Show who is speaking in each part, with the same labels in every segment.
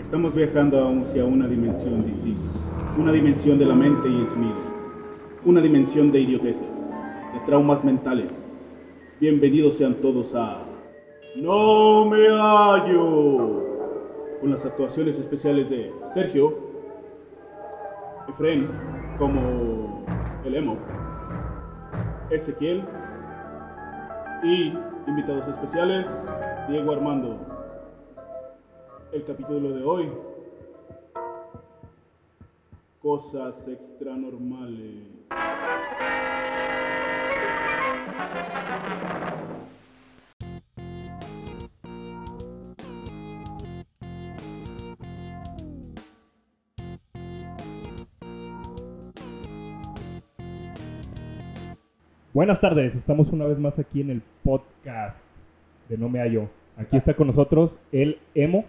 Speaker 1: Estamos viajando hacia una dimensión distinta, una dimensión de la mente y el sonido, una dimensión de idioteces, de traumas mentales. Bienvenidos sean todos a No me hallo, con las actuaciones especiales de Sergio, Efren como el emo, Ezequiel y invitados especiales Diego Armando. El capítulo de hoy. Cosas extranormales.
Speaker 2: Buenas tardes, estamos una vez más aquí en el podcast de No Me Hallo. Aquí está con nosotros el Emo,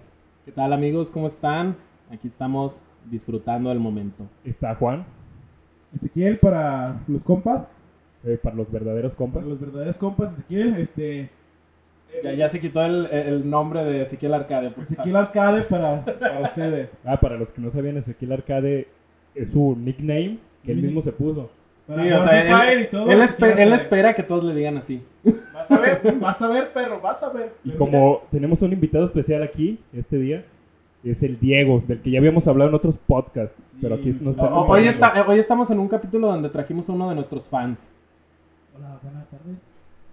Speaker 3: ¿Qué tal amigos? ¿Cómo están? Aquí estamos disfrutando del momento.
Speaker 2: está Juan,
Speaker 4: Ezequiel para los compas,
Speaker 2: eh, para los verdaderos compas.
Speaker 4: para los verdaderos compas, Ezequiel, este
Speaker 3: Ya, ya se quitó el, el nombre de Ezequiel Arcadia. pues. porque
Speaker 4: Ezequiel Arcade para, para ustedes.
Speaker 2: Ah, para los que no sabían, Ezequiel Arcade es su nickname que él mismo se puso.
Speaker 4: Para
Speaker 3: Sí, o sea,
Speaker 4: Warner
Speaker 3: él,
Speaker 4: Fire y todo,
Speaker 3: él espe-
Speaker 4: Ezequiel
Speaker 3: él
Speaker 4: Arcade.
Speaker 3: espera que todos le digan así.
Speaker 4: Vas a ver, vas a ver, perro, vas a ver.
Speaker 2: Y como tenemos un invitado especial aquí este día, es el Diego, del que ya habíamos hablado en otros podcasts, pero aquí nos
Speaker 3: O-
Speaker 2: está...
Speaker 3: o- hoy, está, eh, hoy estamos en un capítulo donde trajimos a uno de nuestros fans.
Speaker 5: Hola, buenas tardes.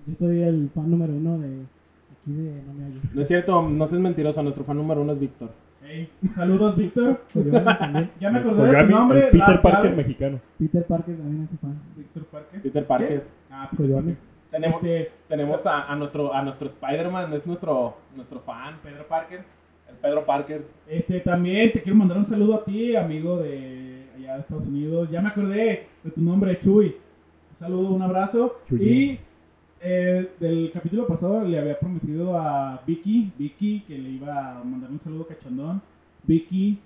Speaker 5: Yo soy el fan número uno de aquí de No Me Hallo.
Speaker 3: No es cierto, no seas mentiroso, nuestro fan número uno es Víctor.
Speaker 4: Hey, saludos, Víctor.
Speaker 5: Coyote también.
Speaker 4: Ya me acordé de
Speaker 2: Origami,
Speaker 4: tu nombre.
Speaker 2: Pues el Peter
Speaker 4: la
Speaker 2: Parker
Speaker 4: clave.
Speaker 2: mexicano.
Speaker 5: Peter Parker también es su fan.
Speaker 4: Víctor Parker.
Speaker 3: Peter Parker.
Speaker 4: Ah,
Speaker 2: Pues
Speaker 4: Peter
Speaker 5: Coyote.
Speaker 4: Parker.
Speaker 3: Tenemos,
Speaker 4: Este,
Speaker 3: tenemos a, a nuestro, a nuestro Spider-Man, es nuestro, nuestro fan,
Speaker 4: Pedro Parker.
Speaker 3: el Pedro Parker.
Speaker 4: Este, también te quiero mandar un saludo a ti, amigo de allá de Estados Unidos. Ya me acordé de tu nombre, Chuy. Un saludo, un abrazo.
Speaker 2: Chuyín.
Speaker 4: Y eh, del capítulo pasado le había prometido a Vicky, Vicky, que le iba a mandar un saludo cachondón. Vicky,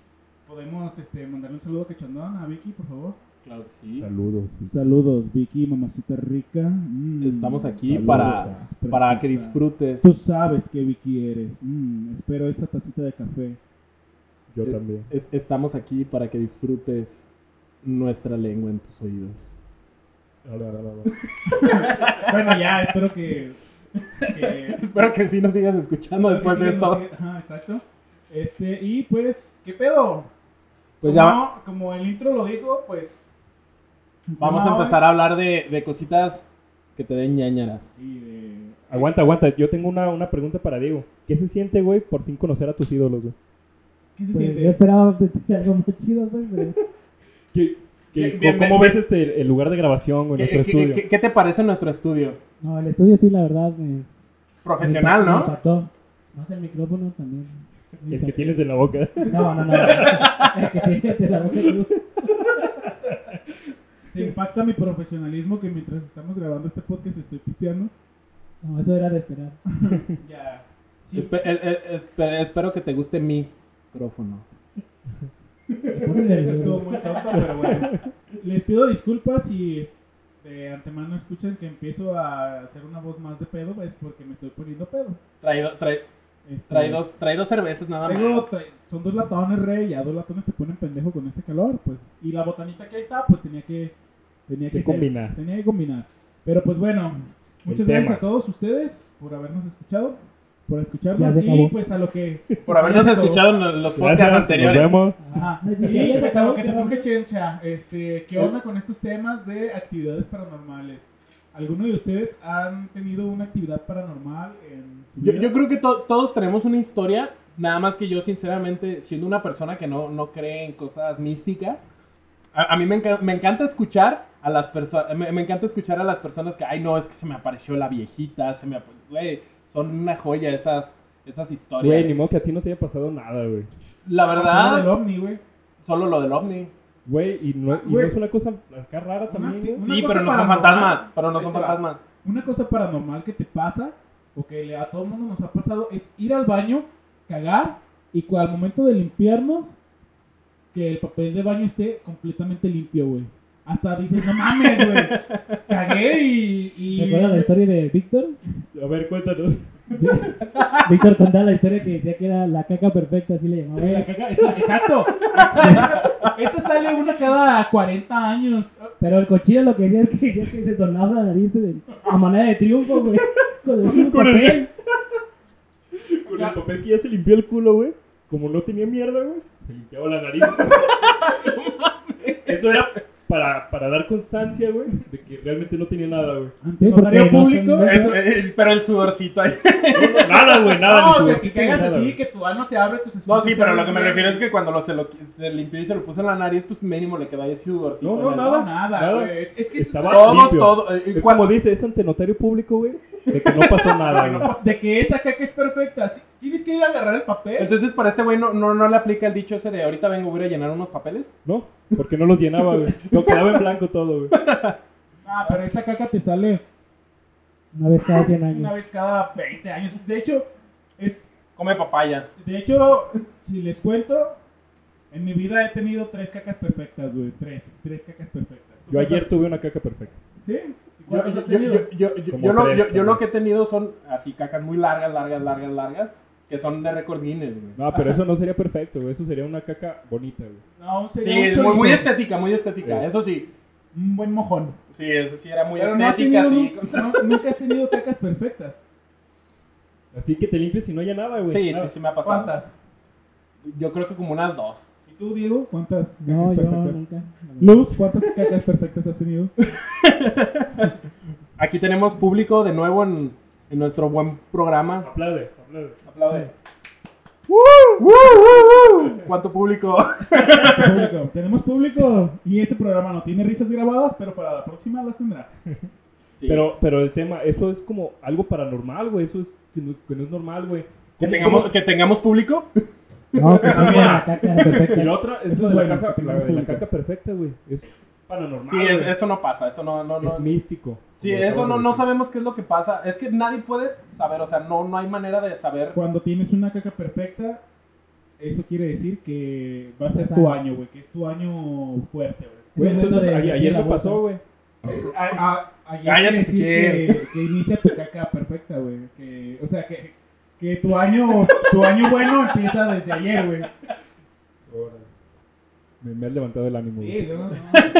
Speaker 4: ¿podemos este, mandarle un saludo cachondón a Vicky, por favor?
Speaker 3: Claro que sí.
Speaker 2: Saludos.
Speaker 4: Saludos, Vicky, mamacita rica. Mm,
Speaker 3: Estamos aquí
Speaker 2: Saludos,
Speaker 3: para, para que
Speaker 4: preciosa.
Speaker 3: disfrutes.
Speaker 4: Tú sabes que Vicky eres. Mm, espero esa tacita de café.
Speaker 2: Yo
Speaker 3: Eh,
Speaker 2: también.
Speaker 3: Es- estamos aquí para que disfrutes nuestra lengua en tus oídos.
Speaker 4: Bueno, ya, espero que- que
Speaker 3: Espero que sí nos sigas escuchando después de
Speaker 4: Sí, no
Speaker 3: esto.
Speaker 4: sé. Ajá, exacto. Este, y pues, ¿qué pedo?
Speaker 3: Pues
Speaker 4: como,
Speaker 3: ya va-
Speaker 4: como el intro lo dijo, pues.
Speaker 3: vamos a
Speaker 4: no,
Speaker 3: empezar a hablar de, de cositas que te den ñañaras.
Speaker 4: Y de-
Speaker 2: Aguanta, aguanta. Yo tengo una, una pregunta para Diego. ¿Qué se siente, güey, por fin conocer a tus ídolos, güey?
Speaker 4: ¿Qué se
Speaker 5: Pues
Speaker 4: siente?
Speaker 5: yo esperaba de ti algo más chido, pues, pero
Speaker 2: ¿Qué,
Speaker 3: Bien,
Speaker 2: cómo
Speaker 3: bien, bien,
Speaker 2: ves
Speaker 3: bien.
Speaker 2: este, el lugar de grabación, güey,
Speaker 3: ¿Qué,
Speaker 2: nuestro
Speaker 3: qué-
Speaker 2: estudio?
Speaker 3: qué- qué te parece nuestro estudio?
Speaker 5: no, el estudio sí, la verdad, me.
Speaker 3: Profesional,
Speaker 5: me
Speaker 3: ¿no?
Speaker 5: impactó. Más el micrófono también. Me
Speaker 2: El que
Speaker 5: impactó.
Speaker 2: tienes en la boca.
Speaker 5: No, no, no. el que tienes de la boca tú.
Speaker 4: ¿Te impacta mi profesionalismo que mientras estamos grabando este podcast estoy pisteando?
Speaker 5: No, eso era de esperar.
Speaker 4: Ya.
Speaker 3: Espe- eh, eh, espe- espero que te guste mi micrófono.
Speaker 5: Me pone
Speaker 4: Eso estuvo
Speaker 5: nervioso.
Speaker 4: muy tonto, pero bueno. Les pido disculpas si de antemano escuchan que empiezo a hacer una voz más de pedo, pues porque me estoy poniendo pedo.
Speaker 3: Trae, do- trae-
Speaker 4: Este,
Speaker 3: trae dos, trae dos cervezas
Speaker 5: Ah,
Speaker 3: nada
Speaker 4: Traigo,
Speaker 3: más.
Speaker 4: tra- son dos latones, rey, ya dos latones te ponen pendejo con este calor, pues. Y la botanita que ahí está, pues tenía que... Tenía
Speaker 2: Que
Speaker 4: que, ser-
Speaker 2: combinar.
Speaker 4: Tenía que combinar. Pero pues bueno, muchas
Speaker 2: tema.
Speaker 4: gracias a todos ustedes por habernos escuchado, por
Speaker 5: Ya
Speaker 4: escucharnos
Speaker 5: se
Speaker 4: y
Speaker 5: acabó.
Speaker 4: pues a lo que...
Speaker 3: Por habernos escuchado en los- los podcasts
Speaker 2: Gracias, Nos
Speaker 3: anteriores.
Speaker 2: vemos.
Speaker 4: Ajá.
Speaker 5: Ya
Speaker 4: Y
Speaker 5: se
Speaker 4: pues a
Speaker 5: acabó,
Speaker 4: lo que te
Speaker 5: ya
Speaker 4: truje chencha, este, ¿qué onda con estos temas de actividades paranormales? ¿Alguno de ustedes han tenido una actividad paranormal en su
Speaker 3: Yo,
Speaker 4: vida?
Speaker 3: yo creo que to- todos tenemos una historia, nada más que yo sinceramente, siendo una persona que no, no cree en cosas místicas, a, a mí me, enca- me encanta escuchar a las personas, me, me encanta escuchar a las personas que, ay no, es que se me apareció la viejita, se me ap- güey, son una joya esas, esas historias.
Speaker 2: Güey, ni modo que a ti no te haya pasado nada, güey.
Speaker 3: La
Speaker 4: Pasando del
Speaker 3: verdad,
Speaker 4: ovni, güey.
Speaker 3: solo lo del ovni.
Speaker 2: Güey, y no, y no
Speaker 4: Ah, Güey.
Speaker 2: es una cosa acá rara
Speaker 4: Una
Speaker 2: también,
Speaker 4: ti-
Speaker 2: güey.
Speaker 4: Una
Speaker 3: Sí, pero
Speaker 4: cosa
Speaker 3: no son
Speaker 4: paranormal.
Speaker 3: fantasmas, pero no
Speaker 4: Ahí
Speaker 3: son
Speaker 4: te va.
Speaker 3: fantasmas.
Speaker 4: Una cosa paranormal que te pasa, o que le- a todo el mundo nos ha pasado, es ir al baño, cagar, y cu- al momento de limpiarnos, que el papel de baño esté completamente limpio, güey. Hasta dices, no mames, güey. Cagué y. y
Speaker 5: ¿Recuerdas la historia de Víctor?
Speaker 2: A ver, cuéntanos.
Speaker 5: Víctor contaba la historia que decía que era la caca perfecta, así le llamaba.
Speaker 4: Sí, la caca- esa- exacto. Esa, esa sale una cada 40 años.
Speaker 5: Pero el cochino lo que quería es que, es que se sonaba la nariz de- a manera de triunfo, güey. Con el mismo
Speaker 2: Con el-
Speaker 5: papel.
Speaker 2: Con el papel que ya se limpió el culo, güey. Como no tenía mierda, güey, se limpiaba la nariz. Eso era para, para dar constancia, güey, de que realmente no tenía nada, güey.
Speaker 5: Sí,
Speaker 4: Notario
Speaker 5: porque no-
Speaker 4: público.
Speaker 5: no-
Speaker 3: Es- es- pero el sudorcito ahí.
Speaker 2: No, no, nada, güey, nada.
Speaker 4: No,
Speaker 2: ni
Speaker 4: o sea,
Speaker 2: sudorcito,
Speaker 4: que
Speaker 2: ni
Speaker 4: caigas
Speaker 2: nada,
Speaker 4: así,
Speaker 2: güey.
Speaker 4: que tu ano se abre, tus
Speaker 3: No,
Speaker 4: esponjas
Speaker 3: sí,
Speaker 4: se
Speaker 3: pero lo
Speaker 4: abren.
Speaker 3: que me refiero es que cuando lo, se, lo, se limpió y se lo puso en la nariz, pues mínimo le quedaba ese sudorcito.
Speaker 2: No, no,
Speaker 3: en la-
Speaker 4: No, nada,
Speaker 2: Nada.
Speaker 4: güey. Es, es que eso
Speaker 2: Estaba-
Speaker 3: Todos,
Speaker 2: Limpio.
Speaker 3: todos. eh,
Speaker 2: Es
Speaker 3: ¿cuál-
Speaker 2: como dice, es ante notario público, güey, de que no pasó nada,
Speaker 4: es-
Speaker 2: güey.
Speaker 4: pues, de que esa caca es perfecta. Sí, Tienes que ir a agarrar el papel.
Speaker 3: Entonces, para este güey no, no, no le aplica el dicho ese de ahorita vengo, voy a ir a llenar unos papeles.
Speaker 2: No, porque no los llenaba, güey. No quedaba en blanco todo, güey.
Speaker 4: Ah, pero esa caca te sale
Speaker 5: Una vez cada 100
Speaker 4: una
Speaker 5: años.
Speaker 4: vez cada 20 años. De hecho, es,
Speaker 3: Come papaya.
Speaker 4: de hecho, si les cuento, en mi vida he tenido tres cacas perfectas, güey. Tres, tres cacas perfectas.
Speaker 2: Yo ayer tuve una caca perfecta.
Speaker 4: ¿Sí?
Speaker 3: Yo,
Speaker 4: ¿Cuántas has
Speaker 3: yo-
Speaker 4: tenido?
Speaker 3: yo- yo- yo-
Speaker 2: Como
Speaker 3: yo lo,
Speaker 2: tres,
Speaker 3: yo- yo
Speaker 2: tal
Speaker 3: lo
Speaker 2: vez.
Speaker 3: que he tenido son así cacas muy largas, largas, largas, largas, que son de récord Guinness, güey.
Speaker 2: No, pero eso no sería perfecto, güey. Eso sería una caca bonita, güey.
Speaker 4: No,
Speaker 3: Sí,
Speaker 4: sería un
Speaker 3: es muy,
Speaker 4: chorizo.
Speaker 3: muy estética, muy estética.
Speaker 2: Sí.
Speaker 3: Eso sí.
Speaker 4: Un buen mojón.
Speaker 3: Sí, eso sí era muy
Speaker 4: Pero no has
Speaker 3: estética,
Speaker 4: tenido
Speaker 3: sí.
Speaker 4: nun- no- nunca has tenido cacas perfectas.
Speaker 2: Así que te limpies y no haya nada, güey.
Speaker 3: Sí,
Speaker 2: Nada.
Speaker 3: sí, sí me ha pasado.
Speaker 4: ¿Cuántas?
Speaker 3: Yo creo que como unas dos.
Speaker 4: ¿Y tú, Diego? ¿Cuántas cacas
Speaker 5: No, yo
Speaker 4: perfectas?
Speaker 5: nunca.
Speaker 4: Luz, ¿cuántas cacas perfectas has tenido?
Speaker 3: Aquí tenemos público de nuevo en, en nuestro buen programa.
Speaker 2: Aplaude, aplaude.
Speaker 3: Aplaude. ¿Cuánto público?
Speaker 4: Público. Tenemos público y este programa no tiene risas grabadas, pero para la próxima las tendrá.
Speaker 3: Sí.
Speaker 2: Pero, pero el tema, eso es como algo paranormal, güey. Eso es que no, que no es normal, güey.
Speaker 3: que
Speaker 2: ¿Cómo-
Speaker 3: tengamos, que tengamos público.
Speaker 5: No, que se llama la caca
Speaker 2: cómo- Y la
Speaker 5: perfecta.
Speaker 2: otra,
Speaker 4: Eso
Speaker 2: eso
Speaker 4: es
Speaker 2: de la,
Speaker 4: bueno, que
Speaker 2: caca, la,
Speaker 4: tengamos
Speaker 2: de la
Speaker 4: público.
Speaker 2: caca perfecta, güey. Es paranormal.
Speaker 3: Sí, es-
Speaker 2: güey.
Speaker 3: eso no pasa, eso no, no, no.
Speaker 2: Es místico.
Speaker 3: Sí,
Speaker 2: Como
Speaker 3: eso
Speaker 2: todo,
Speaker 3: no,
Speaker 2: güey.
Speaker 3: no sabemos qué es lo que pasa. Es que nadie puede saber, o sea, no, no hay manera de saber.
Speaker 4: Cuando tienes una caca perfecta, eso quiere decir que va a ser
Speaker 5: Exacto.
Speaker 4: tu año, güey, que es tu año fuerte, güey.
Speaker 2: Güey, entonces,
Speaker 5: de-
Speaker 2: ayer,
Speaker 5: de
Speaker 2: ayer
Speaker 5: la
Speaker 2: me
Speaker 5: bolsa.
Speaker 2: pasó, güey.
Speaker 4: A- a- ayer
Speaker 3: Cállate,
Speaker 4: quiere decir
Speaker 3: Ezequiel.
Speaker 4: que, que inicia tu caca perfecta, güey. Que, o sea, que, que tu, año, tu año bueno empieza desde ayer, güey.
Speaker 2: Me, me has levantado el ánimo, güey.
Speaker 4: Sí, no, no, no,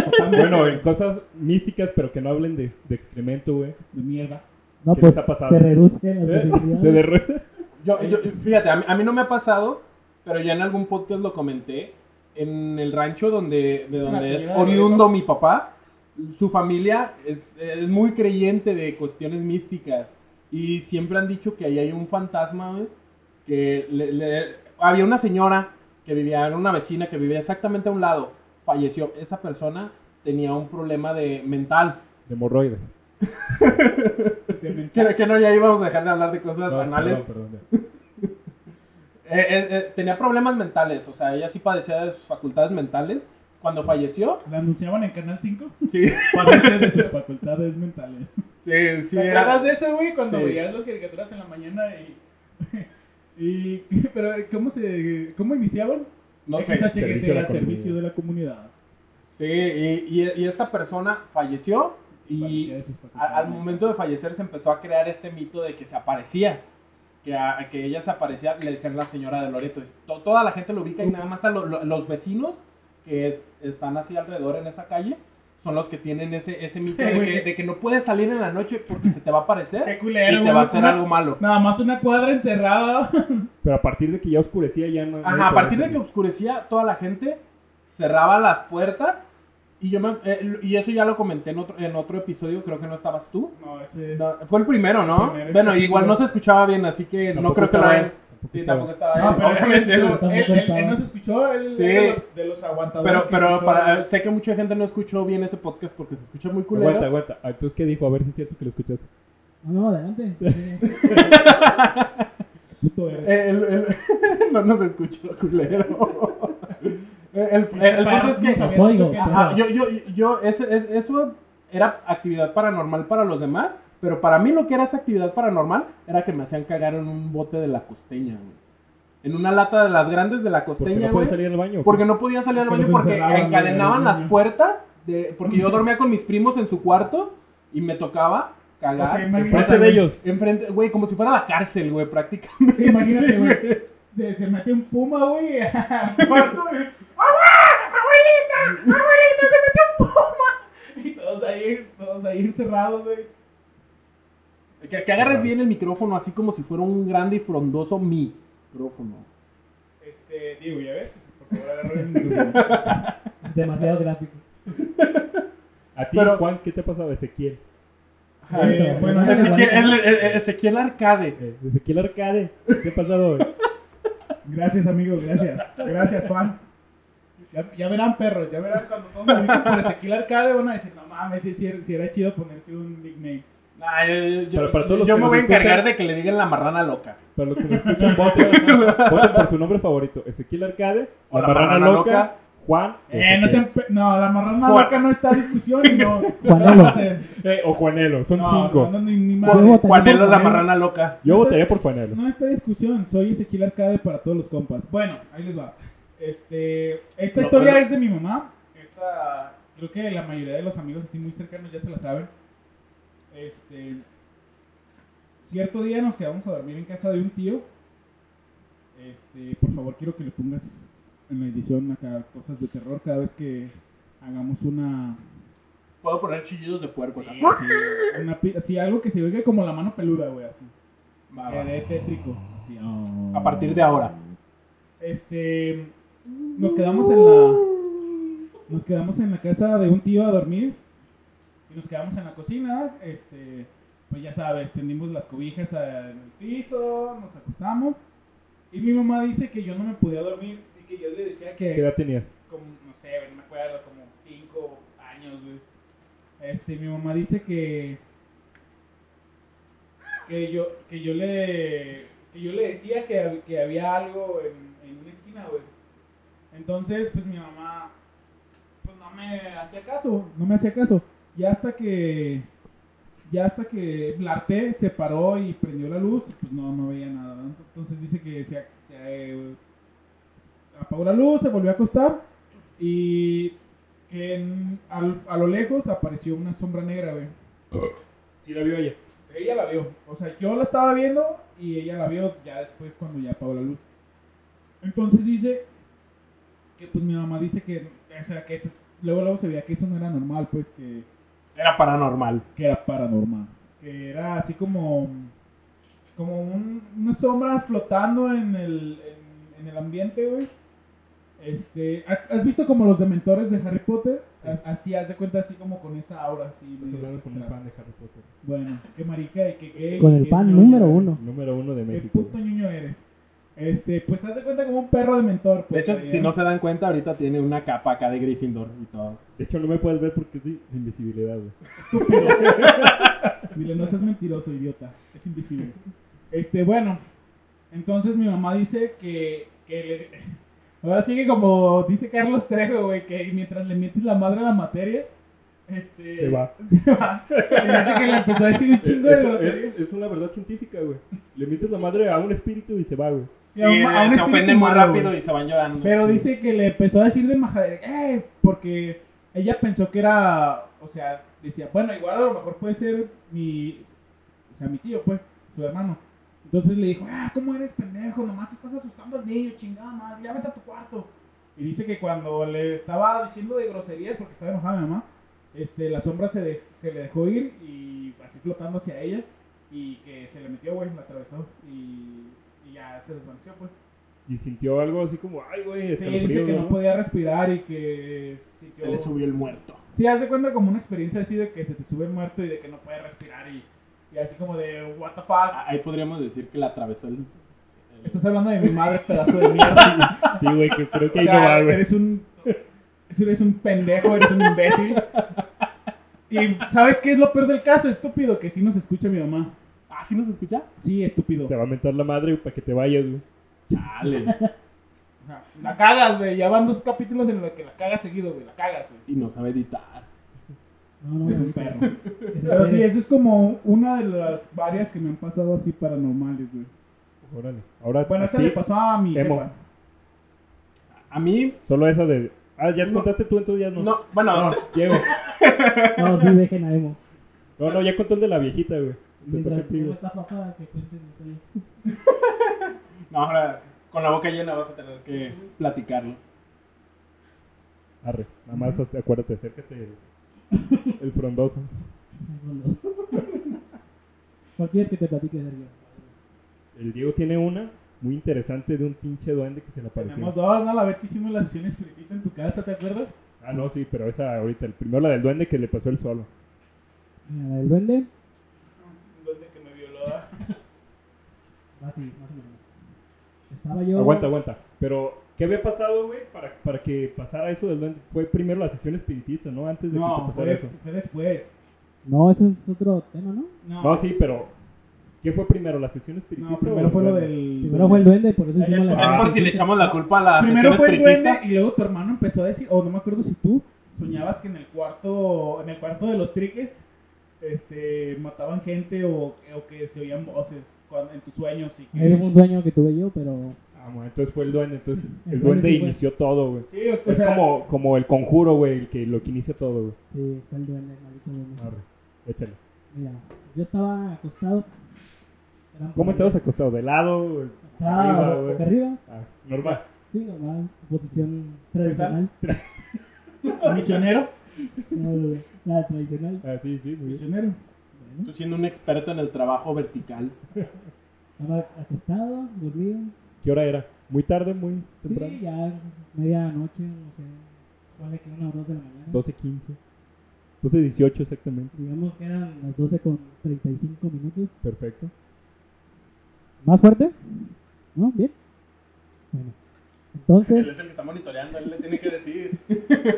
Speaker 4: totalmente.
Speaker 2: Bueno, en cosas místicas, pero que no hablen de, de excremento, güey.
Speaker 4: De mierda.
Speaker 5: No,
Speaker 2: ¿Qué
Speaker 5: pues
Speaker 2: les ha pasado?
Speaker 5: se reduce la
Speaker 2: Eh,
Speaker 5: posibilidad.
Speaker 2: Se derrota.
Speaker 3: Yo, yo- fíjate, a mí, a mí no me ha pasado, pero ya en algún podcast lo comenté. En el rancho donde, de donde es
Speaker 4: señora de
Speaker 3: oriundo mi papá, su familia es, es muy creyente de cuestiones místicas. Y siempre han dicho que ahí hay un fantasma, güey, que le- le- había una señora que vivía, era una vecina que vivía exactamente a un lado, falleció. Esa persona tenía un problema de mental.
Speaker 2: De hemorroides.
Speaker 4: De mental.
Speaker 3: Que, que no, ya íbamos a dejar de hablar de cosas
Speaker 2: No,
Speaker 3: anales.
Speaker 2: perdón, perdón, ya.
Speaker 3: Eh, eh, eh, tenía problemas mentales, o sea, ella sí padecía de sus facultades mentales. Cuando falleció,
Speaker 4: La anunciaban en Canal 5.
Speaker 3: sí,
Speaker 4: Parece de sus facultades mentales.
Speaker 3: sí, sí,
Speaker 4: ¿Te
Speaker 3: era-
Speaker 4: acuerdas de eso, güey? Cuando
Speaker 3: Este, Sí.
Speaker 4: veías las caricaturas en la mañana y... y pero, ¿cómo se... cómo iniciaban?
Speaker 3: no sé.
Speaker 4: XHGC,
Speaker 2: Servicio a la
Speaker 4: al servicio
Speaker 2: comunidad.
Speaker 4: de la comunidad.
Speaker 3: Sí, y, y- y esta persona falleció
Speaker 4: Parecía de
Speaker 3: y
Speaker 4: sus
Speaker 3: a-
Speaker 4: facultades
Speaker 3: al momento de fallecer se empezó a crear este mito de que se aparecía. Que, a- que ella se aparecía, le decían la señora de Loreto. To- toda la gente lo ubica y nada más a lo- lo- los vecinos que es- están así alrededor en esa calle son los que tienen ese, ese mito de
Speaker 4: Güey,
Speaker 3: que,
Speaker 4: qué-
Speaker 3: de que no puedes salir en la noche porque se te va a aparecer.
Speaker 4: Qué
Speaker 3: y
Speaker 4: culero,
Speaker 3: te
Speaker 4: güey,
Speaker 3: va a hacer
Speaker 4: una-
Speaker 3: algo malo.
Speaker 4: Nada más una cuadra encerrada.
Speaker 2: Pero a partir de que ya oscurecía, ya no.
Speaker 3: Ajá, a partir de que oscurecía, toda la gente cerraba las puertas. Y, yo me- eh, y eso ya lo comenté en otro, en otro episodio, creo que no estabas tú.
Speaker 4: No, ese es...
Speaker 3: No, fue el primero, ¿no?
Speaker 4: El primero.
Speaker 3: bueno, igual no se escuchaba bien, así que no creo que lo hayan. Sí, tampoco estaba bien.
Speaker 4: No, Ah, pero
Speaker 3: obviamente.
Speaker 4: él,
Speaker 3: no.
Speaker 5: tampoco
Speaker 4: él- él-
Speaker 5: estaba.
Speaker 4: él nos escuchó, él
Speaker 3: Sí.
Speaker 4: es de los, de los aguantadores.
Speaker 3: Pero,
Speaker 4: que
Speaker 3: pero
Speaker 4: escuchó.
Speaker 3: para, sé que mucha gente no escuchó bien ese podcast porque se escucha muy culero.
Speaker 2: Aguanta, aguanta. Ah, Entonces, ¿qué dijo? A ver si es cierto que lo escuchaste.
Speaker 5: No, no, adelante.
Speaker 4: Puto eres.
Speaker 3: Eh, El- el- no nos escuchó, culero. Eh, El, el- el punto es que.
Speaker 4: Nos habían dicho
Speaker 5: Oigo,
Speaker 4: que-
Speaker 5: ajá,
Speaker 3: Ajá, yo, yo, yo, ese- es- eso era actividad paranormal para los demás, pero para mí lo que era esa actividad paranormal era que me hacían cagar en un bote de la costeña, güey. En una lata de las grandes de la
Speaker 2: Porque
Speaker 3: costeña,
Speaker 2: no
Speaker 3: güey.
Speaker 2: puede salir al baño.
Speaker 3: Porque no podía salir al
Speaker 4: Porque
Speaker 3: baño
Speaker 4: los
Speaker 3: porque
Speaker 4: encerraban,
Speaker 3: encadenaban
Speaker 4: güey,
Speaker 3: las
Speaker 4: al baño.
Speaker 3: puertas, de, porque yo dormía con mis primos en su cuarto y me tocaba cagar.
Speaker 4: O sea, imagínate,
Speaker 2: Enfrente de
Speaker 4: güey.
Speaker 2: ellos.
Speaker 3: Enfrente, güey, como si fuera la cárcel, güey, prácticamente.
Speaker 4: Imagínate, güey. Se, se mete un puma, güey, al cuarto, güey. ¡Agua! ¡Abuelita! ¡Abuelita! ¡Se metió un puma! Y todos ahí, todos ahí encerrados, güey.
Speaker 3: Que, que agarres bien el micrófono, así como si fuera un grande y frondoso micrófono.
Speaker 4: Este, digo, ¿ya ves? Por favor, agarra el micrófono.
Speaker 5: Demasiado gráfico.
Speaker 2: A ti,
Speaker 3: Pero-
Speaker 2: Juan, ¿qué te ha pasado? Ezequiel.
Speaker 4: Eh, bueno,
Speaker 5: Ese
Speaker 4: gracias,
Speaker 3: Ezequiel, el- el- el- Ezequiel Arcade.
Speaker 2: Eh, Ezequiel Arcade. ¿Qué ha pasado? güey?
Speaker 4: gracias, amigos, gracias. Gracias, Juan. Ya, ya verán, perros, ya verán cuando todos me ubiquen por Ezequiel Arcade, van a decir, no mames, si, era chido ponerse un nickname.
Speaker 3: Nah, yo- yo
Speaker 2: Para- para todos los
Speaker 3: yo
Speaker 2: que
Speaker 3: me
Speaker 2: nos
Speaker 3: voy a encargar
Speaker 2: escuchan.
Speaker 3: de que le digan la marrana loca.
Speaker 2: Para los que nos escuchan, voten, voten por su nombre favorito. Ezequiel Arcade,
Speaker 3: O
Speaker 2: La
Speaker 3: la
Speaker 2: Marrana
Speaker 3: Marrana
Speaker 2: Loca,
Speaker 3: Loca.
Speaker 2: Juan
Speaker 4: Eh, no,
Speaker 2: Ezequiel.
Speaker 4: sean pe- no, la marrana
Speaker 3: Juan.
Speaker 4: loca no está en discusión y no.
Speaker 5: Juanelo.
Speaker 4: no va a ser.
Speaker 2: Eh, o Juanelo, son
Speaker 4: No,
Speaker 2: cinco.
Speaker 4: no, no, ni, ni
Speaker 5: Juego
Speaker 4: madres.
Speaker 5: también
Speaker 3: Juanelo
Speaker 4: por
Speaker 3: la
Speaker 4: Juanelo.
Speaker 3: marrana loca.
Speaker 2: Yo votaría por Juanelo.
Speaker 4: No está discusión, soy Ezequiel Arcade para todos los compas. Bueno, ahí les va. Este, esta
Speaker 3: No,
Speaker 4: historia
Speaker 3: no.
Speaker 4: es de mi mamá. Esta, creo que la mayoría de los amigos así muy cercanos ya se la saben. Este, cierto día nos quedamos a dormir en casa de un tío. Este, por favor, quiero que le pongas en la edición acá cosas de terror cada vez que hagamos una
Speaker 3: Puedo poner chillidos de puerco acá.
Speaker 4: Sí, así, una pi- así, algo que se oiga como la mano peluda, güey, así.
Speaker 3: Va, va.
Speaker 4: Quedé tétrico. Ah, Así, ah.
Speaker 3: A partir de ahora.
Speaker 4: Este. Nos quedamos en la. Nos quedamos en la casa de un tío a dormir. Y nos quedamos en la cocina. Este. Pues ya sabes, tendimos las cobijas al piso, nos acostamos. Y mi mamá dice que yo no me podía dormir. Y que yo le decía
Speaker 2: ¿Qué edad tenías?
Speaker 4: como, no sé, güey, no me acuerdo, como 5 años, güey. Este, mi mamá dice que que yo que yo le que yo le decía que, hab- que había algo en, en una esquina, güey. Entonces, pues mi mamá pues no me hacía caso, no me hacía caso. Ya hasta que ya hasta que Blarté se paró y prendió la luz y pues no, no veía nada. ¿no? Entonces dice que se, a- se, eh, apagó la luz, se volvió a acostar y en- al- a lo lejos apareció una sombra negra, güey.
Speaker 2: Sí, la vio ella.
Speaker 4: Ella la vio. O sea, yo la estaba viendo y ella la vio ya después cuando ya apagó la luz. Entonces dice que pues mi mamá dice que, o sea, que eso- luego luego se veía que eso no era normal, pues que,
Speaker 3: Era paranormal.
Speaker 4: que era paranormal. Que era así como, como un- una sombra flotando en el, en, en el ambiente, güey. Este, ¿ha- ¿Has visto como los dementores de Harry Potter?
Speaker 2: Sí.
Speaker 4: A- Así, haz de cuenta, así como con esa aura. Así,
Speaker 2: Estás
Speaker 4: medio
Speaker 2: hablando con un
Speaker 4: espectral.
Speaker 2: fan de Harry Potter.
Speaker 4: Bueno, qué marica y qué gay.
Speaker 5: Con
Speaker 4: y
Speaker 5: el
Speaker 4: qué
Speaker 5: pan
Speaker 4: ñoño
Speaker 5: número
Speaker 4: eres.
Speaker 5: uno.
Speaker 2: Número uno de
Speaker 4: Qué
Speaker 2: México.
Speaker 4: puto niño eres. Este, pues haz de cuenta como un perro pues, de mentor.
Speaker 3: De hecho, si no se dan cuenta, ahorita tiene una capa acá de Gryffindor y todo.
Speaker 2: De hecho, no me puedes ver porque es de de invisibilidad, güey.
Speaker 4: Dile, no seas mentiroso, idiota. Es invisible. Este, bueno. Entonces mi mamá dice que. que le- ahora sí que como dice Carlos Trejo, güey, que mientras le metes la madre a la materia. Este,
Speaker 2: Se va.
Speaker 4: Se va. Y dice que le empezó a decir un chingo de
Speaker 2: Es,
Speaker 4: groserías.
Speaker 2: es- es una verdad científica, güey. Le metes la madre a un espíritu y se va, güey.
Speaker 4: Y a un- a un
Speaker 3: eh, se
Speaker 4: espíritu
Speaker 3: ofenden muy
Speaker 4: malo,
Speaker 3: rápido
Speaker 4: güey.
Speaker 3: y se van llorando.
Speaker 4: Pero dice que le empezó a decir de majadera, "Eh", porque ella pensó que era, o sea, decía, bueno, igual a lo mejor puede ser mi, o sea, mi tío, pues, su hermano. Entonces le dijo, ah, ¿cómo eres pendejo? Nomás estás asustando al niño, chingada madre, ya vete a tu cuarto. Y dice que cuando le estaba diciendo de groserías, porque estaba enojada mi mamá, este, la sombra se, de- se le dejó ir y así flotando hacia ella y que se le metió, güey, la atravesó y, y ya se desvaneció, pues.
Speaker 2: Y sintió algo así como, ay, güey,
Speaker 4: Sí,
Speaker 2: escalofrío,
Speaker 4: dice que
Speaker 2: ¿no?
Speaker 4: no podía respirar y que... oh.
Speaker 3: Se le subió el muerto.
Speaker 4: Sí, hace cuenta como una experiencia así de que se te sube el muerto y de que no puedes respirar y, y así como de, what the fuck.
Speaker 2: Ah,
Speaker 3: A- Ah, Ahí podríamos decir que la atravesó el. el-
Speaker 4: Estás hablando de mi madre, pedazo de mierda.
Speaker 2: Sí, güey, que creo que
Speaker 4: o
Speaker 2: ahí no
Speaker 4: sea,
Speaker 2: va, güey.
Speaker 4: eres un... Eres un pendejo, eres un imbécil. Y ¿sabes qué es lo peor del caso, estúpido? Que sí nos escucha mi mamá.
Speaker 3: Ah, ¿sí nos escucha?
Speaker 4: Sí, estúpido.
Speaker 2: Te va a mentar la madre para que te vayas, güey.
Speaker 3: Chale.
Speaker 4: Ajá. La cagas, güey. Ya van dos capítulos en los que la cagas seguido, güey. La cagas, güey.
Speaker 3: Y no sabe editar.
Speaker 5: No, no, no.
Speaker 4: Perro.
Speaker 5: que se
Speaker 4: Pero sí,
Speaker 5: quede.
Speaker 4: eso es como una de las varias que me han pasado así paranormales, güey.
Speaker 2: Órale. Ahora,
Speaker 4: Bueno,
Speaker 2: a
Speaker 4: esa
Speaker 2: ti,
Speaker 4: le pasó a mi
Speaker 2: Emo.
Speaker 4: jefa.
Speaker 3: A mí.
Speaker 2: solo esa de... Ah, ya te
Speaker 3: No.
Speaker 2: contaste tú, entonces ya no.
Speaker 3: No, bueno,
Speaker 2: Diego.
Speaker 5: No, sí, dejen a Emo.
Speaker 2: No, no, ya contó el de la viejita, güey. Te toca
Speaker 5: Mientras
Speaker 2: a ti,
Speaker 5: pongo
Speaker 2: güey.
Speaker 5: esta papa que cuentes la historia.
Speaker 3: No, ahora con la boca llena vas a tener que platicarlo.
Speaker 2: Arre, nada más hasta- acuérdate, acércate el, el frondoso.
Speaker 5: Ay, bueno. Cualquier que te platique, Sergio.
Speaker 2: El Diego tiene una muy interesante de un pinche duende que se le
Speaker 4: Tenemos
Speaker 2: apareció.
Speaker 4: dos, ¿no? La vez que hicimos la sesión espiritista en tu casa, ¿te acuerdas?
Speaker 2: Ah, no, sí, pero esa ahorita. El primero la del duende que le pasó el solo.
Speaker 5: Mira, la del duende.
Speaker 4: Donde que me violó. ¿ah?
Speaker 5: Así, Ah, más o menos. Estaba yo.
Speaker 2: Aguanta, aguanta. Pero, ¿qué había pasado, güey, para, para que pasara eso del duende? Fue primero la sesión espiritista, ¿no? Antes de que
Speaker 4: No,
Speaker 2: te pasara
Speaker 4: fue,
Speaker 2: eso.
Speaker 4: fue después.
Speaker 5: No, eso es otro tema, ¿no?
Speaker 4: No,
Speaker 2: No, sí, pero... ¿Qué fue primero, la sesión espiritista
Speaker 4: no,
Speaker 2: o
Speaker 4: primero
Speaker 2: el
Speaker 4: fue lo
Speaker 2: duende?
Speaker 4: del.
Speaker 5: Primero fue el duende, por eso
Speaker 4: Ya, ya,
Speaker 5: hicimos
Speaker 3: Es
Speaker 2: Ah.
Speaker 5: la.
Speaker 3: por si le echamos la culpa a la
Speaker 4: Primero
Speaker 3: sesión
Speaker 4: fue el duende
Speaker 3: espiritista.
Speaker 4: y luego tu hermano empezó a decir, o no me acuerdo si tú soñabas que en el cuarto, en el cuarto de los triques, este, mataban gente o, o que se oían voces cuando- en tus sueños y que-
Speaker 5: Era un sueño que tuve yo, pero.
Speaker 2: Ah, bueno, entonces fue el duende. Entonces, el,
Speaker 5: El
Speaker 2: duende
Speaker 5: duende sí fue.
Speaker 2: inició todo, güey.
Speaker 4: Sí, o, o
Speaker 2: Es
Speaker 4: sea,
Speaker 2: como, como el conjuro, güey, el que lo que inicia todo, güey.
Speaker 5: Sí, fue el duende, maldito duende.
Speaker 2: Arre, échale.
Speaker 5: Mira, yo estaba acostado. Eran
Speaker 2: ¿Cómo
Speaker 5: por-
Speaker 2: estabas acostado? ¿De lado?
Speaker 5: Estaba
Speaker 2: arriba,
Speaker 5: arriba,
Speaker 2: güey?
Speaker 5: arriba.
Speaker 2: Ah, normal.
Speaker 5: Sí, normal. Posición tradicional.
Speaker 4: misionero,
Speaker 5: No, La tradicional.
Speaker 2: Ah, sí, sí, muy bien.
Speaker 4: misionero.
Speaker 5: Bueno.
Speaker 3: Tú siendo un experto en el trabajo vertical.
Speaker 5: Estaba acostado, dormido.
Speaker 2: ¿Qué hora era? ¿Muy tarde? ¿Muy temprano?
Speaker 5: Sí, ya medianoche, no sé. Ponle que una o dos de la mañana.
Speaker 2: 12.15. 12.18 exactamente.
Speaker 5: Digamos que eran las 12 con 35 minutos.
Speaker 2: Perfecto.
Speaker 5: ¿Más fuerte? ¿No? ¿Bien? Bueno. Entonces,
Speaker 3: Él es el que está monitoreando, él le tiene que decir.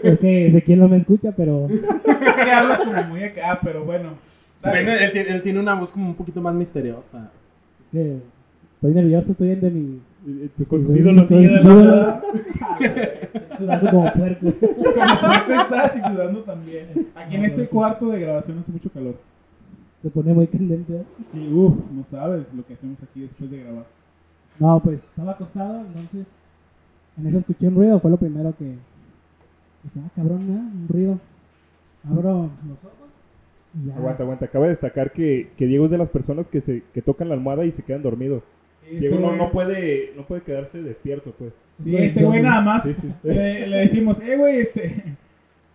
Speaker 5: es que Ezequiel no me escucha, pero
Speaker 4: Es que hablas como muy acá, Ah, pero bueno.
Speaker 3: Bueno, él, tiene- él tiene una voz como un poquito más misteriosa.
Speaker 5: que estoy nervioso, estoy en de mi...
Speaker 2: Eh, eh, tú Con tus
Speaker 5: Estoy-
Speaker 2: ídolos.
Speaker 5: estoy-
Speaker 4: ídolos.
Speaker 5: pues. ídolos. Sudando como puerco.
Speaker 4: Como flaco estás y sudando también. Aquí en
Speaker 5: No,
Speaker 4: este
Speaker 5: no, sí.
Speaker 4: cuarto de grabación hace mucho calor.
Speaker 5: Se pone muy candente. ¿eh?
Speaker 4: Sí, uff, no sabes lo que hacemos aquí después de grabar.
Speaker 5: No, pues estaba acostado, entonces en eso escuché un ruido, fue lo primero que... Dije, ah, cabrón, ¿eh? un ruido. Abro los ojos y ya...
Speaker 2: Aguanta, aguanta. Acaba de destacar que, que Diego es de las personas que se que tocan la almohada y se quedan dormidos.
Speaker 4: Sí, este
Speaker 2: Diego no,
Speaker 4: güey-
Speaker 2: no puede no puede quedarse despierto, pues.
Speaker 4: Sí, este güey nada más
Speaker 2: Sí, sí.
Speaker 4: le, le decimos, eh, güey, este.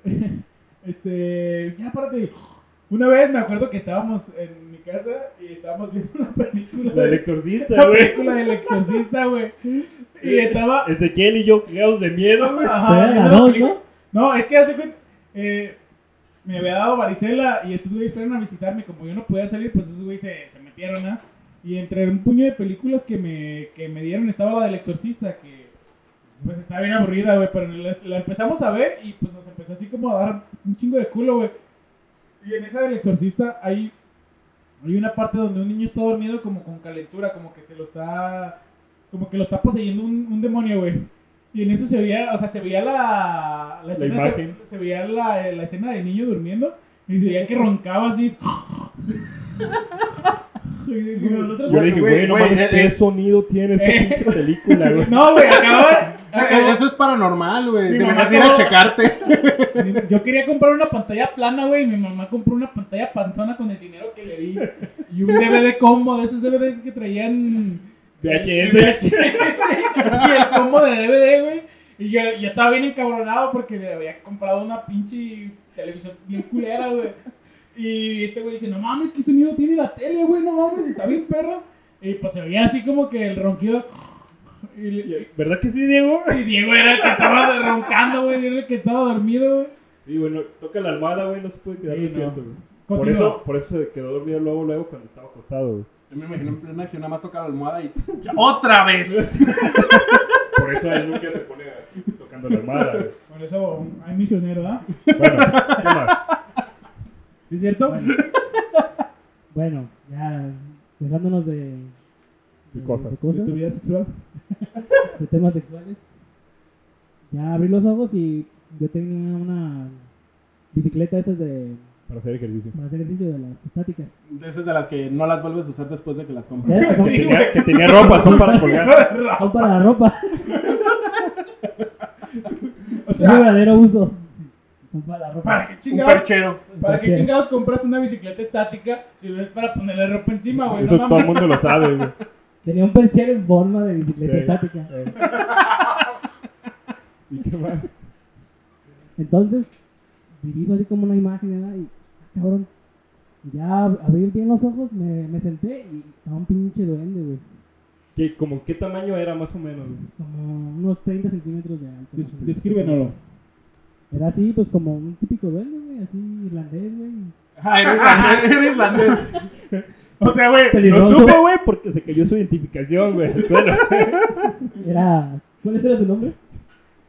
Speaker 4: Este. Ya párate. Una vez me acuerdo que estábamos en mi casa y estábamos viendo una película.
Speaker 2: El
Speaker 4: De,
Speaker 2: exorcista,
Speaker 4: una
Speaker 2: güey.
Speaker 4: película del exorcista, güey. Y estaba.
Speaker 2: Ezequiel y yo cagados de miedo, güey.
Speaker 4: Ajá,
Speaker 5: Pero era
Speaker 4: viendo
Speaker 5: la
Speaker 4: la
Speaker 5: dos,
Speaker 4: película. No, es que hace cuenta. eh, me había dado varicela y estos güeyes fueron a visitarme. Como yo no podía salir, pues esos güeyes se, se metieron, ¿ah? Y entre un puño de películas que me, que me dieron estaba la del exorcista, que pues está bien aburrida, güey. Pero la, la empezamos a ver y pues nos empezó así como a dar un chingo de culo, güey. Y en esa del exorcista hay, hay una parte donde un niño está dormido como con calentura, como que se lo está... Como que lo está poseyendo un, un demonio, güey. Y en eso se veía, o sea, se veía la... La, escena, se-
Speaker 2: imagen.
Speaker 4: Se, veía la, la escena del niño durmiendo y se veía que roncaba así. Y digo, nosotros-
Speaker 2: Yo le dije,
Speaker 3: Güey,
Speaker 2: güey, no
Speaker 3: güey,
Speaker 2: mames,
Speaker 3: eh,
Speaker 2: ¿qué
Speaker 3: eh.
Speaker 2: sonido tiene esta
Speaker 4: Eh.
Speaker 2: pinche película, güey?
Speaker 4: no, güey, acababa...
Speaker 3: Eh,
Speaker 4: acababa-
Speaker 3: Eso es paranormal, güey.
Speaker 4: Mi
Speaker 3: Deberías
Speaker 4: mamá
Speaker 3: de ir a
Speaker 4: no-
Speaker 3: checarte.
Speaker 4: Yo quería comprar una pantalla plana, güey, y mi mamá compró una pantalla panzona con el dinero que le di. Y un DVD combo de esos DVDs que traían...
Speaker 2: VHS.
Speaker 4: VHS, y el combo de DVD, güey. Y yo, yo estaba bien encabronado porque le había comprado una pinche televisión bien culera, güey. Y este güey dice, no mames, qué sonido tiene la tele, güey, no mames, está bien perro. Y pues se veía así como que el ronquido... Y le-
Speaker 2: ¿Verdad que sí, Diego?
Speaker 4: y Diego era el que estaba roncando, güey, era el que estaba dormido, güey.
Speaker 2: Sí, bueno, toca la almohada, güey, no se puede quedar
Speaker 4: Sí,
Speaker 2: despierto,
Speaker 4: no.
Speaker 2: güey. Por
Speaker 4: Continúa.
Speaker 2: eso, por eso se quedó dormido luego, luego cuando estaba acostado, güey.
Speaker 3: Yo me imagino en plena acción, nada más toca la almohada y. ¡Ya, ¡Otra vez!
Speaker 2: Por eso él nunca se pone así, tocando la almohada, güey.
Speaker 4: Por eso hay misionero, ¿ah?
Speaker 2: Bueno, ¿qué más?
Speaker 4: ¿Sí es cierto?
Speaker 5: Bueno, ya dejándonos de,
Speaker 2: De cosas.
Speaker 4: ¿De tu vida sexual?
Speaker 5: de temas sexuales. Ya abrí los ojos y yo tenía una bicicleta esas de
Speaker 2: Para hacer ejercicio.
Speaker 5: para hacer ejercicio de las estáticas.
Speaker 3: De esas de las que no las vuelves a usar después de que las compras.
Speaker 5: Ya,
Speaker 2: Que
Speaker 4: Sí,
Speaker 2: tenía, que tenía ropa, son para colgar.
Speaker 5: Son para la ropa,
Speaker 4: O
Speaker 5: es un
Speaker 4: sea,
Speaker 5: verdadero uso. Son para la ropa.
Speaker 4: ¿Para qué
Speaker 3: Un
Speaker 4: chingados?
Speaker 3: perchero.
Speaker 4: ¿Para qué
Speaker 5: Perchero.
Speaker 4: chingados compras una bicicleta estática si no es para ponerle ropa encima, güey?
Speaker 2: Eso
Speaker 4: No
Speaker 2: todo el
Speaker 4: mames.
Speaker 2: mundo lo sabe, güey.
Speaker 5: Tenía un perchero en forma de bicicleta
Speaker 2: Sí.
Speaker 5: estática.
Speaker 2: Eh. ¿Y qué más?
Speaker 5: Entonces, diviso así como una imagen, ¿verdad? Y, ah, cabrón, ya ab- abrí bien los ojos, me, me senté y estaba un pinche duende, güey.
Speaker 2: ¿Qué, como, ¿Qué tamaño era más o menos? güey?
Speaker 5: Como unos 30 centímetros de alto.
Speaker 4: Des-
Speaker 5: güey.
Speaker 4: Descríbenoslo.
Speaker 5: Era así, pues como un típico duende, güey, así irlandés, güey.
Speaker 3: Ah, era irlandés, era irlandés.
Speaker 4: O sea, güey,
Speaker 5: Peligroso.
Speaker 4: lo
Speaker 2: No
Speaker 4: supe.
Speaker 2: supe, güey, porque se cayó su identificación, güey. Bueno,
Speaker 5: Era. ¿Cuál era su nombre?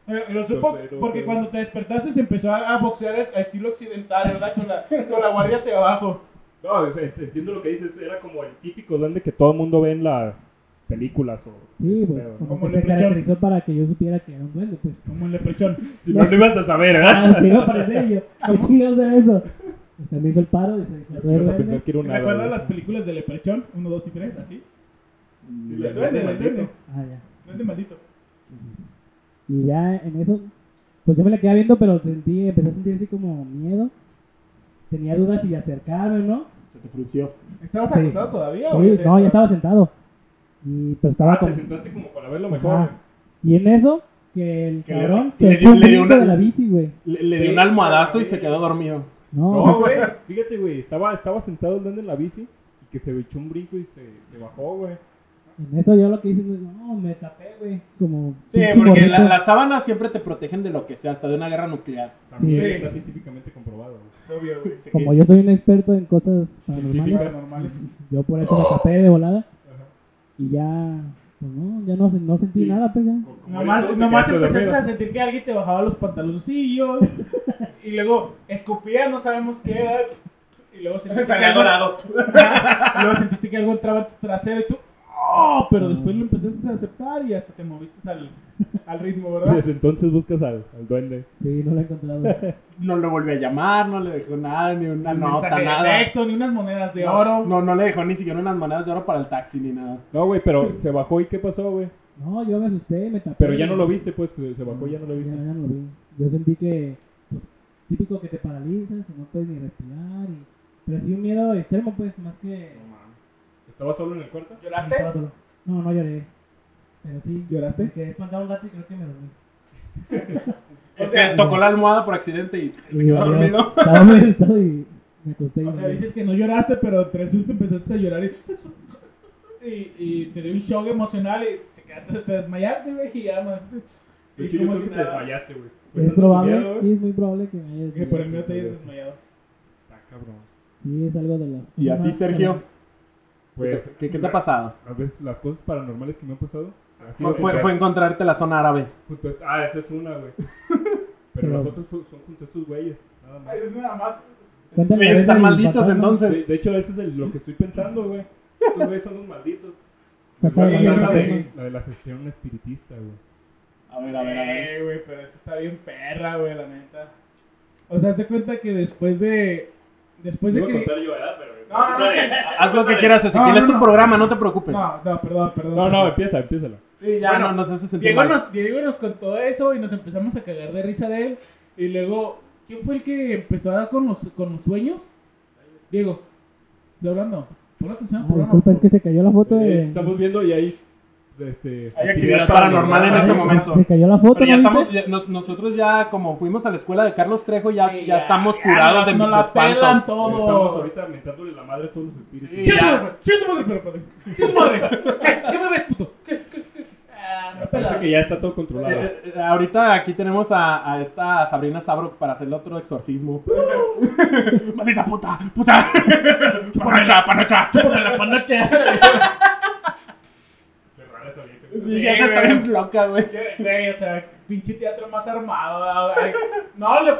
Speaker 4: Eh, Lo supo
Speaker 2: Grosero,
Speaker 4: porque
Speaker 2: pero-
Speaker 4: cuando te despertaste se empezó a, a boxear a estilo occidental, ¿verdad? Con la, con la guardia hacia abajo.
Speaker 2: no, o sea, entiendo lo que dices. Era como el típico duende que todo el mundo ve en las películas. O
Speaker 5: Sí,
Speaker 2: ese
Speaker 5: pues,
Speaker 2: pedo, ¿no?
Speaker 5: como
Speaker 4: Como
Speaker 5: que se
Speaker 4: Leprechaun.
Speaker 5: caracterizó para que yo supiera que era un duende, pues.
Speaker 4: Como el leprechón.
Speaker 2: Si no, no ibas a saber,
Speaker 5: Ah,
Speaker 2: ¿verdad?
Speaker 5: sí, iba a aparecer y yo. ¿Qué chingados era eso? Pues, se me hizo el paro y se disfrazó de
Speaker 2: Ibas a
Speaker 5: duende.
Speaker 2: pensar que era una.
Speaker 4: ¿Recuerdas las películas de leprechón? 1, 2 y 3, así. Sí,
Speaker 2: la
Speaker 4: el duende, el
Speaker 2: maldito.
Speaker 4: duende.
Speaker 5: Ah, ya.
Speaker 4: Duende maldito.
Speaker 5: Y ya en eso, pues yo me la quedé viendo, pero sentí, empecé a sentir así como miedo. Tenía dudas si acercarme o no.
Speaker 3: Se te frunció.
Speaker 4: ¿Estabas
Speaker 5: Sí.
Speaker 4: acostado todavía? o
Speaker 5: Sí,
Speaker 4: te-
Speaker 5: no, ya estaba sentado. Y, pero estaba
Speaker 2: Ah,
Speaker 5: como...
Speaker 2: te sentaste como para verlo
Speaker 5: Ajá.
Speaker 2: mejor. güey.
Speaker 5: Y en eso, que el
Speaker 3: Que le-
Speaker 5: cabrón
Speaker 3: que le
Speaker 5: se
Speaker 3: dio-
Speaker 5: dio, un
Speaker 3: le dio
Speaker 5: brinco
Speaker 3: una-
Speaker 5: de la bici, güey.
Speaker 3: Le, le dio un almohadazo y se quedó dormido.
Speaker 5: No,
Speaker 2: No, güey. Fíjate, güey. Estaba, estaba sentado andando en la bici y que se echó un brinco y se, se bajó, güey.
Speaker 5: en eso yo lo que hice, güey, no, me tapé, güey. Como...
Speaker 3: Sí,
Speaker 5: pinche
Speaker 3: porque la-
Speaker 5: morrito.
Speaker 3: las sábanas siempre te protegen de lo que sea, hasta de una guerra nuclear.
Speaker 2: También
Speaker 5: Sí.
Speaker 2: está científicamente comprobado, güey.
Speaker 4: Obvio, güey.
Speaker 3: Sí.
Speaker 5: Como yo soy un experto en cosas paranormales,
Speaker 4: Típicas normales.
Speaker 5: yo por eso me tapé de volada.
Speaker 2: Ajá.
Speaker 5: Y ya, pues no, ya no, no sentí
Speaker 2: Sí.
Speaker 5: nada, pues ya.
Speaker 2: Como eres tú,
Speaker 4: Nomás,
Speaker 2: te
Speaker 4: nomás
Speaker 2: quedaste
Speaker 4: empezaste
Speaker 2: dormido.
Speaker 4: a sentir que alguien te bajaba los pantaloncillos. y luego escupía, no sabemos qué. ¿verdad? Y luego sentiste, que
Speaker 3: Salía
Speaker 4: algo,
Speaker 3: dorado.
Speaker 4: y luego sentiste que algo entraba a tu trasero y tú. ¡Oh! Pero después lo empezaste a aceptar y hasta te moviste al, al ritmo, ¿verdad?
Speaker 2: Desde entonces buscas al, al duende.
Speaker 5: Sí, no lo he encontrado.
Speaker 3: No lo volvió a llamar, no le dejó nada, ni una
Speaker 4: Ni
Speaker 3: nota,
Speaker 4: mensaje de
Speaker 3: Ah, nada.
Speaker 4: texto, ni unas monedas de
Speaker 3: no,
Speaker 4: oro.
Speaker 3: No, no le dejó ni siquiera unas monedas de oro para el taxi ni nada.
Speaker 2: No, güey, pero se bajó y ¿qué pasó, güey?
Speaker 5: No, yo me asusté, me tapé.
Speaker 2: Pero ya no lo viste, pues, que se bajó y ya no lo
Speaker 5: Ya,
Speaker 2: viste.
Speaker 5: ya no lo vi. Yo sentí que, pues, típico que te paralizas y no puedes ni respirar. Y... Pero sí un miedo extremo, pues, más que...
Speaker 2: ¿Estaba solo en el cuarto?
Speaker 4: ¿Lloraste?
Speaker 5: Estaba solo. No, no lloré. Pero sí.
Speaker 4: ¿Lloraste?
Speaker 5: Me quedé espantado un rato y creo que me dormí.
Speaker 3: O sea, tocó la almohada por accidente y se
Speaker 5: Y
Speaker 3: quedó
Speaker 5: yo-
Speaker 3: dormido.
Speaker 5: Estaba muy asustado y me acosté. y
Speaker 4: O sea,
Speaker 5: dormí.
Speaker 4: dices que no lloraste, pero entre el susto empezaste a llorar y. Y, y te dio un shock emocional y te quedaste, te desmayaste, güey, y ya amaneciste.
Speaker 2: De
Speaker 4: Y
Speaker 2: hecho, yo
Speaker 4: como
Speaker 2: creo que
Speaker 4: si
Speaker 2: te
Speaker 4: nada.
Speaker 2: desmayaste, güey. Fue
Speaker 5: es
Speaker 2: tanto
Speaker 5: probable,
Speaker 2: pues, miedo, ¿eh? güey.
Speaker 5: sí, es muy probable que me haya
Speaker 4: Que por el
Speaker 5: desmayado.
Speaker 4: miedo te hayas desmayado.
Speaker 2: Ah, cabrón.
Speaker 5: Sí, es algo de las...
Speaker 3: ¿Y a
Speaker 5: cosas
Speaker 3: ti,
Speaker 5: más-
Speaker 3: Sergio?
Speaker 2: Pues,
Speaker 3: ¿Qué, qué te ha pasado?
Speaker 2: Las veces, las cosas paranormales que me han pasado. ha sido
Speaker 3: Fue, fue-
Speaker 2: junto a-
Speaker 3: fue encontrarte la zona árabe.
Speaker 2: junto a- ah, esa es una, güey. Pero
Speaker 5: Pero-
Speaker 2: nosotros fu- son junto a estos güeyes, nada más.
Speaker 4: Ay, es nada más.
Speaker 3: Estos
Speaker 5: Cuéntame,
Speaker 3: güeyes están
Speaker 5: ¿ves el
Speaker 3: malditos
Speaker 5: fantasma?
Speaker 2: De,
Speaker 3: entonces.
Speaker 2: de hecho, eso es el- lo que estoy pensando, güey. Estos güeyes son unos malditos. La,
Speaker 5: Me acuerdo de
Speaker 4: yo
Speaker 5: la
Speaker 4: creo que
Speaker 3: eh.
Speaker 5: fantasma.
Speaker 2: de, la de la sesión espiritista, güey.
Speaker 3: A ver, a ver, a ver.
Speaker 4: Eh, güey, pero eso está bien perra, güey, la neta. O sea, se cuenta que después de. Después Pues de
Speaker 2: Iba a
Speaker 4: que.
Speaker 2: contar yo, ¿verdad? Pero-
Speaker 4: No, no, no.
Speaker 3: Haz lo que quieras, Ezequiel.
Speaker 4: No, no,
Speaker 3: Es tu
Speaker 4: no.
Speaker 3: programa, no te preocupes.
Speaker 4: No, no, perdón, perdón.
Speaker 2: No, no, empieza, empiézala.
Speaker 3: Sí, ya
Speaker 4: Bueno,
Speaker 3: no nos hace sentir
Speaker 4: Diego
Speaker 3: mal.
Speaker 4: nos, Diego nos contó eso y nos empezamos a cagar de risa de él. Y luego, ¿quién fue el que empezó a dar con los, con los sueños? Diego, estoy hablando. Pon atención
Speaker 5: Ah,
Speaker 4: al programa.
Speaker 5: disculpa, es que se cayó la foto
Speaker 2: Eh,
Speaker 5: de...
Speaker 2: Estamos viendo y hay. Este,
Speaker 3: actividad paranormal en
Speaker 5: Ah,
Speaker 3: este
Speaker 5: se-
Speaker 3: momento.
Speaker 5: Se cayó la foto,
Speaker 3: Pero ya
Speaker 5: ¿no viste?
Speaker 3: estamos, ya- nos- nosotros ya como fuimos a la escuela de Carlos Trejo, ya,
Speaker 4: Sí,
Speaker 3: ya estamos
Speaker 4: ya,
Speaker 3: curados
Speaker 4: ya
Speaker 3: de, Eh,
Speaker 4: nos
Speaker 3: de
Speaker 4: la
Speaker 3: espantos.
Speaker 4: pelan
Speaker 2: Estamos
Speaker 4: todo.
Speaker 2: ahorita mentándole la madre a todos los espíritus.
Speaker 3: Sí.
Speaker 4: ¡Chido,
Speaker 3: Ya.
Speaker 4: madre! ¡Chido, madre! Pero, padre. ¡Chido, madre! ¿Qué, ¿Qué me ves, puto? ¿Qué, qué, qué? Ah, me
Speaker 2: Me
Speaker 4: pela.
Speaker 2: parece que ya está todo
Speaker 3: Eh,
Speaker 2: controlado.
Speaker 3: eh, eh, ahorita aquí tenemos a, a esta Sabrina Sabrok para hacerle otro exorcismo. ¡Maldita puta! ¡Puta! ¡Panocha! ¡Panocha!
Speaker 4: Chúpame la panocha.
Speaker 2: Qué rara esa vieja.
Speaker 3: Sí, ya se está
Speaker 4: güey.
Speaker 3: bien loca, güey.
Speaker 4: Güey, o sea, pinche teatro más armado. ay, No, le,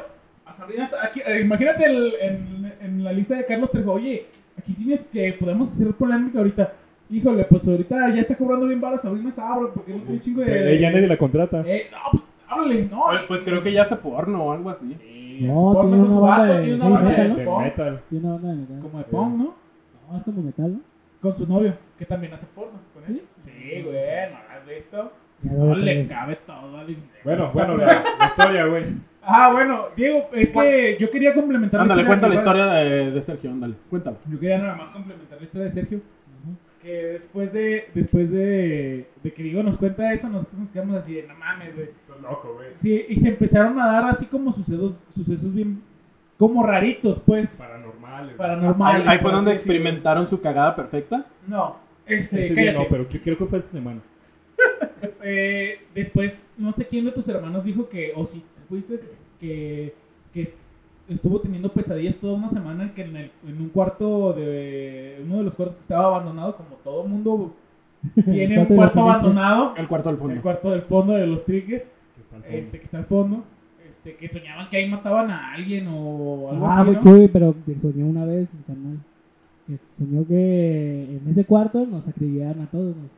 Speaker 4: a Sabrinas, aquí, eh, imagínate el- en, en la lista de Carlos Trejo, oye, aquí tienes que, podemos hacer polémica ahorita. Híjole, pues ahorita ya está cobrando bien balas Sabrina Sabro, porque no tiene eh, un chingo de...
Speaker 2: Ella nadie la contrata.
Speaker 4: Eh, no, pues háblale, no.
Speaker 3: Pues, pues creo que ya hace porno o algo así.
Speaker 4: Sí,
Speaker 5: No,
Speaker 4: porno
Speaker 5: tiene
Speaker 4: con su
Speaker 5: una banda
Speaker 4: vato,
Speaker 5: de-
Speaker 4: tiene una
Speaker 5: de
Speaker 4: banda
Speaker 5: metal,
Speaker 2: Ah,
Speaker 4: de
Speaker 5: ¿no?
Speaker 2: De
Speaker 4: punk,
Speaker 2: metal.
Speaker 5: Tiene una banda de metal.
Speaker 4: Como de punk, ¿no?
Speaker 5: No, es como metal, ¿no?
Speaker 4: Con su novio, que también hace porno con él. Sí, güey, no lo has visto.
Speaker 5: Ya lo
Speaker 4: No
Speaker 5: voy a
Speaker 4: le
Speaker 5: poner.
Speaker 4: cabe todo al
Speaker 2: Bueno, bueno, la, la historia, güey.
Speaker 4: Ah, bueno, Diego, es que yo quería complementar
Speaker 3: Ándale, cuenta la
Speaker 4: que igual-
Speaker 3: historia de, de Sergio, ándale, cuéntala.
Speaker 4: Yo quería nada más complementar la historia de Sergio. Que después de después de, de que Diego nos cuenta eso, nosotros nos quedamos así de no mames, güey.
Speaker 6: loco, güey.
Speaker 4: Sí, y se empezaron a dar así como sucesos, sucesos bien, como raritos, pues,
Speaker 6: Paranormales.
Speaker 4: paranormales.
Speaker 3: Ahí, ahí fue
Speaker 4: por
Speaker 3: donde
Speaker 4: así decirlo.
Speaker 3: experimentaron su cagada perfecta.
Speaker 4: No, este,
Speaker 2: Ese día
Speaker 4: cállate.
Speaker 2: no, pero que- creo que fue esta semana.
Speaker 4: Eh, después, no sé quién de tus hermanos dijo que, o si tú fuiste, que, que estuvo teniendo pesadillas toda una semana que en, el- en un cuarto de uno de los cuartos que estaba abandonado, como todo mundo tiene un
Speaker 5: El cuarto
Speaker 4: cuarto
Speaker 5: de los
Speaker 4: abandonado,
Speaker 3: El cuarto al
Speaker 4: el
Speaker 3: fondo.
Speaker 4: cuarto del fondo de los triques,
Speaker 2: que está al fondo.
Speaker 4: este que está al fondo, este que soñaban que ahí mataban a alguien o algo
Speaker 5: Ah,
Speaker 4: así.
Speaker 5: muy
Speaker 4: ¿no?
Speaker 5: chuy, pero que soñó una vez, mi carnal. Que soñó que en ese cuarto nos acribillaban a todos. Nos,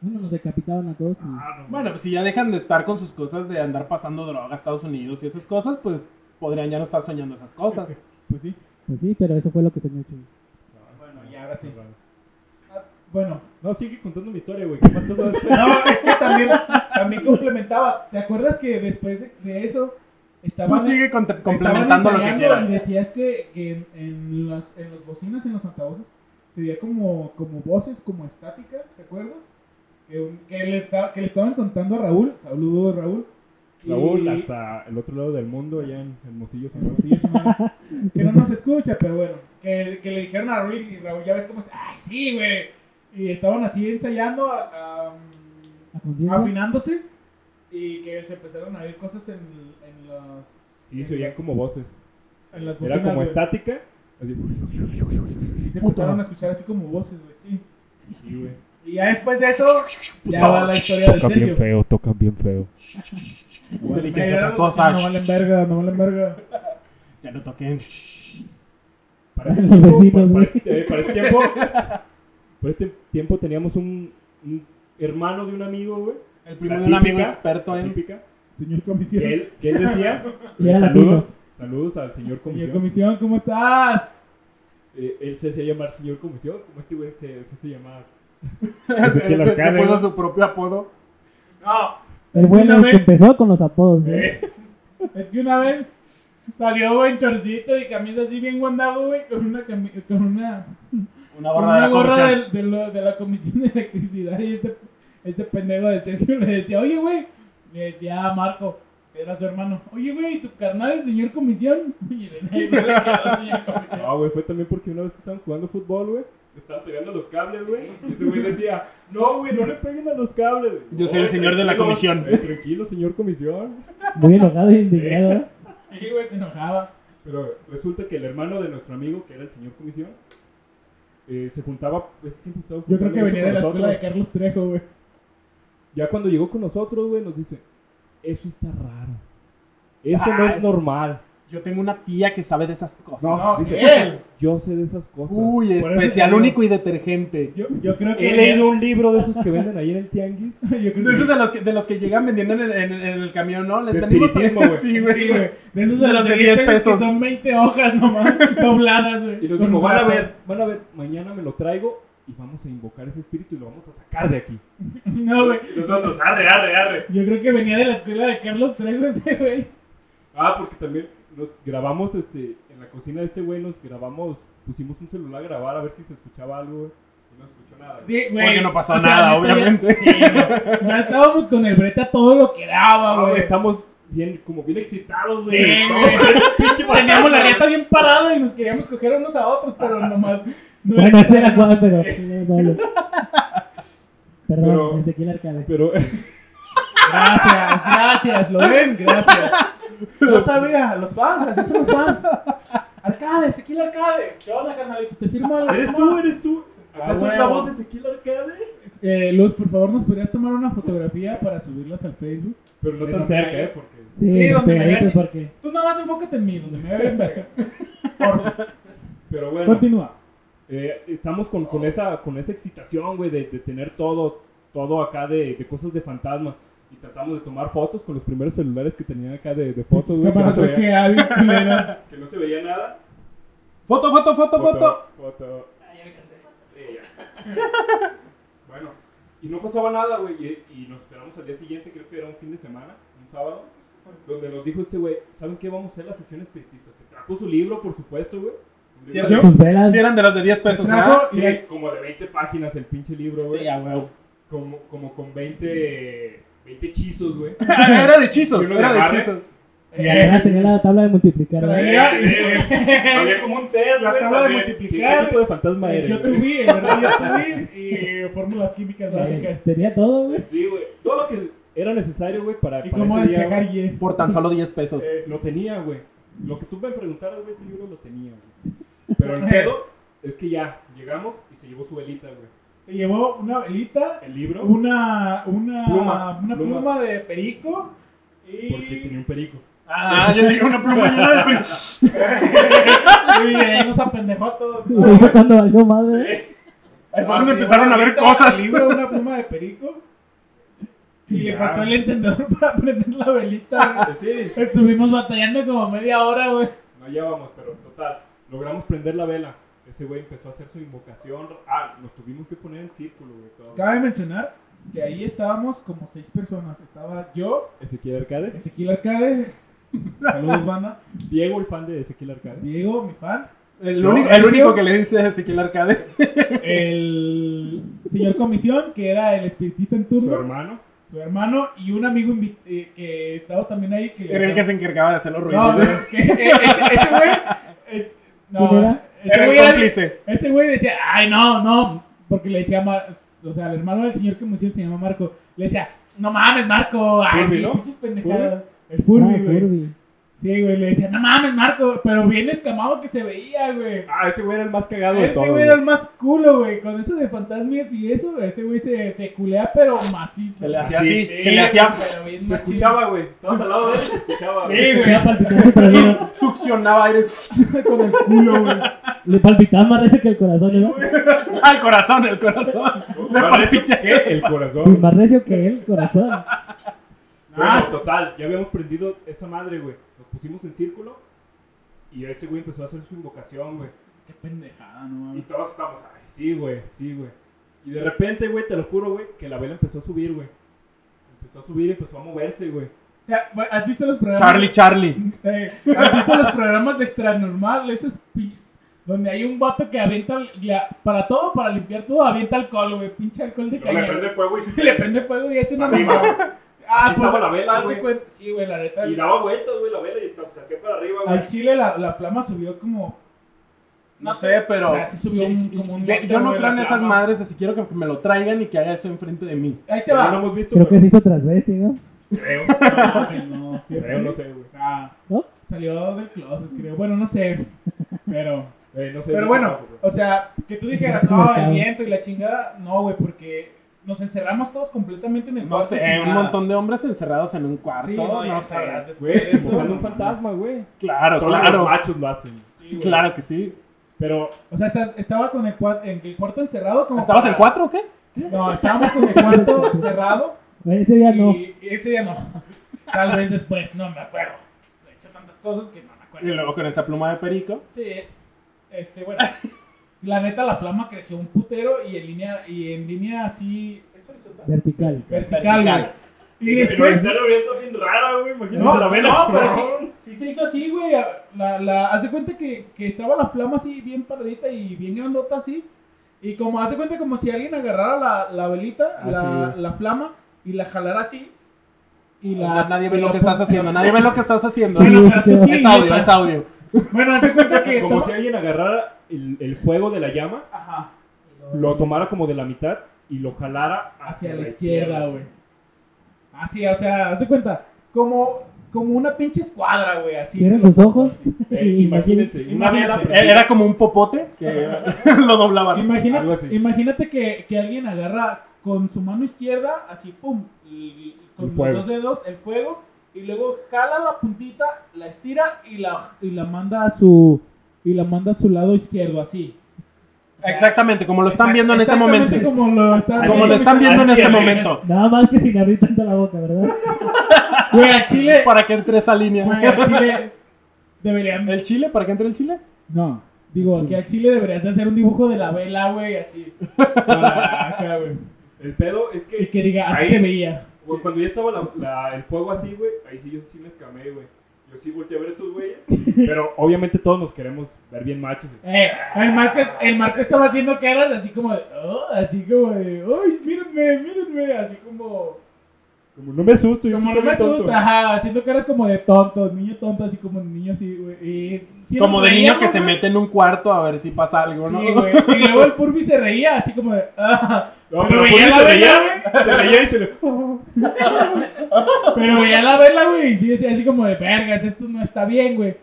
Speaker 5: bueno, nos decapitaban a todos. y-
Speaker 4: Ah.
Speaker 3: Bueno, pues si ya dejan de estar con sus cosas de andar pasando droga a Estados Unidos y esas cosas, pues podrían ya no estar soñando esas cosas.
Speaker 4: Pues sí.
Speaker 5: Pues sí, pero eso fue lo que soñó Chuy.
Speaker 4: Bueno, y ahora sí. Bueno,
Speaker 2: No, sigue contando mi historia, güey. ¿Qué más cosas?
Speaker 4: No, es que también, también complementaba. ¿Te acuerdas que después de, de eso
Speaker 3: Tú
Speaker 4: estaban,
Speaker 3: sigue cont-
Speaker 4: estaban
Speaker 3: complementando lo que
Speaker 4: ensayando
Speaker 3: quieras.
Speaker 4: Y decías que, que en, en las, en los bocinas, en los altavoces, se veía como, como voces, como estática, ¿te acuerdas? Que, un- que le, esta- que le estaban contando a Raúl. Saludos, Raúl. Y-
Speaker 2: Raúl, hasta el otro lado del mundo, allá en Hermosillo, Sonora.
Speaker 4: Sí, es una- que no nos escucha, pero bueno. Que, que le dijeron a Raúl y Raúl, ya ves cómo es. ¡Ay, sí, güey! Y estaban así ensayando a- a
Speaker 5: A
Speaker 3: Ah,
Speaker 5: conciencia.
Speaker 4: afinándose y que se empezaron a oír cosas en, en las
Speaker 2: Sí,
Speaker 4: en
Speaker 2: se oían
Speaker 4: las-
Speaker 2: como voces.
Speaker 4: en las
Speaker 2: Era
Speaker 4: bocinas,
Speaker 2: como
Speaker 4: güey.
Speaker 2: estática. así.
Speaker 4: Y se empezaron a escuchar así como voces, güey, sí.
Speaker 2: Sí, güey.
Speaker 4: Y ya después de eso, ya va la historia de Sergio.
Speaker 2: feo, tocan bien feo.
Speaker 4: No valen
Speaker 3: Dedíquense a otra
Speaker 4: verga,
Speaker 3: cosa.
Speaker 4: No valen verga, no valen verga.
Speaker 3: Ya no toquen.
Speaker 2: Para ese
Speaker 5: Los
Speaker 2: tiempo,
Speaker 5: vecinos,
Speaker 2: para,
Speaker 5: güey.
Speaker 2: este- eh, para ese tiempo, por este tiempo teníamos un, un hermano de un amigo, güey.
Speaker 3: El primo
Speaker 2: La
Speaker 3: de un amigo
Speaker 2: típica,
Speaker 3: experto
Speaker 2: la
Speaker 3: en.
Speaker 2: típica,
Speaker 4: Señor
Speaker 2: Que
Speaker 4: comisión.
Speaker 2: él, que él decía,
Speaker 5: Y era
Speaker 2: saludos,
Speaker 5: latino.
Speaker 2: saludos al señor
Speaker 4: Señor
Speaker 2: comisión.
Speaker 4: comisión, ¿cómo estás?
Speaker 2: Eh, él se hacía llamar señor comisión, como este güey se, se hacía llamar.
Speaker 3: se,
Speaker 2: que lo
Speaker 3: se- se
Speaker 2: cabe,
Speaker 3: puso
Speaker 2: güey.
Speaker 3: su propio apodo.
Speaker 4: No,
Speaker 5: El bueno
Speaker 4: Una
Speaker 5: que
Speaker 4: vez-
Speaker 5: empezó con los apodos. güey.
Speaker 4: es que una vez salió güey, en chorcito y camisa así bien guandado, güey, con una cami- con una
Speaker 3: Una
Speaker 4: Con
Speaker 3: gorra de
Speaker 4: una
Speaker 3: la
Speaker 4: gorra
Speaker 3: comisión.
Speaker 4: del- de, lo- de la comisión de electricidad y este, este pendejo de Sergio le decía, oye, güey, le decía a Marco, que era su hermano, oye, güey, tu carnal es señor comisión. Y le decía, "No le quedó señor comisión".
Speaker 2: No, güey, fue también porque una vez que estaban jugando fútbol, güey, le estaban pegando a los cables, güey. Y ese güey decía, no, güey, no le peguen a los cables.
Speaker 3: Yo soy el
Speaker 2: "Oye,
Speaker 3: señor de la
Speaker 2: tranquilo,
Speaker 3: comisión".
Speaker 2: eh, tranquilo, señor comisión.
Speaker 5: Muy enojado y indignado. ¿eh?
Speaker 4: Y güey, se enojaba.
Speaker 2: Pero resulta que el hermano de nuestro amigo, que era el señor comisión, eh, se juntaba, ese tiempo estaba
Speaker 4: Yo creo
Speaker 2: juntando
Speaker 4: que
Speaker 2: mucho
Speaker 4: venía de
Speaker 2: con
Speaker 4: la escuela de
Speaker 2: nosotros.
Speaker 4: Carlos Trejo, güey.
Speaker 2: Ya cuando llegó con nosotros, güey, nos dice, eso está raro. Eso no es normal.
Speaker 3: Yo tengo una tía que sabe de esas cosas.
Speaker 2: No,
Speaker 4: No,
Speaker 2: dice,
Speaker 4: él.
Speaker 2: yo sé de esas cosas.
Speaker 3: Uy,
Speaker 4: eso
Speaker 3: especial,
Speaker 4: te digo.
Speaker 3: único y detergente.
Speaker 4: Yo, yo creo que
Speaker 2: He
Speaker 4: venía-
Speaker 2: leído un libro de esos que venden ahí en el tianguis.
Speaker 4: yo
Speaker 3: De
Speaker 4: creo que-
Speaker 3: esos de los que, de los que llegan vendiendo en el, en el- en el camión, ¿no? Les
Speaker 2: De
Speaker 3: tenemos
Speaker 2: espiritismo,
Speaker 3: tres-
Speaker 2: güey.
Speaker 3: Sí,
Speaker 4: Sí,
Speaker 3: güey.
Speaker 4: güey. De esos
Speaker 3: De los de 10
Speaker 4: que
Speaker 3: pesos.
Speaker 4: son 20 hojas nomás, dobladas, güey.
Speaker 2: Y nos
Speaker 4: Con
Speaker 2: dijo,
Speaker 4: un
Speaker 2: van a
Speaker 4: gato".
Speaker 2: ver, van a ver, mañana me lo traigo y vamos a invocar ese espíritu y lo vamos a sacar de aquí.
Speaker 4: No, güey.
Speaker 2: Y nosotros, arre, arre, arre.
Speaker 4: Yo creo que venía de la escuela de Carlos Trejo ese, güey.
Speaker 2: Ah, porque también nos grabamos, este, en la cocina de este güey nos grabamos, pusimos un celular a grabar a ver si se escuchaba algo, güey. Y no escuchó nada.
Speaker 4: Sí, güey.
Speaker 3: Porque no pasó
Speaker 4: O sea,
Speaker 3: nada,
Speaker 4: neta, ya-
Speaker 3: obviamente.
Speaker 4: Sí, no. Ya estábamos con el Breta todo lo que
Speaker 2: Ah,
Speaker 4: daba,
Speaker 2: güey,
Speaker 4: güey.
Speaker 2: estamos bien, como bien excitados,
Speaker 4: Sí,
Speaker 2: güey.
Speaker 4: güey. Teníamos la dieta bien parada y nos queríamos coger unos a otros, pero nomás. No
Speaker 5: Bueno, ese era
Speaker 4: capaz.
Speaker 5: Juan, pero. Perdón,
Speaker 2: Pero-
Speaker 5: desde aquí el arcade.
Speaker 2: Pero
Speaker 4: Gracias, gracias, lo ven, gracias. No sabía, los fans, así son los fans. Arcades, aquí el arcade. ¿Qué onda, carnalito? ¿Te firma la
Speaker 2: ¿Eres tú? ¿Eres tú?
Speaker 4: Ah,
Speaker 2: ¿Acaso
Speaker 4: güey.
Speaker 2: es la voz de Ezequiel Arcade?
Speaker 4: Eh, Luz, por favor, ¿nos podrías tomar una fotografía para subirlas al Facebook?
Speaker 2: Pero no
Speaker 4: Pero
Speaker 2: tan
Speaker 4: no
Speaker 2: cerca,
Speaker 4: caiga.
Speaker 2: ¿eh? Porque
Speaker 5: Sí,
Speaker 4: Sí, donde me
Speaker 5: pegaditos
Speaker 4: veas-
Speaker 5: porque.
Speaker 4: Tú nada más enfócate en mí, donde me ven vergas. Porfa.
Speaker 2: Pero bueno,
Speaker 4: Continúa.
Speaker 2: eh, estamos con, con esa con esa excitación, güey, de, de tener todo todo acá de, de cosas de fantasma. Y tratamos de tomar fotos con los primeros celulares que tenían acá de, de fotos, güey. Que, no
Speaker 4: Cámaras
Speaker 2: se veía-
Speaker 4: bloqueadas, culeras.
Speaker 2: que no se veía nada.
Speaker 3: Foto, foto, foto, foto.
Speaker 2: foto. Sí, ya. bueno, y no pasaba nada, güey. Y, y nos esperamos al día siguiente, creo que era un fin de semana, un sábado. donde nos dijo este güey, ¿saben qué? Vamos a hacer la sesión espiritista. Se trajo su libro, por supuesto, güey. Un libro
Speaker 3: ¿Cierto?
Speaker 2: de-
Speaker 5: Sus velas.
Speaker 3: Sí, eran de los de 10 pesos,
Speaker 4: Trajo-
Speaker 3: ¿ah?
Speaker 2: Sí, hay como de 20 páginas el pinche libro, güey.
Speaker 3: Sí, a huevo.
Speaker 2: como, como con 20, 20 hechizos, güey.
Speaker 3: Era de hechizos,
Speaker 2: Yo no
Speaker 3: era de
Speaker 2: agarré.
Speaker 3: hechizos.
Speaker 5: Y además tenía la tabla de multiplicar. ¿verdad?
Speaker 4: Traía-
Speaker 2: Había- Había como un test,
Speaker 4: La
Speaker 2: güey,
Speaker 4: tabla de
Speaker 2: también.
Speaker 4: multiplicar.
Speaker 2: ¿Qué tipo de fantasma eres?
Speaker 4: Yo
Speaker 2: güey?
Speaker 4: tuve, en verdad, yo tuve eh, fórmulas químicas
Speaker 5: Eh,
Speaker 4: básicas.
Speaker 5: Tenía todo, güey.
Speaker 2: Sí, güey. Todo lo que era necesario, güey, para,
Speaker 4: ¿Y
Speaker 2: para
Speaker 4: cómo
Speaker 2: ese día, güey,
Speaker 4: despejar Y?
Speaker 3: Por tan solo 10 pesos.
Speaker 2: eh, lo tenía, güey. Lo que tú me preguntaras, güey, ese libro lo tenía, güey. Pero el pedo es que ya llegamos y se llevó su velita, güey.
Speaker 4: Se llevó una velita,
Speaker 2: El libro,
Speaker 4: una, una,
Speaker 2: Pluma,
Speaker 4: una
Speaker 2: pluma.
Speaker 4: pluma. de perico
Speaker 2: porque tenía
Speaker 4: y...
Speaker 2: un perico.
Speaker 3: Ah, yo digo una pluma llena de pri-
Speaker 4: Y ahí nos apendejó a todos.
Speaker 5: Ahí fue cuando valió madre.
Speaker 3: Ahí fue
Speaker 4: Ah,
Speaker 3: donde
Speaker 4: sí,
Speaker 3: empezaron
Speaker 4: una
Speaker 3: a ver
Speaker 4: velita,
Speaker 3: cosas.
Speaker 4: El libro, una pluma de perico. Y le
Speaker 2: Ya.
Speaker 4: faltó el encendedor para prender la velita. güey.
Speaker 2: Eh, Sí,
Speaker 4: Estuvimos batallando como media hora, güey.
Speaker 2: no hallábamos, pero total, logramos prender la vela. Ese güey empezó a hacer su invocación. Ah, nos tuvimos que poner en círculo, güey. todo.
Speaker 4: Cabe mencionar que ahí estábamos como seis personas. Estaba yo,
Speaker 2: Ezequiel Arcade.
Speaker 4: Ezequiel Arcade, saludos banda,
Speaker 2: Diego, el fan de Ezequiel Arcade.
Speaker 4: Diego, mi fan,
Speaker 3: El
Speaker 4: No,
Speaker 3: único,
Speaker 4: ¿en
Speaker 3: el
Speaker 4: serio?
Speaker 3: único que le dice es Ezequiel Arcade.
Speaker 4: el señor Comisión, que era el espiritista en
Speaker 2: Su
Speaker 4: turno,
Speaker 2: hermano.
Speaker 4: su hermano y un amigo invi- eh, que estaba también ahí. Que
Speaker 3: Era el que se encargaba de hacer los
Speaker 4: No,
Speaker 3: ruidos. ¿eh?
Speaker 4: no, es que e- ese ese güey. es-
Speaker 5: ¿Quién
Speaker 4: No,
Speaker 5: era?
Speaker 4: ese
Speaker 3: Era el
Speaker 4: güey era-
Speaker 3: cómplice.
Speaker 4: Ese güey decía, ay, no, no. Porque le decía, Ma- o sea, el hermano del señor que murió se llama Marco. Le decía, no mames, Marco. Ay,
Speaker 2: Furby,
Speaker 4: sí,
Speaker 2: ¿no?
Speaker 4: pinches pendejadas. El
Speaker 5: Ah,
Speaker 4: Furby, güey.
Speaker 5: Furby.
Speaker 4: Sí, güey, le decía, no mames, Marco. Pero bien escamado que se veía, güey.
Speaker 2: Ah, ese güey era el más cagado de
Speaker 4: Ese
Speaker 2: todos.
Speaker 4: güey era el más culo, güey. Con eso de fantasmas y eso, ese güey se, se culea, pero macizo.
Speaker 3: Se le hacía
Speaker 2: Así,
Speaker 3: así, se le hacía.
Speaker 4: pero bien
Speaker 2: Se
Speaker 4: machín.
Speaker 2: escuchaba, güey. Estabas al lado de él, se escuchaba,
Speaker 4: Sí, güey.
Speaker 5: Estaba palpitando, pero no-
Speaker 3: su- Succionaba aire
Speaker 4: Con el culo, güey.
Speaker 5: Le palpitaba más recio que el corazón, ¿no?
Speaker 3: al corazón, el corazón. Le
Speaker 2: Para eso,
Speaker 3: palpita.
Speaker 2: ¿qué? El
Speaker 5: Y
Speaker 2: corazón.
Speaker 5: más recio que el corazón.
Speaker 2: Ah,
Speaker 4: Ah,
Speaker 2: total, ya habíamos prendido esa madre, güey. Nos pusimos en círculo y ese güey empezó a hacer su invocación, güey.
Speaker 4: qué pendejada, no
Speaker 2: Y
Speaker 4: mames.
Speaker 2: todos estábamos, ay, sí, güey, sí, güey. Y de repente, güey, te lo juro, güey, que la vela empezó a subir, güey. Empezó a subir, empezó a moverse, güey.
Speaker 4: Ya, güey, ¿Has visto los programas?
Speaker 3: Charlie, Charlie.
Speaker 4: Eh, ¿Has visto los programas de extranormal? Esos pinches. Donde hay un vato que avienta. le- para todo, para limpiar todo, avienta alcohol, güey. Pinche alcohol de
Speaker 2: Luego le
Speaker 4: caña.
Speaker 2: prende fuego y se
Speaker 4: Y le prende fuego y es una
Speaker 2: Arriba, güey.
Speaker 4: Ah,
Speaker 2: Así estaba la vela,
Speaker 4: haz de
Speaker 2: güey.
Speaker 4: cuenta- Sí, güey, la neta.
Speaker 2: Y daba vueltas, güey, la vela y estaba- se hacía para arriba, güey.
Speaker 4: Al chile la, la flama subió como.
Speaker 3: No sé, pero.
Speaker 4: O sea, sí subió un- como un
Speaker 3: Yo- yo
Speaker 4: metro,
Speaker 3: no
Speaker 4: güey,
Speaker 3: creo en
Speaker 4: la
Speaker 3: esas
Speaker 4: flama.
Speaker 3: madres, así quiero que me lo traigan y que haga eso enfrente de mí.
Speaker 4: Ahí te
Speaker 2: Pero no lo
Speaker 4: va.
Speaker 2: hemos visto,
Speaker 5: Creo que
Speaker 2: pero
Speaker 5: se hizo transvesti, ¿no?
Speaker 2: creo.
Speaker 4: No, no, sí,
Speaker 2: Creo, eh, no sé, güey.
Speaker 4: Ah,
Speaker 5: ¿No?
Speaker 4: salió del closet, creo. Bueno, no sé. Pero.
Speaker 2: Eh, no sé.
Speaker 4: Pero
Speaker 2: no
Speaker 4: bueno,
Speaker 2: tampoco, güey.
Speaker 4: o sea, que tú dijeras,
Speaker 5: Es un
Speaker 4: no, el
Speaker 5: mercado".
Speaker 4: viento y la chingada, no, güey, porque nos encerramos todos completamente en el
Speaker 3: No
Speaker 4: cuarto
Speaker 3: sé,
Speaker 4: sin
Speaker 3: un
Speaker 4: nada.
Speaker 3: montón de hombres encerrados en un cuarto.
Speaker 4: Sí,
Speaker 3: no
Speaker 4: ya
Speaker 3: sé.
Speaker 4: sabrás después
Speaker 2: Güey,
Speaker 4: de eso.
Speaker 2: invocando un fantasma, güey.
Speaker 3: Claro,
Speaker 2: Solo los
Speaker 3: claro.
Speaker 2: machos lo hacen.
Speaker 4: Sí, güey.
Speaker 3: Claro que sí.
Speaker 2: Pero
Speaker 4: O sea, estás- estaba con el, cua- en el cuarto encerrado como...
Speaker 3: ¿Estabas
Speaker 4: para-
Speaker 3: en cuatro o qué?
Speaker 4: No, estábamos con el cuarto cerrado
Speaker 5: Bueno, ese día no.
Speaker 4: y ese día no. Tal vez después, no me acuerdo. He hecho tantas cosas que no me
Speaker 3: Y
Speaker 4: acuerdo.
Speaker 3: luego con esa pluma de perico.
Speaker 4: Sí, este, bueno. La neta, la flama creció un putero y en línea, y en línea así... ¿Es horizontal?
Speaker 5: Vertical.
Speaker 4: Vertical,
Speaker 3: Vertical.
Speaker 4: güey.
Speaker 2: Y
Speaker 4: Y después...
Speaker 2: está viendo bien rara, güey. Imagínate
Speaker 4: No,
Speaker 2: la vela.
Speaker 4: no, pero sí, sí se hizo así, güey. La, la, haz de cuenta que, que estaba la flama así, bien paradita y bien grandota así. Y como hace cuenta como si alguien agarrara la, la velita,
Speaker 3: Ah,
Speaker 4: la,
Speaker 3: sí.
Speaker 4: la flama, y la jalara así. Y la,
Speaker 3: Nadie ve
Speaker 4: y
Speaker 3: lo
Speaker 4: la
Speaker 3: que
Speaker 4: pon-
Speaker 3: estás haciendo. Nadie ve lo que estás haciendo.
Speaker 4: Bueno,
Speaker 5: Sí,
Speaker 4: pero tú
Speaker 5: yo-
Speaker 4: sí,
Speaker 3: Es audio,
Speaker 4: neta.
Speaker 3: es audio.
Speaker 4: Bueno, haz de cuenta que.
Speaker 2: Como
Speaker 4: toma-
Speaker 2: si alguien agarrara el, el fuego de la llama,
Speaker 4: Ajá.
Speaker 2: lo tomara como de la mitad y lo jalara
Speaker 4: Hacia la izquierda, güey. Así, o sea, haz de cuenta. Como, como una pinche escuadra, güey. Así.
Speaker 5: Cierren los ojos.
Speaker 2: Eh, imagínense, una vela
Speaker 4: Imagínate.
Speaker 2: prendida.
Speaker 3: E-, Era como un popote que lo doblaban.
Speaker 4: Imagina-
Speaker 2: Algo así.
Speaker 4: imagínate que, que alguien agarra con su mano izquierda, así, pum, y- y
Speaker 2: El
Speaker 4: con los
Speaker 2: fuego.
Speaker 4: dos dedos, el fuego, y luego jala la puntita, la estira y la, y la manda a su y la manda a su lado izquierdo, así.
Speaker 3: Exactamente, como lo están
Speaker 4: Exact-
Speaker 3: viendo en este
Speaker 4: exactamente
Speaker 3: momento.
Speaker 4: Como lo están,
Speaker 3: Como lo están viendo en
Speaker 2: Así
Speaker 3: este
Speaker 2: es.
Speaker 3: momento.
Speaker 5: Nada más que sin abrir tanto la boca, ¿verdad?
Speaker 4: Güey, al chile.
Speaker 3: Para que entre esa línea.
Speaker 4: güey, al chile. Deberían.
Speaker 3: ¿El chile? ¿Para que entre el chile?
Speaker 4: No. Digo, que al chile deberías de hacer un dibujo de la vela, güey, así. Para acá, güey.
Speaker 2: El pedo es
Speaker 4: Y
Speaker 2: que
Speaker 4: que diga, así
Speaker 2: Ahí.
Speaker 4: se veía.
Speaker 2: Güey,
Speaker 3: Sí.
Speaker 2: Cuando ya estaba la- la- el fuego así, güey, ahí sí yo sí me escamé, güey. Yo sí volteé a ver a estos güeyes. Pero obviamente todos nos queremos ver bien machos. güey.
Speaker 4: Eh, el Marco el Marco estaba haciendo caras así como de, "Oh", así como de, ¡ay, mírenme, mírenme! Así como,
Speaker 2: Como no me asusto, yo
Speaker 4: como
Speaker 2: soy
Speaker 4: no me
Speaker 2: bien tonto.
Speaker 4: asusta, ajá, haciendo caras como de tonto, niño tonto, así como niño así, güey. y sí
Speaker 3: Como
Speaker 4: nos
Speaker 3: de niño
Speaker 4: reíamos,
Speaker 3: que se
Speaker 4: güey.
Speaker 3: mete en un cuarto a ver si pasa algo, ¿no?
Speaker 4: Sí, güey. Y luego el Furby se reía, así como de, ¡ah!
Speaker 2: No,
Speaker 4: Pero
Speaker 2: pero
Speaker 4: veía
Speaker 2: Furby
Speaker 4: la
Speaker 2: se
Speaker 4: vela,
Speaker 2: reía, se reía y se le...
Speaker 4: Pero veía la vela, güey, y sí decía así como de, vergas, esto no está bien, güey.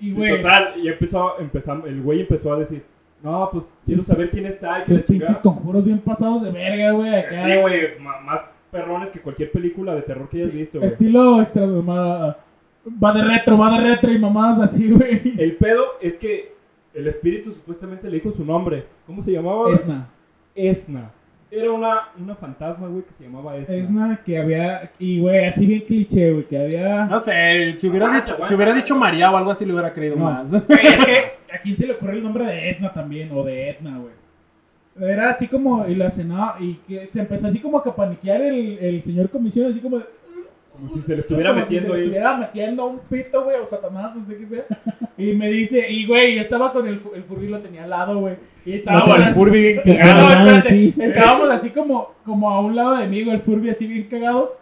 Speaker 4: Y,
Speaker 2: Y
Speaker 4: güey,
Speaker 2: total, y empezó, empezamos, el güey empezó a decir, no, pues quiero saber quién está y quién
Speaker 4: esos
Speaker 2: la chingada".
Speaker 4: pues, pinches conjuros bien pasados de verga, güey, acá.
Speaker 2: Sí, güey, ma- más perrones que cualquier película de terror que hayas visto, güey.
Speaker 4: Estilo extra mamada. Va de retro, va de retro y mamadas así, güey.
Speaker 2: El pedo es que el espíritu supuestamente le dijo su nombre. ¿Cómo se llamaba? güey?
Speaker 4: Esna.
Speaker 2: Esna. Era una, una fantasma, güey, que se llamaba Esna.
Speaker 4: Esna que había. Y, güey, así bien cliché, güey, que había.
Speaker 3: No sé, si hubiera,
Speaker 2: Aguanta,
Speaker 3: dicho, si
Speaker 2: aguanta.
Speaker 3: hubiera dicho María o algo así, le hubiera creído
Speaker 4: No.
Speaker 3: más.
Speaker 4: Güey, es que a quién se le ocurre el nombre de Esna también, o de Etna, güey. Era así como, y la cenaba, y que se empezó así como que a paniquear el, el señor comisión, así como. de-
Speaker 2: Como si se le estuviera
Speaker 4: como si
Speaker 2: metiendo
Speaker 4: se le
Speaker 2: ahí.
Speaker 4: estuviera metiendo un pito, güey, o Satanás, no sé qué sea. Y me dice, y güey, yo estaba con el, fu- el furby, lo tenía al lado, güey. Y estaba
Speaker 2: No, el Furby bien
Speaker 4: Ah,
Speaker 2: cagado.
Speaker 4: no,
Speaker 5: Ah,
Speaker 4: espérate.
Speaker 5: sí.
Speaker 4: Estábamos así como, como a un lado de mí, güey, el Furby así bien cagado.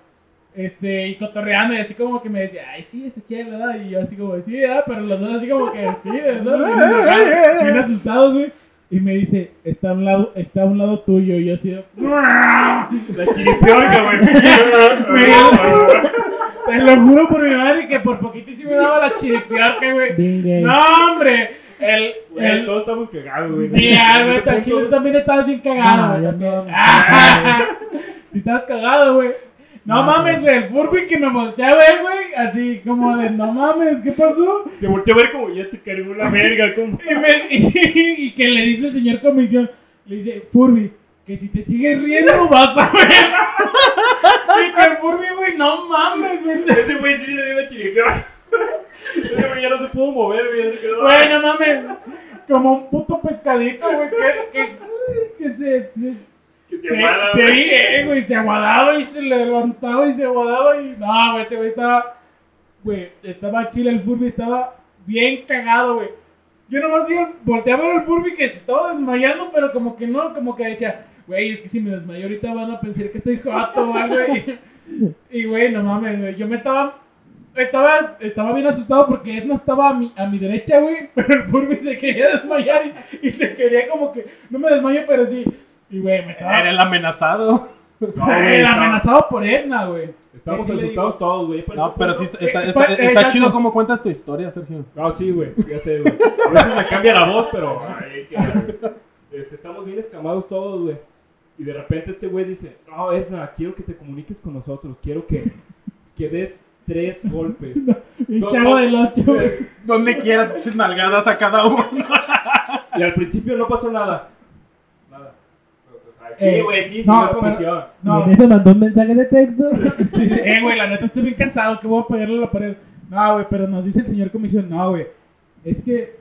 Speaker 4: Este, y cotorreando, y así como que me decía, ay, sí, Ezequiel, ¿verdad? Y yo así como, sí, ¿verdad? Pero los dos así como que, sí, ¿verdad? Bien asustados, güey. Y me dice, está a un lado, está a un lado tuyo. Y yo así, de,
Speaker 2: La chiripiorca, güey.
Speaker 4: te lo juro por mi madre que por poquito sí me daba la chiripiarca, güey.
Speaker 5: Bien gay.
Speaker 4: No, hombre. El,
Speaker 2: Güey,
Speaker 4: el,
Speaker 2: Todos estamos cagados, güey. Este
Speaker 4: Sí, ah, güey, tan chido, tú también estabas bien
Speaker 5: No,
Speaker 4: cagado,
Speaker 5: yo
Speaker 4: güey. también.
Speaker 5: no.
Speaker 4: Ah, sí, estabas cagado, güey. No,
Speaker 5: No,
Speaker 4: mames, güey, el Furby que me voltea a ver, güey, así como de, no mames, ¿qué pasó?
Speaker 2: Te volteé a ver como ya te cargó la verga, como.
Speaker 4: Y, me- y que le dice el señor comisión, le dice, Furby, que si te sigues riendo vas a ver. y que el Furby, güey, no mames, güey. se-
Speaker 2: Ese güey sí le dio la chiripiorca. Ese güey ya no se pudo mover, güey. ya se quedó-
Speaker 4: Güey, no mames, como un puto pescadito, güey, que, que, que se- se
Speaker 2: Que se
Speaker 4: Sí,
Speaker 2: aguada,
Speaker 4: sí,
Speaker 2: güey.
Speaker 4: eh, güey, se aguadaba y se levantaba y se aguadaba y... No, güey, ese güey estaba... Güey, estaba chile el Furby, estaba bien cagado, güey. Yo nomás vi, al- volteé a ver al Furby que se estaba desmayando, pero como que no, como que decía... Güey, es que si me desmayo ahorita van a pensar que soy joto o algo. y- Y, güey, no mames, güey, yo me estaba... Estaba, estaba bien asustado porque Esna estaba a mi, a mi derecha, güey, pero el Furby se quería desmayar y, y se quería como que... No me desmayo, pero sí... Y, güey, me estaba...
Speaker 3: Era el amenazado.
Speaker 2: No,
Speaker 4: Ay,
Speaker 2: güey,
Speaker 4: el
Speaker 2: no.
Speaker 4: amenazado por Edna, güey.
Speaker 2: Estamos
Speaker 4: Sí, sí, le
Speaker 2: asustados todos, güey.
Speaker 3: No, pero sí está, está,
Speaker 4: Eh,
Speaker 3: está-
Speaker 4: eh,
Speaker 3: está
Speaker 4: exacto.
Speaker 3: chido cómo cuentas tu historia, Sergio.
Speaker 2: Ah, sí, güey. Ya sé, güey. A veces me cambia la voz, pero. ay, que- este, estamos bien escamados todos, güey. Y de repente este güey dice: No, Esna, quiero que te comuniques con nosotros. Quiero que, que des tres golpes.
Speaker 4: El
Speaker 2: No,
Speaker 4: chavo
Speaker 2: no.
Speaker 4: del 8, güey.
Speaker 3: Donde quiera, pinches nalgadas a cada uno.
Speaker 2: Y al principio no pasó nada. Nada. Pero, pues, ay,
Speaker 4: Eh,
Speaker 2: Sí, güey, sí, sí,
Speaker 4: no,
Speaker 2: la
Speaker 4: pero-
Speaker 2: comisión.
Speaker 5: No.
Speaker 4: No,
Speaker 5: Y en eso mandó un mensaje de texto.
Speaker 4: sí, sí, eh, güey, la neta estoy bien cansado que voy a pegarle a la pared. No, güey, pero nos dice el señor comisión, no, güey. Es que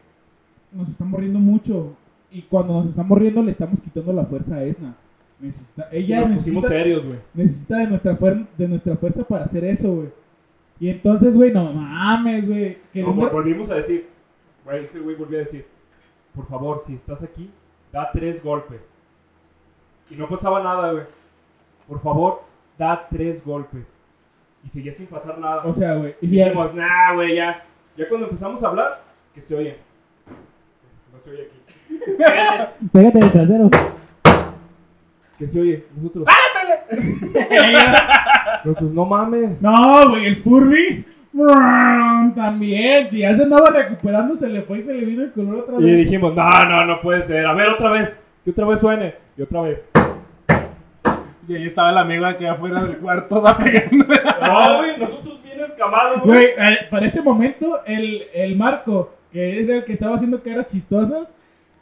Speaker 4: nos están mordiendo mucho. Y cuando nos están mordiendo le estamos quitando la fuerza a Esna. Necesita-
Speaker 2: Y
Speaker 4: ella
Speaker 2: nos pusimos
Speaker 4: necesita,
Speaker 2: serios, güey.
Speaker 4: necesita de, nuestra fuer- de nuestra fuerza para hacer eso, güey. Y entonces, güey, no mames, güey. que
Speaker 2: No,
Speaker 4: de-
Speaker 2: vol- volvimos a decir, güey, ese güey volvió a decir, por favor, si estás aquí, da tres golpes. Y no pasaba nada, güey. Por favor, da tres golpes. Y seguía sin pasar nada.
Speaker 4: O sea, güey.
Speaker 2: y
Speaker 4: y ya-
Speaker 2: dijimos, nah, güey, ya. Ya cuando empezamos a hablar, que se oye. No se oye aquí.
Speaker 5: Pégate el trasero.
Speaker 2: Que se oye. Nosotros. Nosotros, no mames.
Speaker 4: No, güey, el Furby. ¡brum! También, si ya se andaba recuperando, se le fue y se le vino el color otra
Speaker 2: Y
Speaker 4: vez.
Speaker 2: dijimos, no, no, no puede ser. A ver, otra vez. Que otra vez suene. Y otra vez.
Speaker 3: Y ahí estaba el amigo acá afuera del cuarto, da pegando.
Speaker 2: No, güey, nosotros bien escamados, güey.
Speaker 4: Güey, eh, para ese momento, el, el Marco, que es el que estaba haciendo caras chistosas,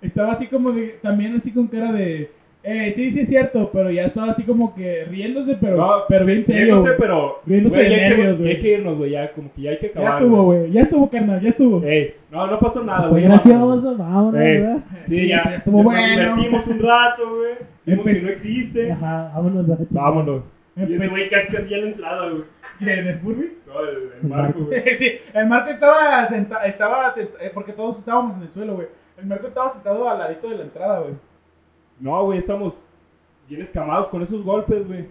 Speaker 4: estaba así como de, también así con cara de. Eh, sí, sí es cierto, pero ya estaba así como que riéndose, pero,
Speaker 2: No,
Speaker 4: Ah, pero bien serio.
Speaker 2: Yo no sé,
Speaker 4: güey.
Speaker 2: pero.
Speaker 4: Riéndose
Speaker 2: güey,
Speaker 4: de
Speaker 2: ya hay que-
Speaker 4: nervios,
Speaker 2: ya
Speaker 4: güey.
Speaker 2: Hay que irnos, güey, ya como que ya hay que acabar.
Speaker 4: Ya estuvo, Pues güey, ya estuvo, carnal, ya estuvo.
Speaker 2: Ey, no, no pasó
Speaker 4: Ah,
Speaker 2: nada,
Speaker 5: Fue
Speaker 2: güey.
Speaker 5: gracioso, vámonos,
Speaker 2: Ey.
Speaker 5: ¿verdad?
Speaker 2: Sí, ya.
Speaker 4: Ya estuvo
Speaker 2: Nos
Speaker 4: bueno.
Speaker 2: divertimos un rato, güey. Vimos
Speaker 4: Empe-
Speaker 2: que no existe.
Speaker 5: Ajá, vámonos. a la chingada.
Speaker 2: Vámonos. Y ese
Speaker 4: Empecé-
Speaker 2: güey casi casi ya en la entrada, güey.
Speaker 4: ¿Quién? ¿El Furby?
Speaker 2: No, el, el Marco, güey.
Speaker 4: sí, el Marco estaba sentado, estaba sent- eh, porque todos estábamos en el suelo, güey. El Marco estaba sentado al ladito de la entrada, güey.
Speaker 2: No, güey, estamos bien escamados con esos golpes, güey.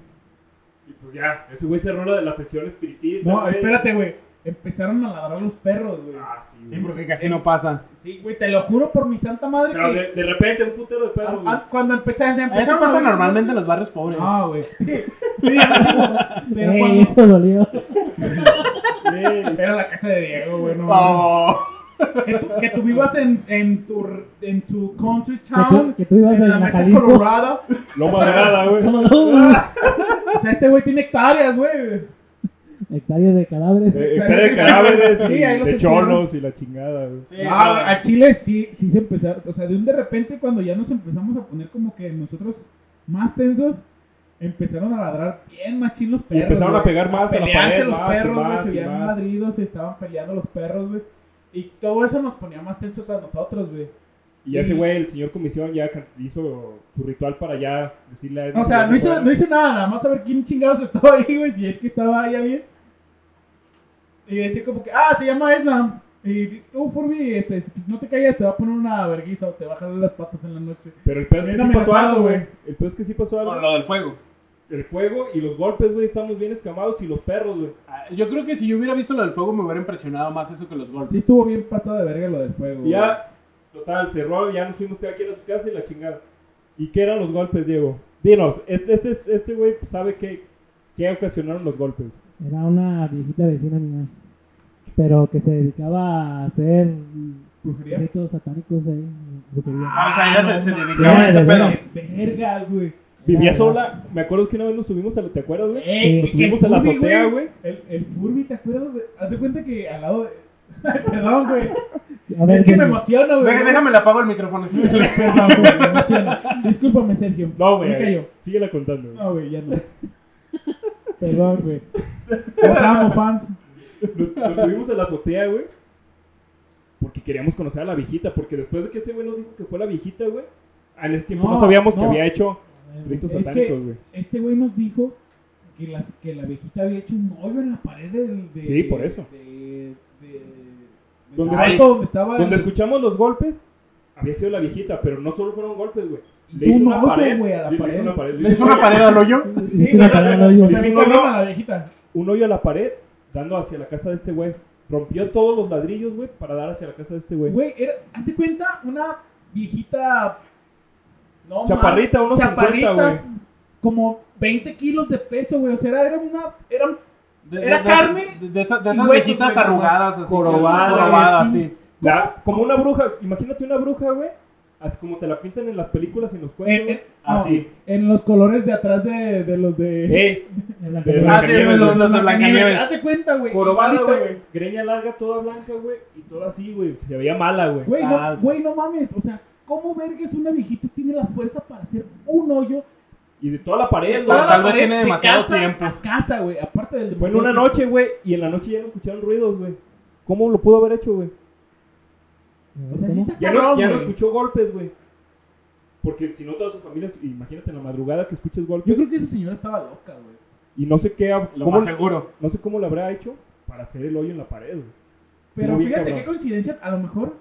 Speaker 2: Y pues ya, ese güey cerró la de la sesión espiritista.
Speaker 4: No,
Speaker 2: güey.
Speaker 4: espérate, güey. Empezaron a ladrar los perros, güey.
Speaker 2: Ah, sí,
Speaker 3: Sí,
Speaker 2: güey.
Speaker 3: porque casi no pasa.
Speaker 4: Sí, güey, te lo juro por Ah, mi santa madre
Speaker 2: Pero
Speaker 4: que
Speaker 2: de, de repente un putero de
Speaker 4: a-
Speaker 2: perro, güey.
Speaker 4: a- cuando empezaron, se empezaron
Speaker 3: Eso
Speaker 4: a
Speaker 3: pasa
Speaker 4: ladrar-
Speaker 3: normalmente en los barrios pobres.
Speaker 4: Ah, güey. Sí, sí, a- pero
Speaker 5: Ey,
Speaker 4: cuando
Speaker 5: esto dolió.
Speaker 4: ah.
Speaker 2: Güey.
Speaker 4: era la casa de Diego, güey, no.
Speaker 3: Oh.
Speaker 4: Que, tú, que tú vivas en, en, tu, r- en tu country
Speaker 5: Que
Speaker 4: town,
Speaker 5: tú, que tú ibas
Speaker 4: en
Speaker 5: en
Speaker 4: la
Speaker 5: la
Speaker 4: mesa
Speaker 5: Jalisco.
Speaker 4: colorada.
Speaker 2: Loma dorada, güey.
Speaker 5: No, no, güey.
Speaker 4: Ah. O sea, este güey tiene hectáreas, güey.
Speaker 5: Hectáreas de cadáveres.
Speaker 2: Eh, eh, cara de cadáveres y
Speaker 4: Sí, ahí los
Speaker 2: de
Speaker 4: entierran.
Speaker 2: cholos y la chingada, güey.
Speaker 3: Sí,
Speaker 4: Ah,
Speaker 3: no.
Speaker 4: güey, al Chile sí, sí se empezó, o sea, de un de repente cuando ya nos empezamos a poner como que nosotros más tensos, empezaron a ladrar bien machín los
Speaker 2: Y
Speaker 4: perros.
Speaker 2: empezaron a
Speaker 4: güey.
Speaker 2: pegar más a la
Speaker 4: Pelearse
Speaker 2: pared,
Speaker 4: los
Speaker 2: más, y
Speaker 4: perros, güey,
Speaker 2: más,
Speaker 4: se
Speaker 2: y
Speaker 4: veían
Speaker 2: más.
Speaker 4: madridos, se estaban peleando los perros, güey. Y todo eso nos ponía más tensos a nosotros, güey.
Speaker 2: Y ese güey, el señor comisión, ya can- hizo su ritual para ya decirle a Edna
Speaker 4: O
Speaker 2: que
Speaker 4: sea,
Speaker 2: ya
Speaker 4: no
Speaker 2: se
Speaker 4: hizo,
Speaker 2: fuera.
Speaker 4: no hizo nada, nada más saber quién chingados estaba ahí, güey, si es que estaba ahí alguien. Y decía como que, ah, se llama Eslam. Y tú, Furby, este, si no te callas, te va a poner una verguiza o te va a jalar las patas en la noche.
Speaker 2: Pero el peor es que
Speaker 4: Bien
Speaker 2: sí pasó
Speaker 4: amenazado,
Speaker 2: algo, güey.
Speaker 4: güey.
Speaker 2: El peor es que sí pasó algo.
Speaker 3: Con lo del fuego.
Speaker 2: El fuego y los golpes, güey, estamos bien escamados y los perros, güey.
Speaker 3: Ah, Yo creo que si yo hubiera visto lo del fuego me hubiera impresionado más eso que los
Speaker 4: Sí
Speaker 3: golpes.
Speaker 4: estuvo bien pasado de verga lo del fuego.
Speaker 2: Y ya, total, cerró, ya nos fuimos cada quien a su casa y la chingada. ¿Y qué eran los golpes, Diego? Dinos, este este- este güey sabe qué, qué ocasionaron los golpes.
Speaker 5: Era una viejita vecina mía. Pero que se dedicaba a hacer
Speaker 4: Brujería.
Speaker 5: ritos satánicos ahí. brujería.
Speaker 3: Ah, o sea, ella se, se
Speaker 5: Ya,
Speaker 3: dedicaba a
Speaker 5: de
Speaker 3: ese pedo.
Speaker 5: veras.
Speaker 4: Vergas, güey.
Speaker 2: Vivía
Speaker 5: ya.
Speaker 2: sola, me acuerdo que una vez nos subimos a la, ¿te acuerdas, güey? nos
Speaker 4: Eh, que el
Speaker 2: subimos a la
Speaker 4: Furby,
Speaker 2: azotea, güey.
Speaker 4: El, el Furby, ¿te acuerdas? de- Haz de cuenta que al lado de... Perdón, güey.
Speaker 5: A
Speaker 4: Es que me
Speaker 5: dime.
Speaker 4: emociono, güey.
Speaker 3: Deja- déjame le apago el micrófono.
Speaker 4: Perdón, güey, me emociono. Discúlpame, Sergio.
Speaker 2: No,
Speaker 4: Me
Speaker 2: güey. eh,
Speaker 4: cayó.
Speaker 2: Síguela contando, güey.
Speaker 4: No, güey, ya no. Perdón, güey. Los amo, fans.
Speaker 2: Nos, nos subimos a la azotea, güey. Porque queríamos conocer a la viejita. Porque después de que ese güey nos dijo que fue la viejita, güey. En ese tiempo no,
Speaker 4: No,
Speaker 2: sabíamos que
Speaker 4: no.
Speaker 2: había hecho ritos
Speaker 4: Es
Speaker 2: satánicos,
Speaker 4: que
Speaker 2: güey.
Speaker 4: este güey nos dijo que, las, que la viejita había hecho un hoyo en la pared del... de-
Speaker 2: Sí, por eso.
Speaker 4: De... de, de
Speaker 2: Donde-
Speaker 4: Salto,
Speaker 3: Ay.
Speaker 4: donde estaba...
Speaker 2: Donde
Speaker 4: el-
Speaker 2: escuchamos los golpes, había sido la viejita. Pero no solo fueron golpes, güey. Le
Speaker 4: Hizo
Speaker 2: hizo
Speaker 4: un
Speaker 2: una
Speaker 4: hoyo,
Speaker 2: pared.
Speaker 4: güey, a la
Speaker 2: sí, le
Speaker 4: pared.
Speaker 2: hizo una pared.
Speaker 3: ¿Le hizo una pared al hoyo?
Speaker 4: Sí,
Speaker 5: Sí, me
Speaker 4: no,
Speaker 5: cayó
Speaker 4: no,
Speaker 5: el hoyo.
Speaker 4: o sea,
Speaker 2: Sí,
Speaker 4: bien
Speaker 2: no, no.
Speaker 4: cabrón a la viejita.
Speaker 2: un hoyo a la pared, dando hacia la casa de este güey. Rompió todos los ladrillos, güey, para dar hacia la casa de este güey.
Speaker 4: Güey, era, haz de cuenta una viejita. No,
Speaker 2: Chaparrita,
Speaker 4: mames,
Speaker 2: unos 50, güey.
Speaker 4: Como 20 kilos de peso, güey. O sea, era, era una. Era,
Speaker 3: De-
Speaker 4: Era
Speaker 3: de- de-
Speaker 4: Carmen
Speaker 3: De, de esa- de
Speaker 4: y
Speaker 3: esas
Speaker 4: huesos,
Speaker 3: viejitas
Speaker 4: güey,
Speaker 3: arrugadas, así.
Speaker 2: corobada,
Speaker 3: Corobadas,
Speaker 4: güey,
Speaker 3: sí.
Speaker 2: La- como una bruja, imagínate una bruja, güey. Así como te la pintan en las películas y en los cuentos.
Speaker 4: en,
Speaker 2: güey.
Speaker 4: en-
Speaker 3: Así.
Speaker 4: eh, no, en los colores de atrás de, de los de.
Speaker 2: Eh,
Speaker 5: En la
Speaker 2: de
Speaker 5: cara.
Speaker 3: Ah, sí,
Speaker 2: Blancanieves,
Speaker 3: los, los de
Speaker 4: Blancanieves, Haz
Speaker 3: Blancanieves.
Speaker 4: de cuenta, güey.
Speaker 2: Jorobada,
Speaker 4: igualita,
Speaker 2: güey. Greña larga, toda blanca, güey. Y todo así, güey. Se veía mala, güey.
Speaker 4: Güey, no,
Speaker 3: Ah, sí.
Speaker 4: güey, no mames. O sea, ¿cómo vergas una viejita tiene la fuerza para hacer un hoyo?
Speaker 2: Y de toda la pared,
Speaker 4: toda
Speaker 2: güey.
Speaker 4: la
Speaker 3: tal vez
Speaker 4: pared
Speaker 3: tiene
Speaker 4: de
Speaker 3: demasiado
Speaker 4: casa
Speaker 3: tiempo.
Speaker 4: a Casa, güey. Aparte del
Speaker 2: Fue en una noche, güey. Y en la noche ya no escucharon ruidos, güey. ¿Cómo lo pudo haber hecho, güey?
Speaker 4: O sea, sí pues está
Speaker 2: Ya, no,
Speaker 4: cabrón,
Speaker 2: ya no
Speaker 4: güey.
Speaker 2: escuchó golpes, güey. Porque si no, toda su familia. Imagínate en la madrugada que escuches
Speaker 4: Yo
Speaker 2: golpes.
Speaker 4: creo que esa señora estaba loca, güey.
Speaker 2: Y no sé qué.
Speaker 3: Lo
Speaker 2: cómo-
Speaker 3: más seguro.
Speaker 2: no sé cómo lo habrá hecho para hacer el hoyo en la pared, güey.
Speaker 4: Pero
Speaker 2: Muy
Speaker 4: fíjate
Speaker 2: cabrón.
Speaker 4: qué coincidencia, a lo mejor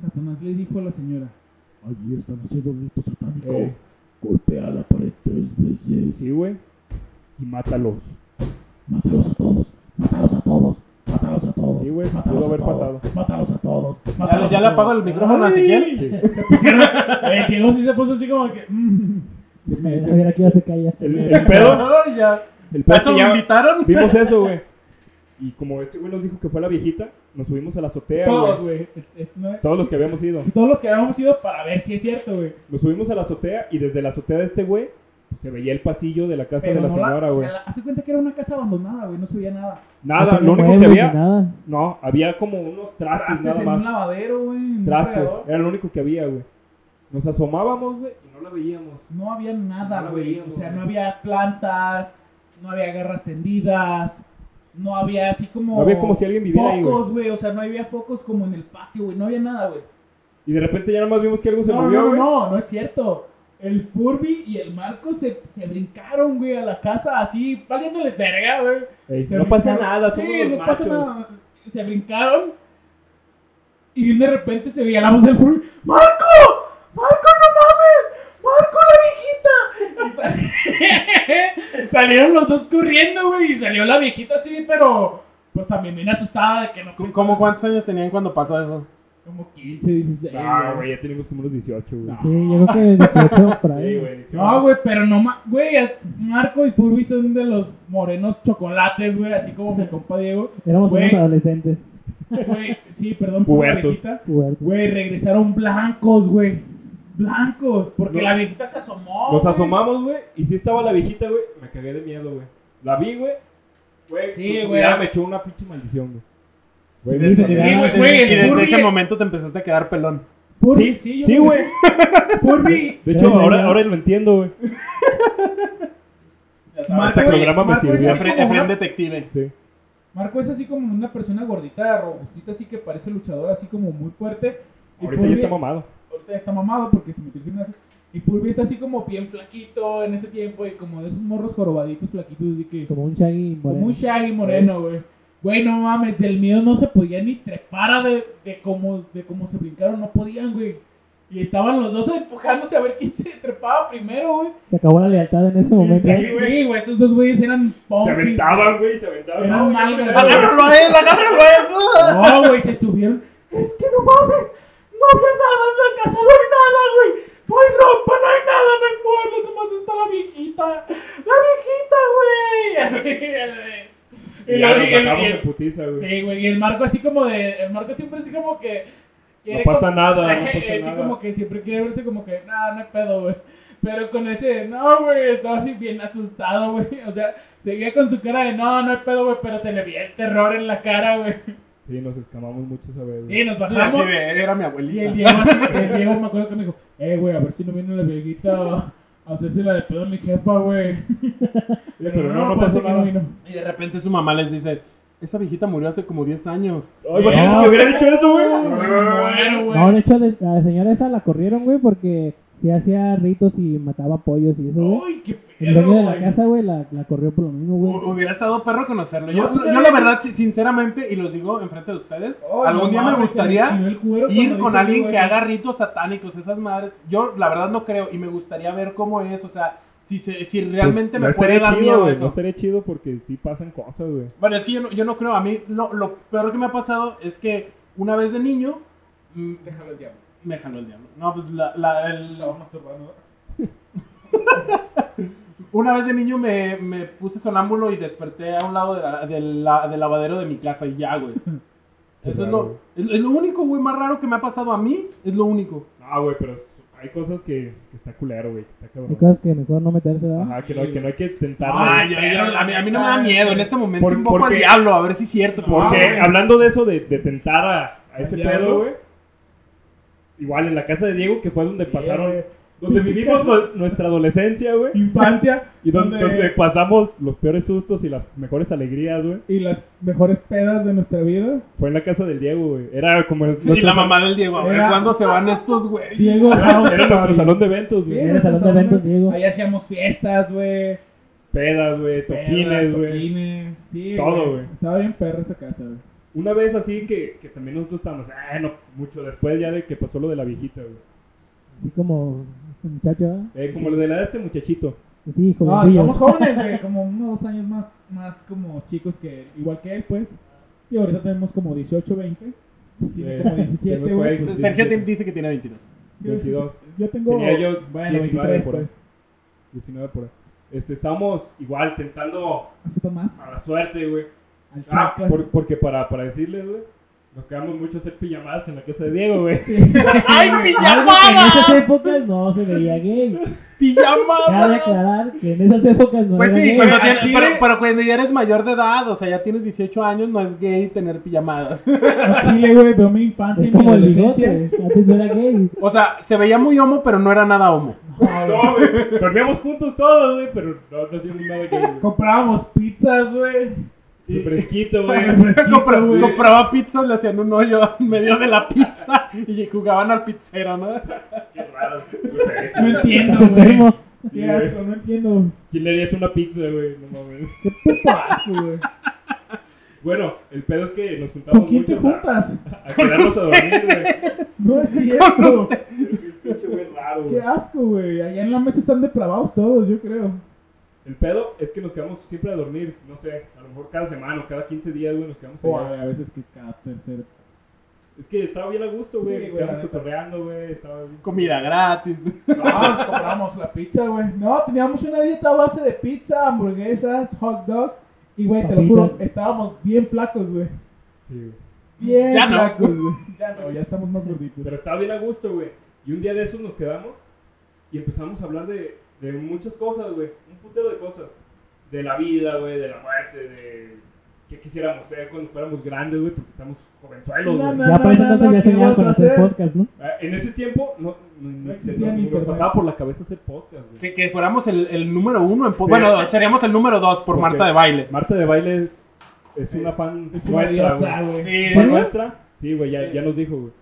Speaker 4: Satanás le dijo a la señora.
Speaker 6: Allí están haciendo gritos satánicos.
Speaker 2: Eh,
Speaker 6: Golpea la pared tres veces.
Speaker 2: sí, güey. Y mátalos.
Speaker 6: Mátalos a todos. Mátalos a todos. Mátalos a todos.
Speaker 2: Sí, güey,
Speaker 6: Mátalos
Speaker 2: pudo
Speaker 6: a
Speaker 2: haber
Speaker 6: todos.
Speaker 2: pasado.
Speaker 6: Mátalos a todos.
Speaker 3: Ya, le- ya le apago el micrófono a Ezequiel.
Speaker 4: El Diego sí se puso así como que. mm.
Speaker 5: A ver, aquí ya se calla.
Speaker 2: El, el pedo.
Speaker 3: Ay, ya.
Speaker 2: El pedo
Speaker 3: ¿A
Speaker 2: es
Speaker 3: eso
Speaker 2: que
Speaker 3: me
Speaker 2: ya
Speaker 3: invitaron?
Speaker 2: vimos eso, güey. Y como este güey nos dijo que fue la viejita, nos subimos a la azotea,
Speaker 4: Todos,
Speaker 2: güey.
Speaker 4: güey. Es- es- no-
Speaker 2: Todos los que habíamos ido.
Speaker 4: Todos los que habíamos ido para ver si es cierto, güey.
Speaker 2: Nos subimos a la azotea y desde la azotea de este güey pues, se veía el pasillo de la casa
Speaker 4: Pero
Speaker 2: de la
Speaker 4: no
Speaker 2: señora,
Speaker 4: la, o
Speaker 2: güey.
Speaker 4: sea, la- hace cuenta que era una casa abandonada, güey. No se veía nada.
Speaker 2: Nada,
Speaker 5: tenía
Speaker 2: lo único que
Speaker 5: muebles ni
Speaker 2: había,
Speaker 5: Nada.
Speaker 2: no, había como unos trastes
Speaker 4: Trastes
Speaker 2: nada
Speaker 4: en un
Speaker 2: más.
Speaker 4: lavadero, güey. en un
Speaker 2: Trastes,
Speaker 4: fregador.
Speaker 2: era lo único que había, güey. Nos asomábamos, güey, y no la veíamos.
Speaker 4: No había
Speaker 2: No
Speaker 4: nada,
Speaker 2: la
Speaker 4: güey.
Speaker 2: veíamos,
Speaker 4: O sea,
Speaker 2: güey.
Speaker 4: no había plantas, no había garras tendidas, no había así como.
Speaker 2: No había como si alguien viviera ahí, güey.
Speaker 4: Focos, güey. O sea, no había focos como en el patio, güey. No había nada, güey.
Speaker 2: Y de repente ya nomás vimos que algo se
Speaker 4: no,
Speaker 2: movió,
Speaker 4: no,
Speaker 2: güey.
Speaker 4: no, no, no es cierto. El Furby y el Marco se, se brincaron, güey, a la casa así, valiéndoles verga, güey.
Speaker 2: Ey,
Speaker 4: Se
Speaker 2: no pasa
Speaker 4: brincaron.
Speaker 2: nada, somos
Speaker 4: Sí,
Speaker 2: los
Speaker 4: no pasa
Speaker 2: machos.
Speaker 4: nada. Se brincaron. Y bien de repente se veía la voz del Furby. ¡Marco! ¡Marco, no mames! ¡Marco, la viejita! Y sal- Salieron los dos corriendo, güey. Y salió la viejita así, pero... Pues también bien asustada de que no...
Speaker 3: C- ¿Cómo cuántos años tenían cuando pasó eso?
Speaker 4: Como 15, 16.
Speaker 2: Ah,
Speaker 4: güey.
Speaker 2: güey, ya tenemos como unos 18, güey.
Speaker 5: Sí, yo creo que 18 por ahí.
Speaker 2: Sí, güey, 18.
Speaker 4: No, güey, pero no ma- Güey, es- Marco y Furby son de los morenos chocolates, güey, así como mi compa Diego.
Speaker 5: Éramos
Speaker 4: Güey.
Speaker 5: unos adolescentes.
Speaker 4: Güey, sí, perdón por la
Speaker 2: Pubertos.
Speaker 4: viejita.
Speaker 5: Pubertos.
Speaker 4: Güey, regresaron blancos, güey. Blancos, porque
Speaker 2: No.
Speaker 4: la viejita se asomó.
Speaker 2: Nos
Speaker 4: güey.
Speaker 2: asomamos, güey, y sí estaba la viejita, güey. Me cagué de miedo, güey. La vi, güey. Güey,
Speaker 4: Sí,
Speaker 2: con su
Speaker 4: güey.
Speaker 2: mirada me echó una pinche maldición, güey.
Speaker 5: Sí,
Speaker 2: desde-
Speaker 5: güey,
Speaker 2: sí,
Speaker 4: güey,
Speaker 3: y
Speaker 4: güey, el
Speaker 3: desde
Speaker 4: Furby-
Speaker 3: ese momento te empezaste a quedar pelón.
Speaker 4: Furby,
Speaker 2: Sí,
Speaker 4: sí, yo
Speaker 2: sí,
Speaker 4: creo
Speaker 2: güey.
Speaker 4: que Furby.
Speaker 2: De hecho,
Speaker 5: Ya, ya,
Speaker 2: ahora,
Speaker 5: ya.
Speaker 2: ahora lo entiendo, güey.
Speaker 4: Marco,
Speaker 2: ese programa me
Speaker 4: Marco es
Speaker 2: sirvió.
Speaker 4: así
Speaker 3: Efren,
Speaker 4: como una-
Speaker 3: Efren detective.
Speaker 2: Sí.
Speaker 4: Marco es así como una persona gordita, robustita, así que parece luchador, así como muy fuerte. Y
Speaker 2: Ahorita ya
Speaker 4: Furby
Speaker 2: está
Speaker 4: es-
Speaker 2: mamado.
Speaker 4: ahorita ya está mamado porque se metió al gimnasio. Y Furby está así como bien flaquito en ese tiempo y como de esos morros jorobaditos flaquitos, así que
Speaker 5: Como un Shaggy
Speaker 4: como
Speaker 5: moreno.
Speaker 4: un Shaggy moreno, güey. Güey, no mames, del miedo no se podía ni trepar de, de cómo de cómo se brincaron, no podían, güey. Y estaban los dos empujándose a ver quién se trepaba primero, güey.
Speaker 5: Se acabó la lealtad en ese momento.
Speaker 2: Sí, güey.
Speaker 4: Sí, güey, esos dos güeyes eran
Speaker 2: Se
Speaker 4: pompis.
Speaker 2: aventaban, güey, se aventaban.
Speaker 4: Eran
Speaker 2: No, ya
Speaker 4: nalgas,
Speaker 2: me-
Speaker 4: güey.
Speaker 3: a él! ¡Agárralo a él!
Speaker 4: No, güey, se subieron. Es que no mames, no había nada en la casa, no hay nada, güey. No hay ropa, no hay nada, no hay muebles, nomás está la viejita. ¡La viejita, güey!
Speaker 2: Y
Speaker 4: Y
Speaker 2: ya
Speaker 4: la
Speaker 2: nos
Speaker 4: vi- el-
Speaker 2: sacamos de
Speaker 4: el-
Speaker 2: putiza, güey.
Speaker 4: Sí, güey, y el marco así como de. El marco siempre así como que.
Speaker 2: No pasa nada, no pasa
Speaker 4: así
Speaker 2: nada.
Speaker 4: como que siempre quiere verse como que, nah, no hay pedo, güey. Pero con ese, no, güey, estaba así bien asustado, güey. O sea, seguía con su cara de, no, no hay pedo, güey, pero se le veía el terror en la cara, güey.
Speaker 2: Sí, nos escamamos mucho esa vez, güey.
Speaker 4: Sí, nos
Speaker 3: Y así
Speaker 4: bajamos.
Speaker 3: de, era mi
Speaker 4: Y el
Speaker 3: abuelita.
Speaker 4: Diego, así, el Diego me acuerdo que me dijo, eh, güey, a ver si no viene la viejita a hacerse la de pedo a mi jefa, güey.
Speaker 2: pero no, no pasó
Speaker 4: parece que
Speaker 2: nada.
Speaker 4: vino.
Speaker 3: Y de repente su mamá les dice, esa viejita murió hace como 10 años.
Speaker 2: Ay, imagínate
Speaker 5: No.
Speaker 2: que hubiera dicho eso, güey.
Speaker 4: Bueno, güey.
Speaker 5: No, de hecho, de- la señora esa la corrieron, güey, porque se hacía ritos y mataba pollos y eso, güey.
Speaker 4: Uy, qué
Speaker 5: El dueño de la
Speaker 4: güey.
Speaker 5: casa, güey, la, la corrió por lo mismo, güey.
Speaker 3: Hu- Hubiera estado perro conocerlo. Yo,
Speaker 4: No,
Speaker 3: yo la verdad, si- sinceramente, y los digo enfrente de ustedes,
Speaker 4: Ay,
Speaker 3: algún
Speaker 4: Oh, no
Speaker 3: día me
Speaker 4: mames, se me chingó
Speaker 3: gustaría
Speaker 4: el cuero
Speaker 3: ir
Speaker 4: cuando
Speaker 3: con
Speaker 4: dijo
Speaker 3: alguien
Speaker 4: eso,
Speaker 3: que
Speaker 4: güey.
Speaker 3: haga ritos satánicos, esas madres. Yo la verdad no creo y me gustaría ver cómo es, o sea, si, se- si realmente
Speaker 2: Pues,
Speaker 3: me
Speaker 2: no
Speaker 3: puede
Speaker 2: estaría
Speaker 3: dar
Speaker 2: chido,
Speaker 3: miedo
Speaker 2: güey,
Speaker 3: eso.
Speaker 2: No estaría chido porque sí pasan cosas, güey.
Speaker 3: Bueno, es que yo no, yo no creo, a mí lo, lo peor que me ha pasado es que una vez de niño mm,
Speaker 4: Déjalo el diablo.
Speaker 3: me jaló el diablo. No, pues la, la- el-
Speaker 4: La vamos turbando.
Speaker 3: una vez de niño me, me puse sonámbulo y desperté a un lado de la- del la- del lavadero de mi casa y ya, güey.
Speaker 2: Qué
Speaker 3: Eso es
Speaker 2: raro,
Speaker 3: lo, es, es lo único, güey, más raro que me ha pasado a mí, es lo único.
Speaker 2: Ah, güey, pero hay cosas que, que está culero, güey. Que está
Speaker 5: Hay
Speaker 2: cabrón.
Speaker 5: cosas que mejor no meterse, ¿verdad?
Speaker 2: Ajá, que no, que no hay que tentar.
Speaker 3: Ay, ay, ay, a, mí, a mí no me da miedo, en este momento
Speaker 2: Por-
Speaker 3: un poco
Speaker 2: porque-
Speaker 3: al diablo, a ver si es cierto.
Speaker 2: Porque
Speaker 4: Ah, güey.
Speaker 2: hablando de eso, de, de tentar a, a ese
Speaker 4: Al diablo.
Speaker 2: pedo, güey. Igual en la casa de Diego, que fue donde
Speaker 4: Sí,
Speaker 2: pasaron.
Speaker 4: güey.
Speaker 2: Donde
Speaker 4: Pinche
Speaker 2: vivimos
Speaker 4: casa.
Speaker 2: nu- nuestra adolescencia, güey.
Speaker 4: Infancia.
Speaker 2: Y donde, donde
Speaker 4: donde-
Speaker 2: pasamos los peores sustos y las mejores alegrías, güey.
Speaker 4: Y las mejores pedas de nuestra vida.
Speaker 2: Fue en la casa del Diego, güey. Era como. el-
Speaker 3: Y
Speaker 2: nuestro
Speaker 3: la
Speaker 2: sal-
Speaker 3: mamá del Diego, a ver
Speaker 4: Era-
Speaker 3: cuándo se van estos, güey.
Speaker 5: Diego,
Speaker 4: Ah,
Speaker 2: Era era nuestro salón de eventos,
Speaker 4: Sí,
Speaker 2: güey.
Speaker 5: en el
Speaker 4: nuestro
Speaker 5: salón de eventos, Diego.
Speaker 4: Ahí hacíamos fiestas, güey.
Speaker 2: Pedas, güey. Toquines,
Speaker 4: pedas,
Speaker 2: güey.
Speaker 4: Toquines. Sí,
Speaker 2: Todo, güey.
Speaker 4: Estaba bien perro esa casa, güey.
Speaker 2: Una vez así que, que también nosotros estábamos. Ah, no, mucho después ya de que pasó lo de la viejita, güey.
Speaker 5: así como este muchacho, ¿verdad?
Speaker 2: Eh, como lo de la de este muchachito.
Speaker 5: Sí,
Speaker 4: No,
Speaker 5: jovencillo.
Speaker 4: somos jóvenes, güey. Como unos dos años más, más como chicos que... Igual que él, pues. Y ahorita tenemos como 18, 20. Tiene
Speaker 2: Eh,
Speaker 4: como 17,
Speaker 2: tenemos
Speaker 4: güey. pues.
Speaker 2: por ahí
Speaker 3: Sergio te- dice que tiene 22.
Speaker 4: Sí,
Speaker 2: 22.
Speaker 4: Yo tengo...
Speaker 2: Tenía yo
Speaker 4: bueno,
Speaker 2: 19
Speaker 4: 23,
Speaker 2: por ahí.
Speaker 4: pues.
Speaker 2: 19 por ahí. Este, estábamos igual tentando
Speaker 4: Hace Tomás.
Speaker 2: a la suerte, güey.
Speaker 4: Al pues,
Speaker 2: Ah,
Speaker 4: Chacas.
Speaker 2: por- porque para, para decirles, güey, nos quedamos mucho a hacer pijamadas en la casa de Diego, güey.
Speaker 3: ¡Ay,
Speaker 5: Algo que en esas
Speaker 3: pijamadas!
Speaker 5: épocas no se veía gay. Cabe
Speaker 3: ¡Pijamadas!
Speaker 5: aclarar que en esas épocas no
Speaker 3: Pues
Speaker 5: era
Speaker 3: sí,
Speaker 5: gay.
Speaker 3: cuando
Speaker 4: al
Speaker 3: tienes-
Speaker 4: chile-
Speaker 3: pero, pero cuando ya eres mayor de edad, o sea, ya tienes 18 años, no es gay tener pijamadas.
Speaker 4: Al Chile, güey, veo mi infancia y
Speaker 5: Es
Speaker 4: mi
Speaker 5: como el
Speaker 4: adolescencia.
Speaker 5: bigote. Antes no era gay.
Speaker 3: O sea, se veía muy homo, pero no era nada homo.
Speaker 2: No, güey. Dormíamos juntos todos, güey, pero no, no hacíamos nada que güey.
Speaker 4: Comprábamos pizzas, güey.
Speaker 2: Fresquito, güey.
Speaker 3: Compra-
Speaker 4: güey.
Speaker 3: compraba pizzas, le hacían un hoyo en medio de la pizza y jugaban al pizzero, ¿no?
Speaker 2: Qué caras. güey.
Speaker 4: pues. No entiendo,
Speaker 5: Estás
Speaker 4: güey.
Speaker 5: enfermo.
Speaker 2: Sí,
Speaker 4: Qué asco, no entiendo.
Speaker 2: ¿Quién le harías una pizza, güey? No mames.
Speaker 4: Qué puto asco, güey.
Speaker 2: Bueno, el pedo es que nos juntamos
Speaker 4: ¿Con quién te
Speaker 2: muchos a-
Speaker 4: juntas?
Speaker 2: A, quedarnos a dormir, güey.
Speaker 4: No es cierto.
Speaker 2: Es pinche güey raro, güey.
Speaker 4: Qué asco, güey. Allá en la mesa están depravados todos, yo creo.
Speaker 2: El pedo es que nos quedamos siempre a dormir, no sé, a lo mejor cada semana o cada 15 días, güey, nos quedamos
Speaker 4: O
Speaker 2: allá.
Speaker 4: a veces que cada tercer.
Speaker 2: Es que estaba bien a gusto, güey,
Speaker 4: Sí, güey, la
Speaker 2: quedamos
Speaker 4: neta.
Speaker 2: cotorreando, güey, estaba bien.
Speaker 3: Comida gratis.
Speaker 4: No, Ah, nos compramos la pizza, güey. No, teníamos una dieta a base de pizza, hamburguesas, hot dogs. Y, güey, te lo
Speaker 5: Papitas.
Speaker 4: juro, estábamos bien flacos, güey.
Speaker 2: Sí, güey.
Speaker 4: Bien
Speaker 3: Ya no.
Speaker 4: flacos, güey. Ya no, ya estamos más gorditos.
Speaker 2: Pero estaba bien a gusto, güey. Y un día de esos nos quedamos y empezamos a hablar de, de muchas cosas, güey. Un putero de cosas. De la vida, güey, de la muerte, de qué quisiéramos ser cuando fuéramos grandes, güey, porque estamos jovenzuelos, güey.
Speaker 4: No,
Speaker 5: Ya para ese entonces ya
Speaker 4: ¿qué
Speaker 5: soñaba
Speaker 4: vas
Speaker 5: con
Speaker 4: a
Speaker 5: hacer
Speaker 4: hacer?
Speaker 5: podcast, ¿no?
Speaker 2: Ah, En ese tiempo no, no, no
Speaker 4: existía
Speaker 2: no-
Speaker 4: ni
Speaker 2: ni nos
Speaker 4: internet.
Speaker 2: pasaba por la cabeza hacer podcast, güey.
Speaker 3: Que, que fuéramos el, el número uno. En po-
Speaker 2: Sí.
Speaker 3: Bueno, seríamos el número dos por
Speaker 2: Porque-
Speaker 3: Marta de baile.
Speaker 2: Marta de Baile es, es una fan
Speaker 4: Es una
Speaker 2: nuestra,
Speaker 4: diosa,
Speaker 2: güey.
Speaker 4: güey.
Speaker 3: Sí,
Speaker 2: ¿Fan nuestra? Sí, güey, ya,
Speaker 3: Sí.
Speaker 2: ya nos dijo, güey.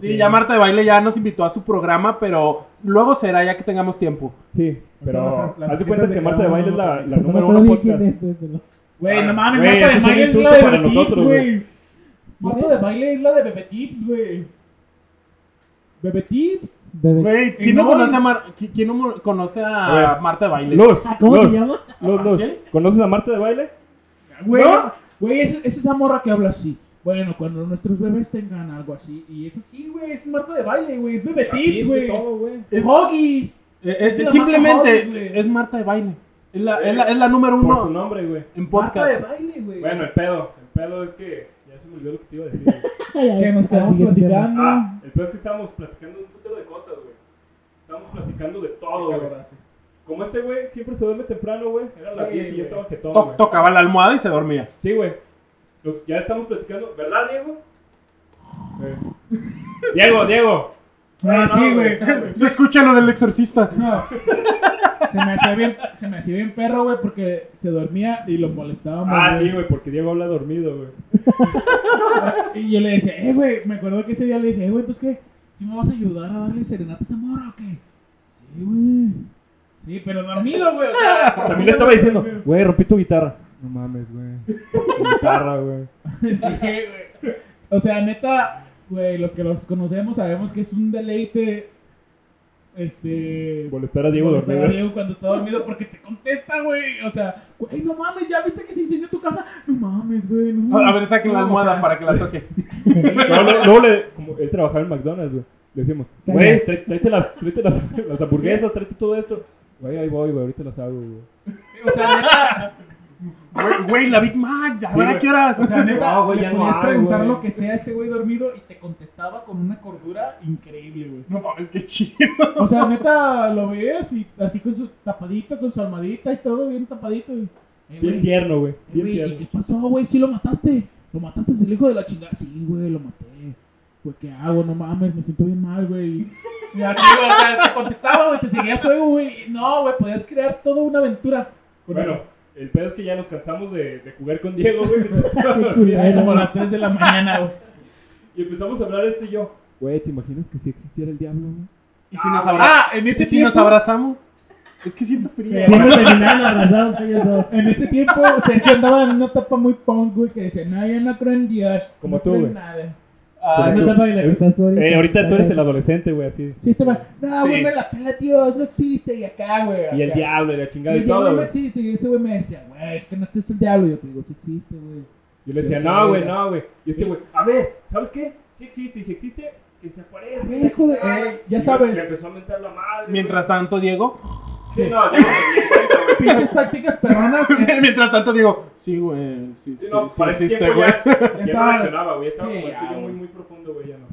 Speaker 3: sí, ya Marta de baile ya nos invitó a su programa, pero luego será ya que tengamos tiempo.
Speaker 2: Sí, pero
Speaker 4: las- las
Speaker 2: haz de cuenta
Speaker 4: tarjetas
Speaker 2: que
Speaker 4: de
Speaker 2: Marta de
Speaker 4: cada
Speaker 2: Baile es
Speaker 4: uno,
Speaker 2: la,
Speaker 4: porque
Speaker 2: la
Speaker 5: Pues no me
Speaker 2: número
Speaker 5: acuerdo
Speaker 2: uno
Speaker 5: bien quién
Speaker 2: podcast.
Speaker 5: es, pues, pero-
Speaker 4: Güey, no
Speaker 2: Ah,
Speaker 4: mames,
Speaker 2: Güey,
Speaker 4: Marta
Speaker 2: eso
Speaker 4: de
Speaker 2: es un
Speaker 4: baile es
Speaker 2: insulto
Speaker 4: la de
Speaker 2: para
Speaker 4: Bebe Kids,
Speaker 2: nosotros, güey.
Speaker 4: güey. Marta de baile es la de Bebe Tips, güey. Bebe Tips.
Speaker 5: Bebé.
Speaker 3: Güey, ¿quién
Speaker 4: Y
Speaker 3: no,
Speaker 4: no,
Speaker 3: conoce
Speaker 4: y-
Speaker 3: a, Mar- qui- quién no mo- conoce a
Speaker 2: A ver.
Speaker 3: Marta de baile?
Speaker 2: Luz,
Speaker 5: Ah, ¿Cómo
Speaker 2: Luz,
Speaker 5: se llama?
Speaker 2: Luz,
Speaker 3: ¿A
Speaker 2: Luz,
Speaker 3: quién?
Speaker 2: ¿conoces a Marta de Baile?
Speaker 4: Güey,
Speaker 2: ¿No?
Speaker 4: güey, es, es esa morra que habla así. Bueno, cuando nuestros bebés tengan algo así. Y es así, güey, es Marta de baile, güey. Es Bebe Tips, güey.
Speaker 3: Es-
Speaker 4: Hoggies.
Speaker 3: Eh, es-
Speaker 4: Es la
Speaker 3: simplemente
Speaker 4: Marta Hall, güey.
Speaker 3: es Marta de baile. Es la, es la- es la número
Speaker 2: Por su
Speaker 3: uno
Speaker 2: nombre, güey.
Speaker 3: en
Speaker 4: Marta de
Speaker 3: podcast.
Speaker 4: baile, güey.
Speaker 2: Bueno, el pedo, el pedo es que ya se me olvidó lo que te iba a decir. güey.
Speaker 5: Ay, ay,
Speaker 4: que nos
Speaker 5: al
Speaker 4: quedamos
Speaker 5: siguiente tema.
Speaker 4: platicando.
Speaker 2: ah, el pedo es que estábamos platicando un putero de cosas, güey. Estábamos platicando de todo,
Speaker 4: Qué
Speaker 2: güey.
Speaker 4: calorazo.
Speaker 2: Como este güey siempre se duerme temprano, güey. Eran las
Speaker 4: Sí,
Speaker 2: 10 y ya
Speaker 4: güey. Oh.
Speaker 2: estaba jetón,
Speaker 3: To-
Speaker 2: güey.
Speaker 3: tocaba la almohada y se dormía.
Speaker 2: Sí, güey. Lo- Ya estamos platicando, ¿verdad, Diego? Diego, Diego.
Speaker 4: Ah,
Speaker 2: No,
Speaker 4: sí,
Speaker 2: no,
Speaker 4: güey.
Speaker 3: Se escucha lo del exorcista.
Speaker 4: No. Se me hacía bien, se me hacía bien perro, güey, porque se dormía y lo molestábamos.
Speaker 2: Ah, sí, güey, porque Diego habla dormido, güey.
Speaker 4: Y yo le decía, eh, güey, me acuerdo que ese día le dije, eh, güey, ¿entonces qué? ¿Sí me vas a ayudar a darle serenata a esa morra o qué? Sí, güey. Sí, pero dormido, güey, o sea.
Speaker 2: También le estaba diciendo, güey, rompí tu guitarra. No mames, güey. Tu guitarra, güey.
Speaker 4: Sí, güey. O sea, neta, güey, los que los conocemos sabemos que es un deleite. Este.
Speaker 2: Molestar a Diego
Speaker 4: molestar a
Speaker 2: dormido.
Speaker 4: Diego cuando está dormido porque te contesta, güey. O sea, güey, no mames, ya viste que se incendió tu casa. No mames, güey, no.
Speaker 3: A ver, saquen la
Speaker 4: No, o
Speaker 3: almohada
Speaker 4: sea,
Speaker 3: para que la toque.
Speaker 2: No, no, luego le, como él trabajaba en McDonald's, güey. Le decimos, güey, trá- tráete, las, tráete las, las hamburguesas, tráete todo esto. Güey, ahí voy, güey, ahorita las hago, güey.
Speaker 4: O sea, neta,
Speaker 3: Güey, Güey, la Big Mac, ya verá
Speaker 2: güey.
Speaker 3: qué horas.
Speaker 4: o sea, neta,
Speaker 2: No, güey,
Speaker 4: le
Speaker 2: ya no
Speaker 4: podías
Speaker 2: hay,
Speaker 4: preguntar
Speaker 2: güey.
Speaker 4: lo que sea a este güey dormido y te contestaba con una cordura increíble, güey.
Speaker 3: No mames, qué chido.
Speaker 4: O sea, neta, lo ves y así con su tapadito, con su almadita y todo bien tapadito. güey. Eh,
Speaker 2: Bien
Speaker 4: güey,
Speaker 2: tierno, güey.
Speaker 4: Eh,
Speaker 2: Bien
Speaker 4: güey, ¿y
Speaker 2: tierno.
Speaker 4: qué pasó, güey? Sí lo mataste. Lo mataste, es el hijo de la chingada. Sí, güey, lo maté. Güey, ¿qué hago? No mames, me siento bien mal, güey. Y así, güey, o sea, te contestaba, güey, te seguía el juego, güey. No, güey, podías crear toda una aventura. con
Speaker 2: Bueno,
Speaker 4: eso.
Speaker 2: el pedo es que ya nos cansamos de, de jugar con Diego, güey.
Speaker 4: Era como a las 3 de la mañana, güey.
Speaker 2: y empezamos a hablar este y yo. Güey, ¿te imaginas que si existiera el diablo, güey?
Speaker 3: ¿Y si nos, abra-
Speaker 4: Ah, en ese
Speaker 3: ¿Y si
Speaker 4: tiempo,
Speaker 3: nos abrazamos? Es que siento frío.
Speaker 5: Siempre terminaban abrazados ellos dos.
Speaker 4: en ese tiempo, Sergio andaba en una etapa muy punk, güey, que decía, no, yo no creo en Dios.
Speaker 2: Como
Speaker 4: no
Speaker 2: tú,
Speaker 4: creo en
Speaker 2: güey.
Speaker 4: nada".
Speaker 5: Ah,
Speaker 3: Ay,
Speaker 5: no te pagues la que estás tú ahorita.
Speaker 2: Eh, ahorita tú eres el adolescente, güey, así.
Speaker 4: Sí, este va, no, güey,
Speaker 3: Sí.
Speaker 4: me la pela Dios, no existe, y acá, güey.
Speaker 2: Y el
Speaker 4: acá.
Speaker 2: diablo y la chingada
Speaker 4: Y
Speaker 2: y
Speaker 4: el diablo
Speaker 2: todo,
Speaker 4: no
Speaker 2: güey.
Speaker 4: existe. Y ese güey me decía, güey, es que no existe el diablo. Y yo te digo, sí existe, güey.
Speaker 2: Yo le decía,
Speaker 4: Sí,
Speaker 2: no, güey,
Speaker 4: güey.
Speaker 2: no, güey. Y este güey, a ver, ¿sabes qué? Si existe, y si existe, que se aparezca.
Speaker 4: A ver, hijo de- eh, ya
Speaker 2: Y
Speaker 4: sabes.
Speaker 2: Le empezó a mentar la madre.
Speaker 3: Mientras tanto, Diego.
Speaker 2: güey. Sí, no, Diego,
Speaker 4: Pinches tácticas perronas. eh,
Speaker 3: Mientras tanto, Diego. Sí, güey. Sí, sí,
Speaker 2: Sí, no,
Speaker 3: sí
Speaker 2: para ese
Speaker 3: existe,
Speaker 2: tiempo
Speaker 3: güey.
Speaker 2: ya, ya, no
Speaker 4: estaba-
Speaker 2: reaccionaba, güey. Estaba
Speaker 4: Sí,
Speaker 2: como en
Speaker 4: ya,
Speaker 2: sueño muy,
Speaker 4: güey.
Speaker 2: muy profundo, güey, ya no.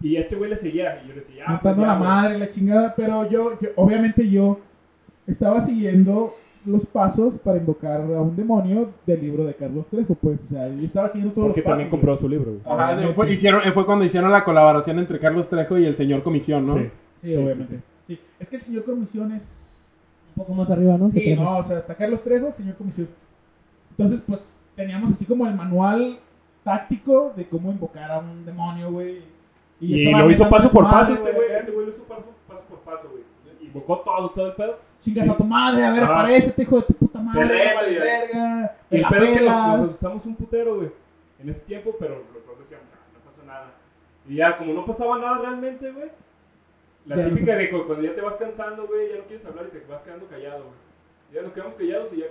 Speaker 2: Y este güey le seguía, y yo le decía, ah, pues
Speaker 4: Matando
Speaker 2: ya,
Speaker 4: la
Speaker 2: güey.
Speaker 4: madre, la chingada. Pero yo, yo- obviamente, yo estaba siguiendo los pasos para invocar a un demonio del libro de Carlos Trejo, pues. O sea, yo estaba siguiendo todos
Speaker 2: Porque
Speaker 4: los pasos.
Speaker 2: también compró su libro, güey.
Speaker 3: Ajá, eh, fue, hicieron, eh, fue cuando hicieron la colaboración entre Carlos Trejo y el señor Comisión, ¿no?
Speaker 2: Sí.
Speaker 4: güey. Sí, obviamente. Sí. Es que el señor Comisión es.
Speaker 5: Un poco más arriba, ¿no?
Speaker 4: Sí,
Speaker 5: Que
Speaker 4: no, o sea, está Carlos Trejo, señor comisión. Entonces, pues, teníamos así como el manual táctico de cómo invocar a un demonio, güey. yo
Speaker 2: Y
Speaker 4: estaba
Speaker 2: lo hizo
Speaker 4: metiéndole
Speaker 2: paso
Speaker 4: su
Speaker 2: por
Speaker 4: madre,
Speaker 2: paso este güey.
Speaker 4: acá.
Speaker 2: Este güey lo hizo paso, paso por invocó todo, todo el pedo.
Speaker 4: Chingas a tu madre, a ver,
Speaker 2: Ah.
Speaker 4: aparece, hijo de tu puta madre.
Speaker 2: Pelea,
Speaker 4: vale
Speaker 2: ya.
Speaker 4: verga.
Speaker 2: Y
Speaker 4: me
Speaker 2: el
Speaker 4: la
Speaker 2: pedo es que nos,
Speaker 4: pelas.
Speaker 2: nos asustamos un putero, güey. En ese tiempo, pero los dos decíamos, "Ah, no pasó nada. Y ya, como no pasaba nada realmente, güey. La
Speaker 4: Ya,
Speaker 2: típica de cu- cuando ya te vas cansando, güey, ya no quieres hablar y te vas quedando callado, güey. Ya nos quedamos callados y ya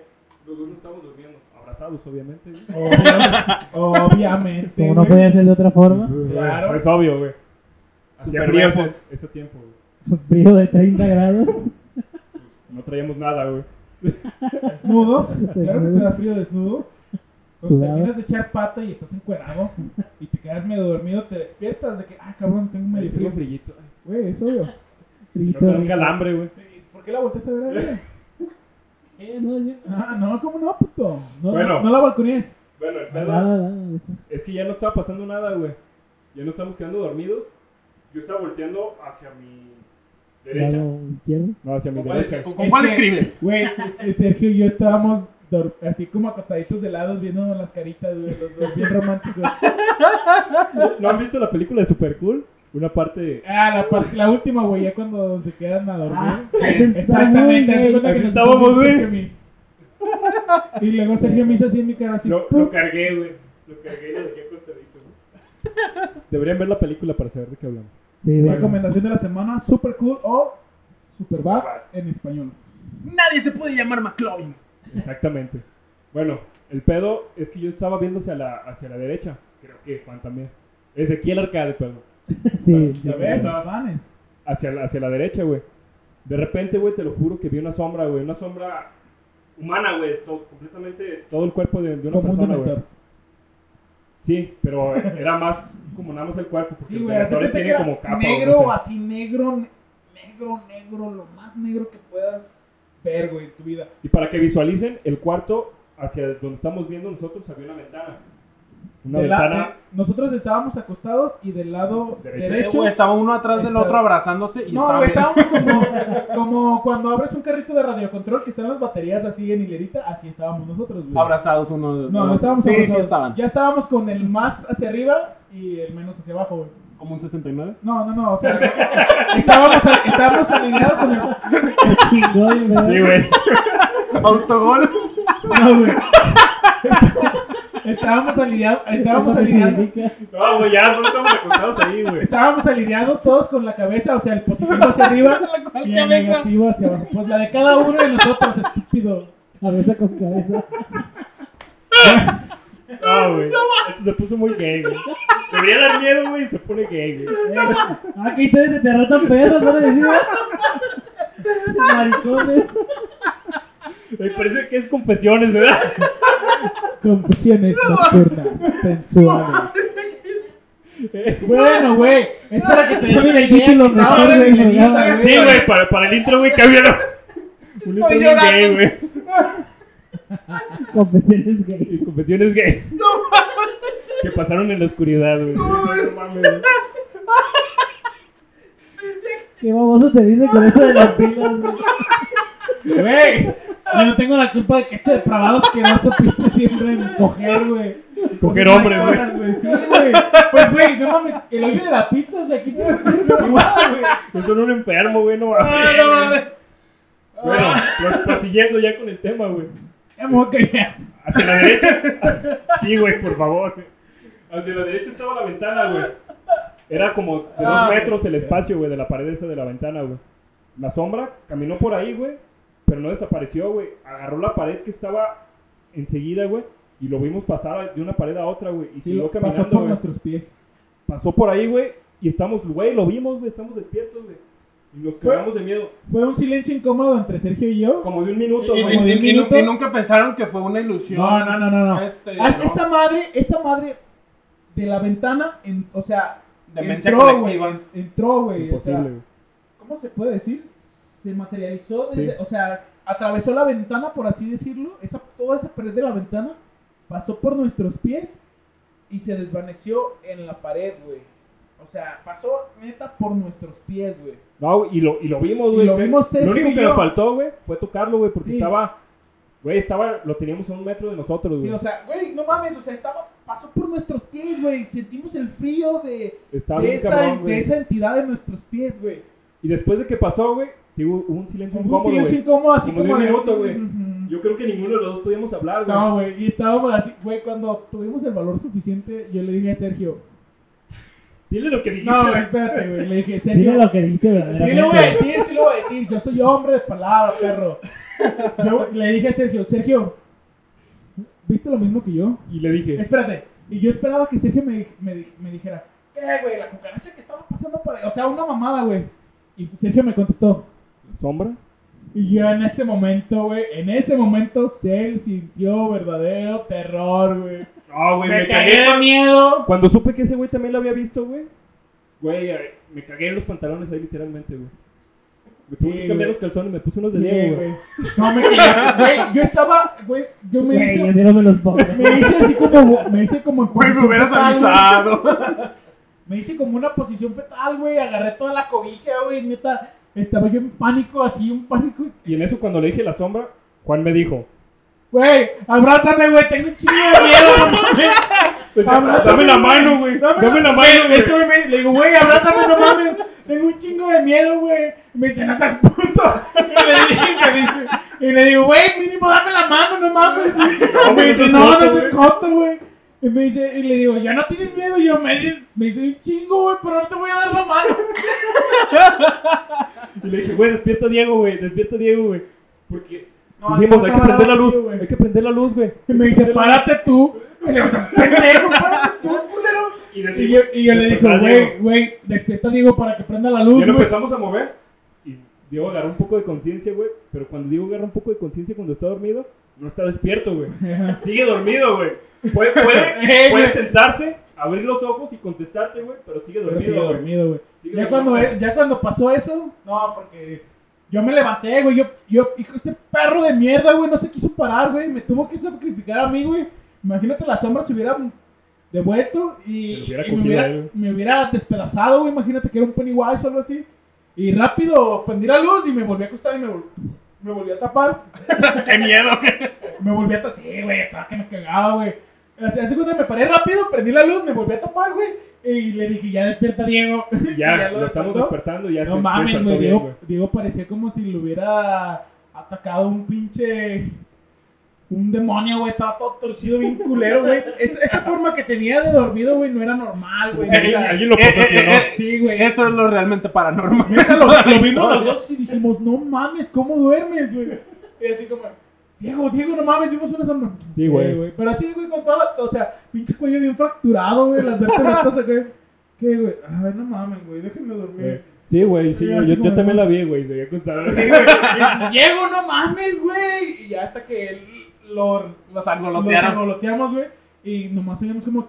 Speaker 2: los dos nos estamos durmiendo. Abrazados, obviamente, güey.
Speaker 4: Obvia- Obviamente.
Speaker 5: Como no
Speaker 4: güey.
Speaker 5: podía ser de otra forma.
Speaker 2: Claro. Es obvio, güey. Hacía
Speaker 3: Super
Speaker 2: frío
Speaker 3: viejos.
Speaker 2: ese- ese tiempo, güey.
Speaker 5: Frío de 30 grados.
Speaker 2: No traíamos nada, güey.
Speaker 4: Desnudos. Claro que te da frío desnudo. Cuando
Speaker 5: Sudado.
Speaker 4: terminas de echar pata y estás encuerado y te quedas medio dormido, te despiertas de que, ah, cabrón, tengo medio frío.
Speaker 2: frillito.
Speaker 4: Güey, es obvio.
Speaker 2: No
Speaker 5: Frito.
Speaker 2: te da un calambre, güey.
Speaker 4: Eh, ¿Por qué la volteaste a ver a ella?
Speaker 5: Eh, no, ya.
Speaker 4: Ah, no, ¿cómo no, puto? No,
Speaker 2: Bueno.
Speaker 4: no la balconíes.
Speaker 2: Bueno, el
Speaker 5: Ah,
Speaker 2: pedo.
Speaker 5: va, va, va.
Speaker 2: Es que ya no estaba pasando nada, güey. Ya no estamos quedando dormidos. Yo estaba volteando hacia mi derecha.
Speaker 5: Lado izquierdo.
Speaker 2: No, hacia mi
Speaker 3: ¿Con cuál es-
Speaker 2: derecha.
Speaker 3: ¿Con con cuál
Speaker 4: Este-
Speaker 3: escribes?
Speaker 4: Güey, eh, Sergio y yo estábamos dor- así como acostaditos de lados viéndonos las caritas, güey, los dos bien románticos.
Speaker 2: ¿No han visto la película de Super Cool? Una parte.
Speaker 4: Ah, la, par- la última, güey, ya cuando se quedan a dormir.
Speaker 5: Ah,
Speaker 4: Exactamente, haz de cuenta que
Speaker 2: Aquí
Speaker 4: nos
Speaker 2: estábamos,
Speaker 4: estábamos
Speaker 2: güey.
Speaker 4: Sergio y a mí. Y luego Sergio me hizo así en mi cara, así.
Speaker 2: Lo,
Speaker 4: ¡pum!
Speaker 2: lo cargué, güey. Lo cargué y lo dejé acostadito, güey. Deberían ver la película para saber de qué hablamos.
Speaker 5: Sí, ve.
Speaker 4: Recomendación de la semana, super cool o super bad en español.
Speaker 3: Nadie se puede llamar McLovin.
Speaker 2: Exactamente. Bueno, el pedo es que yo estaba viendo hacia la, hacia la derecha. Creo que Juan también. Es aquí el arcade, perdón.
Speaker 5: Sí.
Speaker 4: Ya ves, los fanes.
Speaker 2: hacia la, hacia la derecha, güey. De repente, güey, te lo juro que vi una sombra, güey. Una sombra humana, güey. to- completamente todo el cuerpo de, de una
Speaker 4: Como un
Speaker 2: persona, güey.
Speaker 4: dementor.
Speaker 2: Sí, pero eh, era más como nada más el cuerpo. Porque
Speaker 4: Sí,
Speaker 2: los
Speaker 4: güey, hace
Speaker 2: dementores
Speaker 4: cuenta que
Speaker 2: tienen
Speaker 4: era
Speaker 2: como capa.
Speaker 4: negro, así negro, ne- negro, negro, lo más negro que puedas ver, güey, en tu vida.
Speaker 2: Y para que visualicen, el cuarto hacia donde estamos viendo nosotros había una ventana. Una
Speaker 4: De la-
Speaker 2: ventana.
Speaker 4: de- nosotros estábamos acostados y del lado
Speaker 2: Derecho.
Speaker 4: derecho.
Speaker 3: estaba uno atrás del
Speaker 4: Está-
Speaker 3: otro abrazándose y
Speaker 4: no,
Speaker 3: estaba
Speaker 4: güey,
Speaker 3: viendo-
Speaker 4: estábamos como, como cuando abres un carrito de radiocontrol que están las baterías así en hilerita, así estábamos nosotros, güey.
Speaker 3: abrazados uno de
Speaker 4: No, no estábamos
Speaker 3: Sí, sí
Speaker 4: abrazados.
Speaker 3: estaban.
Speaker 4: Ya estábamos con el más hacia arriba y el menos hacia abajo, güey.
Speaker 3: Como un 69.
Speaker 4: No, no, no, o sea, estábamos, a- estábamos alineados con el...
Speaker 5: Chingón,
Speaker 2: Sí,
Speaker 5: ¿verdad?
Speaker 2: güey.
Speaker 3: Autogol.
Speaker 4: No, güey. Estábamos alineados, estábamos
Speaker 5: Eso
Speaker 4: alineados,
Speaker 5: significa-
Speaker 2: No, güey, ya, solo estamos acostados ahí, güey.
Speaker 4: estábamos alineados todos con la cabeza, o sea, el positivo hacia arriba y el negativo hacia abajo. Pues la de cada uno de nosotros, estúpido.
Speaker 5: Cabeza con cabeza.
Speaker 2: No, güey. Esto se puso muy gay, güey. Debería dar miedo, güey, y se pone gay, güey.
Speaker 5: Ah, que ustedes se te ratan perros, ¿no? Decía. Maricones.
Speaker 2: Me parece que es confesiones, ¿verdad?
Speaker 4: Confesiones nocturnas, sensuales. Bueno, güey, es para que te des una idea que
Speaker 5: Título
Speaker 4: estábamos
Speaker 5: mejor del
Speaker 4: alineados,
Speaker 5: programa.
Speaker 2: Sí, güey, para, para el intro, güey, cambiaron. Un intro bien gay, güey.
Speaker 5: Confesiones gay.
Speaker 2: Y confesiones gay. Que pasaron en la oscuridad, güey. No mames, güey.
Speaker 5: Qué baboso te dice con eso de las pilas, güey.
Speaker 4: Güey, yo no tengo la culpa de que este depravado asqueroso piense siempre en coger, güey.
Speaker 2: Coger
Speaker 4: Pues,
Speaker 2: hombres, güey.
Speaker 4: cabrón, Sí, güey. Pues, güey, no mames, el hoyo de la pizza, o sea, aquí se desarmado, güey.
Speaker 2: Yo soy un enfermo, güey, Ah, no mames. Bueno, pues, prosiguiendo ya con el tema, güey.
Speaker 4: Ya me voy a callar.
Speaker 2: Hacia la derecha. Sí, güey, por favor. güey. Hacia la derecha estaba la ventana, güey. Era como de
Speaker 4: Ah.
Speaker 2: dos metros el espacio, güey, de la pared esa de la ventana, güey. La sombra caminó por ahí, güey, pero no desapareció, güey. Agarró la pared que estaba enseguida, güey, y lo vimos pasar de una pared a otra, güey, y
Speaker 4: Sí,
Speaker 2: siguió
Speaker 4: pasó
Speaker 2: caminando,
Speaker 4: por
Speaker 2: güey.
Speaker 4: nuestros pies.
Speaker 2: Pasó por ahí, güey, y estamos, güey, lo vimos, güey, estamos despiertos, güey. Y nos
Speaker 4: Fue-
Speaker 2: cagamos de miedo,
Speaker 4: Fue un silencio incómodo entre Sergio y yo.
Speaker 2: como de un minuto,
Speaker 3: Y, y-
Speaker 2: güey.
Speaker 4: Como de un
Speaker 3: y- y nu-
Speaker 4: minuto.
Speaker 3: y nunca pensaron que fue una ilusión.
Speaker 4: No, no, no, no, no.
Speaker 3: Este,
Speaker 4: Ah,
Speaker 3: ¿no?
Speaker 4: Esa madre, esa madre de la ventana, en- o sea,
Speaker 3: Demencia
Speaker 4: entró, güey.
Speaker 3: colectiva.
Speaker 4: Entró, güey. O
Speaker 2: Imposible,
Speaker 4: sea,
Speaker 2: güey.
Speaker 4: ¿cómo se puede decir? Se materializó
Speaker 2: Sí.
Speaker 4: desde, o sea, atravesó la ventana, por así decirlo, esa, toda esa pared de la ventana, pasó por nuestros pies y se desvaneció en la pared, güey. O sea, pasó neta por nuestros pies, güey.
Speaker 2: No, güey, y lo, y lo vimos,
Speaker 4: Y
Speaker 2: güey.
Speaker 4: lo vimos Sergio
Speaker 2: Lo único
Speaker 4: y
Speaker 2: que
Speaker 4: yo.
Speaker 2: nos faltó, güey, fue tocarlo, güey, porque
Speaker 4: Sí.
Speaker 2: estaba. Güey, estaba. Lo teníamos a un metro de nosotros,
Speaker 4: Sí,
Speaker 2: güey.
Speaker 4: o sea, güey, no mames, o sea, estaba, pasó por nuestros pies, güey. Sentimos el frío de,
Speaker 2: estaba
Speaker 4: de
Speaker 2: bien
Speaker 4: esa,
Speaker 2: cabrón,
Speaker 4: de
Speaker 2: güey.
Speaker 4: esa entidad en nuestros pies, güey.
Speaker 2: Y después de que pasó, güey, Sí, hubo hubo un silencio
Speaker 4: Un
Speaker 2: incómodo,
Speaker 4: silencio
Speaker 2: güey.
Speaker 4: incómodo, así
Speaker 2: Como
Speaker 4: como.
Speaker 2: de un
Speaker 4: de-
Speaker 2: minuto, güey.
Speaker 4: Ujú.
Speaker 2: Yo creo que ninguno de los dos podíamos hablar, güey.
Speaker 4: No, güey, y estábamos así, güey, cuando tuvimos el valor suficiente, yo le dije a Sergio,
Speaker 2: Dile lo que dijiste.
Speaker 4: no, güey, espérate, güey, le dije, Sergio,
Speaker 5: Dile lo que dijiste,
Speaker 4: sí
Speaker 5: verdaderamente.
Speaker 4: le voy a decir, sí le voy a decir, yo soy hombre de palabra, perro. Yo le dije a Sergio, Sergio, ¿viste lo mismo que yo?
Speaker 2: Y le dije,
Speaker 4: Espérate, y yo esperaba que Sergio me, me di- me dijera, eh, güey, la cucaracha que estaba pasando por ahí, o sea, una mamada, güey. Y Sergio me contestó,
Speaker 2: ¿sombra?
Speaker 4: y yo en ese momento, güey, en ese momento, Cell sintió verdadero terror, güey.
Speaker 2: No, güey, me, cagué.
Speaker 4: cagué de miedo.
Speaker 2: Cuando supe que ese güey también lo había visto, güey. Güey, eh, me cagué en los pantalones ahí literalmente, güey. Me tuve
Speaker 4: Sí,
Speaker 2: que cambiar
Speaker 4: güey.
Speaker 2: los calzones, me puse unos
Speaker 4: Sí,
Speaker 2: de Diego, güey.
Speaker 4: güey. No, me quedé, güey, yo estaba, güey, yo me
Speaker 5: Güey, yo
Speaker 4: hice,
Speaker 5: no me los pongo.
Speaker 4: me hice así como, me hice como, en
Speaker 1: Güey, me
Speaker 4: posición
Speaker 1: hubieras
Speaker 4: fetal, güey.
Speaker 1: avisado.
Speaker 4: Me hice como una posición fetal, güey, agarré toda la cobija, güey, neta, estaba yo en pánico, así, un pánico,
Speaker 2: Y en eso, cuando le dije la sombra, Juan me dijo:
Speaker 4: güey, abrázame, güey, tengo un chingo de miedo, no mames. Abrázame,
Speaker 2: Ah, Dame la
Speaker 4: güey.
Speaker 2: mano, güey.
Speaker 4: Dame
Speaker 2: Dame la mano,
Speaker 4: Este
Speaker 2: güey.
Speaker 4: güey me le digo, güey, abrázame, no mames. Tengo un chingo de miedo, güey. Y Me dice, no seas puto. Y le dije, me dice, y le digo, güey, mínimo dame la mano, no mames. Y me
Speaker 2: güey,
Speaker 4: dice,
Speaker 2: no seas
Speaker 4: no, no
Speaker 2: joto,
Speaker 4: seas joto, güey. Y me dice, y le digo, ya no tienes miedo. Y yo me dice, me dice un chingo, güey, pero no te voy a dar la mano.
Speaker 2: Y le dije: Güey, despierta a Diego, güey. Despierta a Diego, güey. Porque
Speaker 4: No,
Speaker 2: dijimos:
Speaker 4: no,
Speaker 2: Hay
Speaker 4: no,
Speaker 2: que prender la
Speaker 4: no,
Speaker 2: luz.
Speaker 4: tío, güey.
Speaker 2: Hay que prender la luz, güey.
Speaker 4: Y me dice, párate tú. Y le digo, pendejo, párate tú, culero.
Speaker 2: Y,
Speaker 4: Y yo,
Speaker 2: decimos,
Speaker 4: y yo le dije,
Speaker 2: "Despertar a
Speaker 4: güey,
Speaker 2: Diego".
Speaker 4: güey, despierta Diego para que prenda la luz,
Speaker 2: Ya lo
Speaker 4: güey.
Speaker 2: empezamos a mover. Y Diego agarró un poco de conciencia, güey. Pero cuando Diego agarra un poco de conciencia cuando está dormido, no está despierto, güey. Sigue dormido, güey. Puede, puede,
Speaker 4: Eh, güey.
Speaker 2: puede sentarse, abrir los ojos y contestarte, güey. Pero sigue
Speaker 4: Pero sigue
Speaker 2: dormido, güey.
Speaker 4: dormido, güey.
Speaker 2: Sigue
Speaker 4: Ya
Speaker 2: dormido,
Speaker 4: cuando,
Speaker 2: güey.
Speaker 4: es- ya cuando pasó eso, no, porque yo me levanté, güey. Yo, yo, hijo, este perro de mierda, güey, no se quiso parar, güey. Me tuvo que sacrificar a mí, güey. Imagínate, la sombra se hubiera devuelto
Speaker 2: Se
Speaker 4: y,
Speaker 2: lo hubiera
Speaker 4: y me,
Speaker 2: cogido
Speaker 4: hubiera,
Speaker 2: a él.
Speaker 4: me hubiera despedazado, güey. Imagínate que era un Pennywise o algo así. Y rápido prendí la luz y me volví a acostar y me, vol- me volví a tapar.
Speaker 1: Qué miedo.
Speaker 4: Me volví a tapar, sí, güey, estaba que me cagaba, güey. Hace hace cuenta me paré rápido, prendí la luz, me volví a tapar, güey. Y le dije, ya despierta, Diego.
Speaker 2: Y ya,
Speaker 4: Y ya
Speaker 2: lo,
Speaker 4: lo
Speaker 2: estamos
Speaker 4: despertó.
Speaker 2: despertando. Ya
Speaker 4: No
Speaker 2: se- se
Speaker 4: mames,
Speaker 2: despertó
Speaker 4: güey.
Speaker 2: bien,
Speaker 4: Diego, Diego parecía como si lo hubiera atacado un pinche. Un demonio, güey. Estaba todo torcido, bien culero, güey. Es- esa forma que tenía de dormido, güey, no era normal, güey.
Speaker 2: Ey,
Speaker 4: Neta,
Speaker 2: Alguien lo
Speaker 1: Eh, eh,
Speaker 2: posesionó.
Speaker 1: eh, eh.
Speaker 4: Sí, güey.
Speaker 3: Eso es lo realmente paranormal.
Speaker 4: Neta, lo, lo vimos
Speaker 3: historia.
Speaker 4: los dos y dijimos, no mames, ¿cómo duermes, güey? Y así como. Diego, Diego, no mames, vimos una sombra.
Speaker 2: Sí, güey.
Speaker 4: Eh, Pero así, güey, con toda la. O sea, pinche cuello bien fracturado, güey. Las vértebras, cosas, güey. ¿Qué, güey? Ay, no mames, güey, déjenme dormir.
Speaker 2: güey. Eh, Sí, güey, sí,
Speaker 4: Sí,
Speaker 2: yo,
Speaker 4: así
Speaker 2: yo-
Speaker 4: como
Speaker 2: yo también
Speaker 4: no.
Speaker 2: la vi, güey. Se había acostado.
Speaker 4: Diego, no mames, güey. Y ya hasta que él lo,
Speaker 3: Los
Speaker 4: lo
Speaker 3: angolotearon.
Speaker 4: sangoloteamos, güey. Y nomás oíamos como.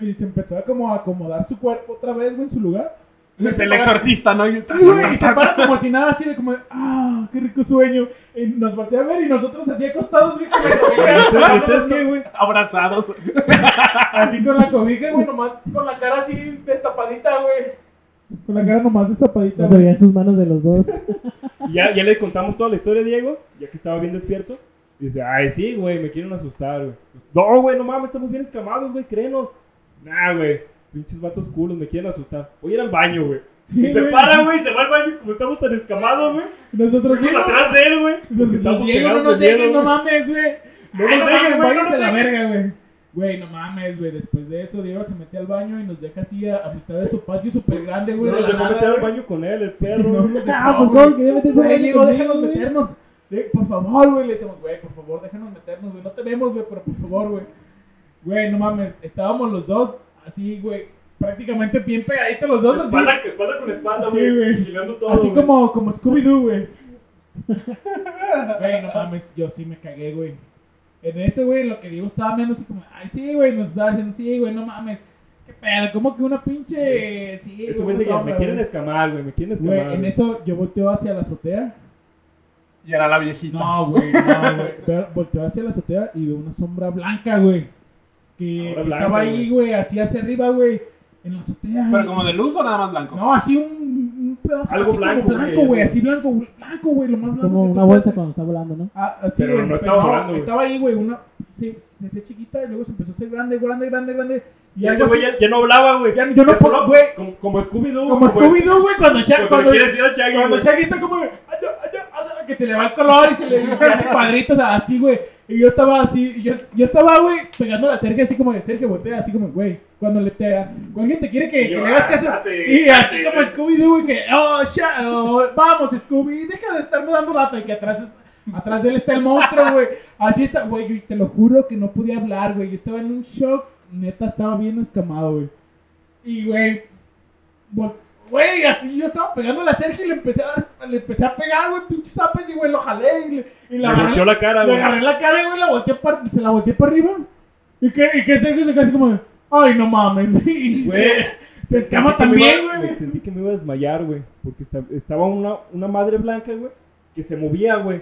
Speaker 4: Y se empezó a como acomodar su cuerpo otra vez, güey, en su lugar. Y se
Speaker 3: El
Speaker 4: para-
Speaker 3: exorcista, ¿no? Y-
Speaker 4: Sí, güey, y se para como si nada, así de como, ah, qué rico sueño. Y nos voltea a ver y nosotros así acostados, güey, con la cobija.
Speaker 2: ¿Y ustedes qué, güey?
Speaker 3: Abrazados.
Speaker 4: Así con la cobija, güey, nomás con la cara así destapadita, güey. Con la cara nomás destapadita,
Speaker 5: No se veían sus manos de los dos.
Speaker 2: Y Ya, ya le contamos toda la historia a Diego, ya que estaba bien despierto. Y dice, ay, sí, güey, me quieren asustar, güey. No, güey, no mames, estamos bien escamados, güey, créenos. Nah, güey, pinches vatos culos, me quieren asustar. Voy a ir al baño, güey.
Speaker 4: Sí,
Speaker 2: y se
Speaker 4: güey.
Speaker 2: para, güey, se va al baño, como estamos tan escamados, güey.
Speaker 4: Nosotros
Speaker 2: Fuimos
Speaker 4: Pues Diego,
Speaker 2: atrás de él, güey. porque
Speaker 4: Los
Speaker 2: estábamos
Speaker 4: Diego no
Speaker 2: cagados
Speaker 4: nos
Speaker 2: de miedo,
Speaker 4: dejen, no
Speaker 2: güey.
Speaker 4: mames, güey.
Speaker 2: No
Speaker 4: Ay,
Speaker 2: nos dejen, güey, no
Speaker 4: váyanse
Speaker 2: nos
Speaker 4: a la
Speaker 2: dejen.
Speaker 4: verga, güey. Güey, no mames, güey. Después de eso, Diego se metió al baño y nos deja así a, a mitad de su patio súper grande, güey.
Speaker 2: No
Speaker 4: de
Speaker 2: nos
Speaker 4: la
Speaker 2: dejó
Speaker 4: nada,
Speaker 2: meter al
Speaker 4: güey.
Speaker 2: baño con él, el
Speaker 4: No
Speaker 2: perro.
Speaker 4: nos dejó,
Speaker 5: Ah, por
Speaker 4: güey.
Speaker 5: favor, quería meterse
Speaker 4: Güey,
Speaker 5: al baño
Speaker 4: Diego,
Speaker 5: conmigo,
Speaker 4: déjanos
Speaker 5: güey.
Speaker 4: meternos. Eh, Por favor, güey, le decimos, güey, por favor, déjanos meternos, güey. No te vemos, güey, pero por favor, güey. Güey, no mames. Estábamos los dos así, güey. Prácticamente bien pegaditos los dos, así.
Speaker 2: Espalda, espalda con espalda,
Speaker 4: Sí,
Speaker 2: güey.
Speaker 4: güey.
Speaker 2: vigilando todo.
Speaker 4: Así
Speaker 2: güey.
Speaker 4: como, como Scooby-Doo, güey. Güey, no mames, yo sí me cagué, güey. En ese, güey, lo que Diego estaba viendo así como, ay, sí, güey, nos estaba diciendo, sí, güey, no mames. ¿Qué pedo? ¿Cómo que una pinche. Sí,
Speaker 2: Eso, güey,
Speaker 4: güey, una
Speaker 2: seguía, me
Speaker 4: sombra,
Speaker 2: quieren
Speaker 4: güey?"
Speaker 2: escamar, güey, me quieren escamar.
Speaker 4: Güey, en
Speaker 2: güey.
Speaker 4: eso yo volteo hacia la azotea.
Speaker 3: Y era la viejita.
Speaker 4: No, güey, no, güey. Pero Volteo hacia la azotea y veo una sombra blanca, güey. Que,
Speaker 2: Sombra
Speaker 4: que
Speaker 2: blanca,
Speaker 4: estaba ahí, güey, así hacia arriba, güey. En la azotea.
Speaker 3: Pero
Speaker 4: y-
Speaker 3: como de luz o nada más blanco.
Speaker 4: No, así un, un pedazo
Speaker 2: Algo
Speaker 4: así
Speaker 2: blanco,
Speaker 4: como
Speaker 2: güey,
Speaker 4: blanco, güey, así blanco, blanco, güey, lo más blanco
Speaker 5: Como
Speaker 4: que tú
Speaker 5: una bolsa
Speaker 4: puedas-
Speaker 5: cuando está volando, ¿no?
Speaker 4: Ah, así,
Speaker 2: Pero
Speaker 4: güey,
Speaker 2: no estaba volando, güey.
Speaker 4: Estaba ahí, güey, una se, se hacía chiquita y luego se empezó a hacer grande, grande, grande, grande.
Speaker 2: Y ese güey ya, ya no hablaba, güey.
Speaker 4: Ya- yo no
Speaker 2: Ya
Speaker 4: puedo-
Speaker 2: solo-
Speaker 4: güey.
Speaker 2: Como, como Scooby-Doo.
Speaker 4: Como
Speaker 2: güey.
Speaker 4: Scooby-Doo, güey, cuando
Speaker 2: Güey, Cuando
Speaker 4: Shaggy. Cuando,
Speaker 2: quiere decir a Shaggy,
Speaker 4: cuando
Speaker 2: güey.
Speaker 4: Shaggy está como. "Ay, no, ay, no, ay, no", Que se le va el color y se le y se hace cuadritos así, güey. Y yo estaba así, y yo, yo estaba, güey, pegando a Sergio así como de Sergio, voltea así como, güey, cuando le te cuando alguien te quiere que,
Speaker 2: Y
Speaker 4: que
Speaker 2: yo,
Speaker 4: le hagas
Speaker 2: "Ah,
Speaker 4: caso.
Speaker 2: date,
Speaker 4: Y así
Speaker 2: date,
Speaker 4: como
Speaker 2: güey.
Speaker 4: Scooby-Doo, güey, que, oh, Sha- oh, vamos, Scooby, deja de estarme dando lata y que atrás es- Atrás de él está el monstruo, güey. Así está, güey. Yo te lo juro que no podía hablar, güey. Yo estaba en un shock. Neta, estaba bien escamado, güey. Y, güey, Vol- Güey, así yo estaba pegándole a Sergio y le empecé a, dar- le empecé a pegar, güey, pinches zapes, y güey, lo jalé y le, y
Speaker 2: Le
Speaker 4: la agarré,
Speaker 2: volteó la cara,
Speaker 4: le
Speaker 2: güey.
Speaker 4: agarré la cara, güey, la volteé pa- se la volteé para arriba. Y que, y que Sergio se quedó así como, de, ay, no mames. Y
Speaker 2: Güey,
Speaker 4: se, se
Speaker 2: Sentí
Speaker 4: escama
Speaker 2: que me
Speaker 4: también,
Speaker 2: iba-
Speaker 4: güey.
Speaker 2: me Sentí que me iba a desmayar, güey. Porque esta- estaba una, una madre blanca, güey, que se movía, güey.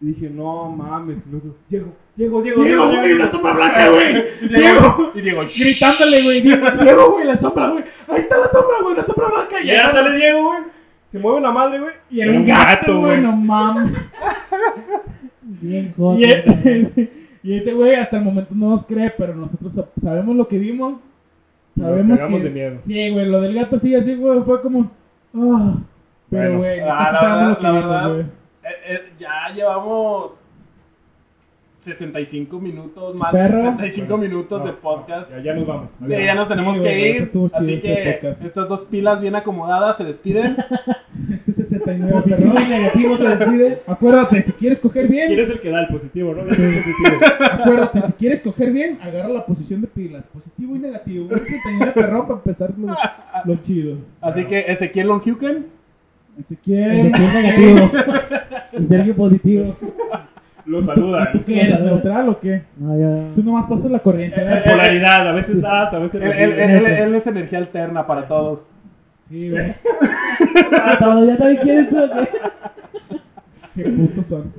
Speaker 2: Y dije, no mames. y nosotros, Diego, Diego, Diego,
Speaker 4: Diego, güey, una sombra blanca, güey.
Speaker 2: Y
Speaker 4: Diego.
Speaker 2: Diego, y Diego, "Shh".
Speaker 4: Gritándole, güey, Diego, Diego, güey, la sombra, güey. Ahí está la sombra, güey, la sombra blanca.
Speaker 2: Y
Speaker 4: Y, era-
Speaker 2: ya sale Diego, güey. Se mueve la madre, güey.
Speaker 4: y era un gato, güey, no mames.
Speaker 5: Bien,
Speaker 4: Y,
Speaker 5: joder.
Speaker 4: e- y ese güey hasta el momento no nos cree, pero nosotros sa- sabemos lo que vimos.
Speaker 2: Y nos
Speaker 4: Sabemos
Speaker 2: cagamos
Speaker 4: que...
Speaker 2: de miedo.
Speaker 4: Sí, güey, lo del gato sí, así, güey, fue como... ah,
Speaker 2: Bueno.
Speaker 4: pero, güey,
Speaker 3: Ah,
Speaker 4: nosotros
Speaker 3: la
Speaker 4: sabemos
Speaker 3: verdad-
Speaker 4: lo que
Speaker 3: la
Speaker 4: vimos,
Speaker 3: verdad.
Speaker 4: güey.
Speaker 3: Eh, eh, ya llevamos 65 minutos, más
Speaker 4: Perro.
Speaker 3: de 65 minutos
Speaker 2: No,
Speaker 3: de podcast.
Speaker 2: Ya, ya nos vamos.
Speaker 3: Sí, ya nos tenemos
Speaker 4: Sí,
Speaker 3: que
Speaker 4: güey,
Speaker 3: ir.
Speaker 4: estuvo chido
Speaker 3: Así
Speaker 4: este
Speaker 3: que
Speaker 4: podcast.
Speaker 3: estas dos pilas bien acomodadas se despiden.
Speaker 4: Este 69
Speaker 5: Positivo y
Speaker 4: perdón.
Speaker 5: negativo se despide.
Speaker 4: Acuérdate, si quieres coger bien,
Speaker 2: ¿Quieres el que da el positivo, no? El positivo.
Speaker 4: acuérdate, si quieres coger bien, agarra la posición de pilas, positivo y negativo. Un 69 perrón para empezar lo, lo chido.
Speaker 3: Así que Ezequiel Longhuken,
Speaker 4: Ezequiel,
Speaker 5: El negativo. Y Sergio positivo.
Speaker 2: Lo saluda.
Speaker 4: ¿tú qué eres? ¿Neutral o qué?
Speaker 5: No, Ah, ya.
Speaker 4: Tú nomás pasas la corriente,
Speaker 2: Esa
Speaker 4: ¿verdad?
Speaker 2: polaridad, a veces das, a veces
Speaker 3: él,
Speaker 2: recibes.
Speaker 3: él- él- él es energía alterna para todos.
Speaker 4: Sí, güey.
Speaker 5: Ah, todo, ya también quieres tú. o qué?
Speaker 4: Qué putos son.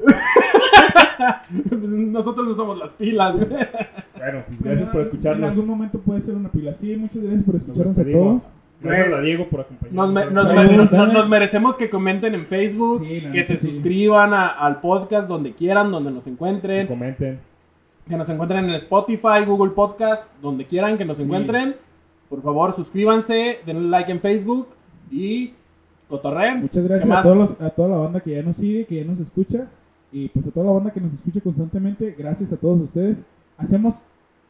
Speaker 3: Nosotros no somos las pilas.
Speaker 2: Bueno, pues gracias por
Speaker 4: En
Speaker 2: escucharnos.
Speaker 4: algún momento puede ser una pila. Sí, muchas gracias por
Speaker 2: Nos
Speaker 4: escucharnos a todos.
Speaker 2: despedimos. Gracias a Diego por acompañarnos.
Speaker 3: Nos, me- nos
Speaker 5: Sí,
Speaker 3: me-
Speaker 5: sí,
Speaker 3: nos-
Speaker 5: sí.
Speaker 3: nos- nos merecemos que comenten en Facebook,
Speaker 4: Sí, la
Speaker 3: que
Speaker 4: neta,
Speaker 3: se
Speaker 4: sí.
Speaker 3: suscriban a- al podcast donde quieran, donde nos
Speaker 2: Que
Speaker 3: encuentren,
Speaker 2: comenten.
Speaker 3: que nos encuentren en Spotify, Google Podcast, donde quieran que nos encuentren. Por favor, suscríbanse, denle like en Facebook y cotorren.
Speaker 4: Muchas
Speaker 3: ¿Qué
Speaker 4: gracias
Speaker 3: más?
Speaker 4: a, todos los- a toda la banda que ya nos sigue, que ya nos escucha. Y pues a toda la banda que nos escucha constantemente, gracias a todos ustedes. Hacemos,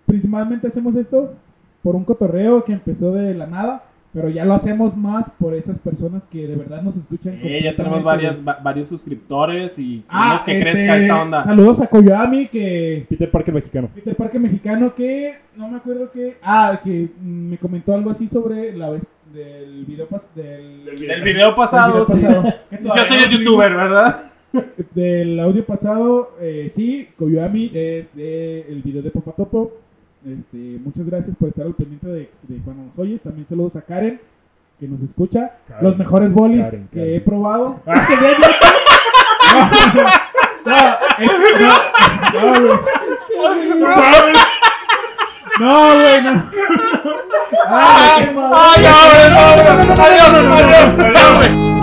Speaker 4: principalmente hacemos esto por un cotorreo que empezó de la nada, pero ya lo hacemos más por esas personas que de verdad nos escuchan.
Speaker 3: Eh, ya tenemos
Speaker 4: completamente,
Speaker 3: varias,
Speaker 4: güey.
Speaker 3: va- varios suscriptores y
Speaker 4: Ah,
Speaker 3: queremos que
Speaker 4: este,
Speaker 3: crezca esta onda.
Speaker 4: Saludos a Koyoami, que
Speaker 2: Peter Parker mexicano.
Speaker 4: Peter Parque mexicano que no me acuerdo que ah que mm, me comentó algo así sobre la vez del video pas- del, del
Speaker 3: Del video pasado, sí.
Speaker 4: pasado. Que
Speaker 3: Yo
Speaker 4: todavía
Speaker 3: soy
Speaker 4: no
Speaker 3: el youtuber, ¿verdad?
Speaker 4: subimos. del audio pasado eh, sí Koyuami es de el video de Papatopo este muchas gracias por estar al pendiente de, de cuando nos oyes también saludos a Karen que nos escucha
Speaker 2: Karen,
Speaker 4: los mejores bolis
Speaker 2: Karen,
Speaker 4: que
Speaker 2: Karen.
Speaker 4: he probado
Speaker 2: Ah.
Speaker 4: no, no, no, güey. No, güey, no.
Speaker 3: ¡Ay, ay, ay! ¡Adiós, adiós!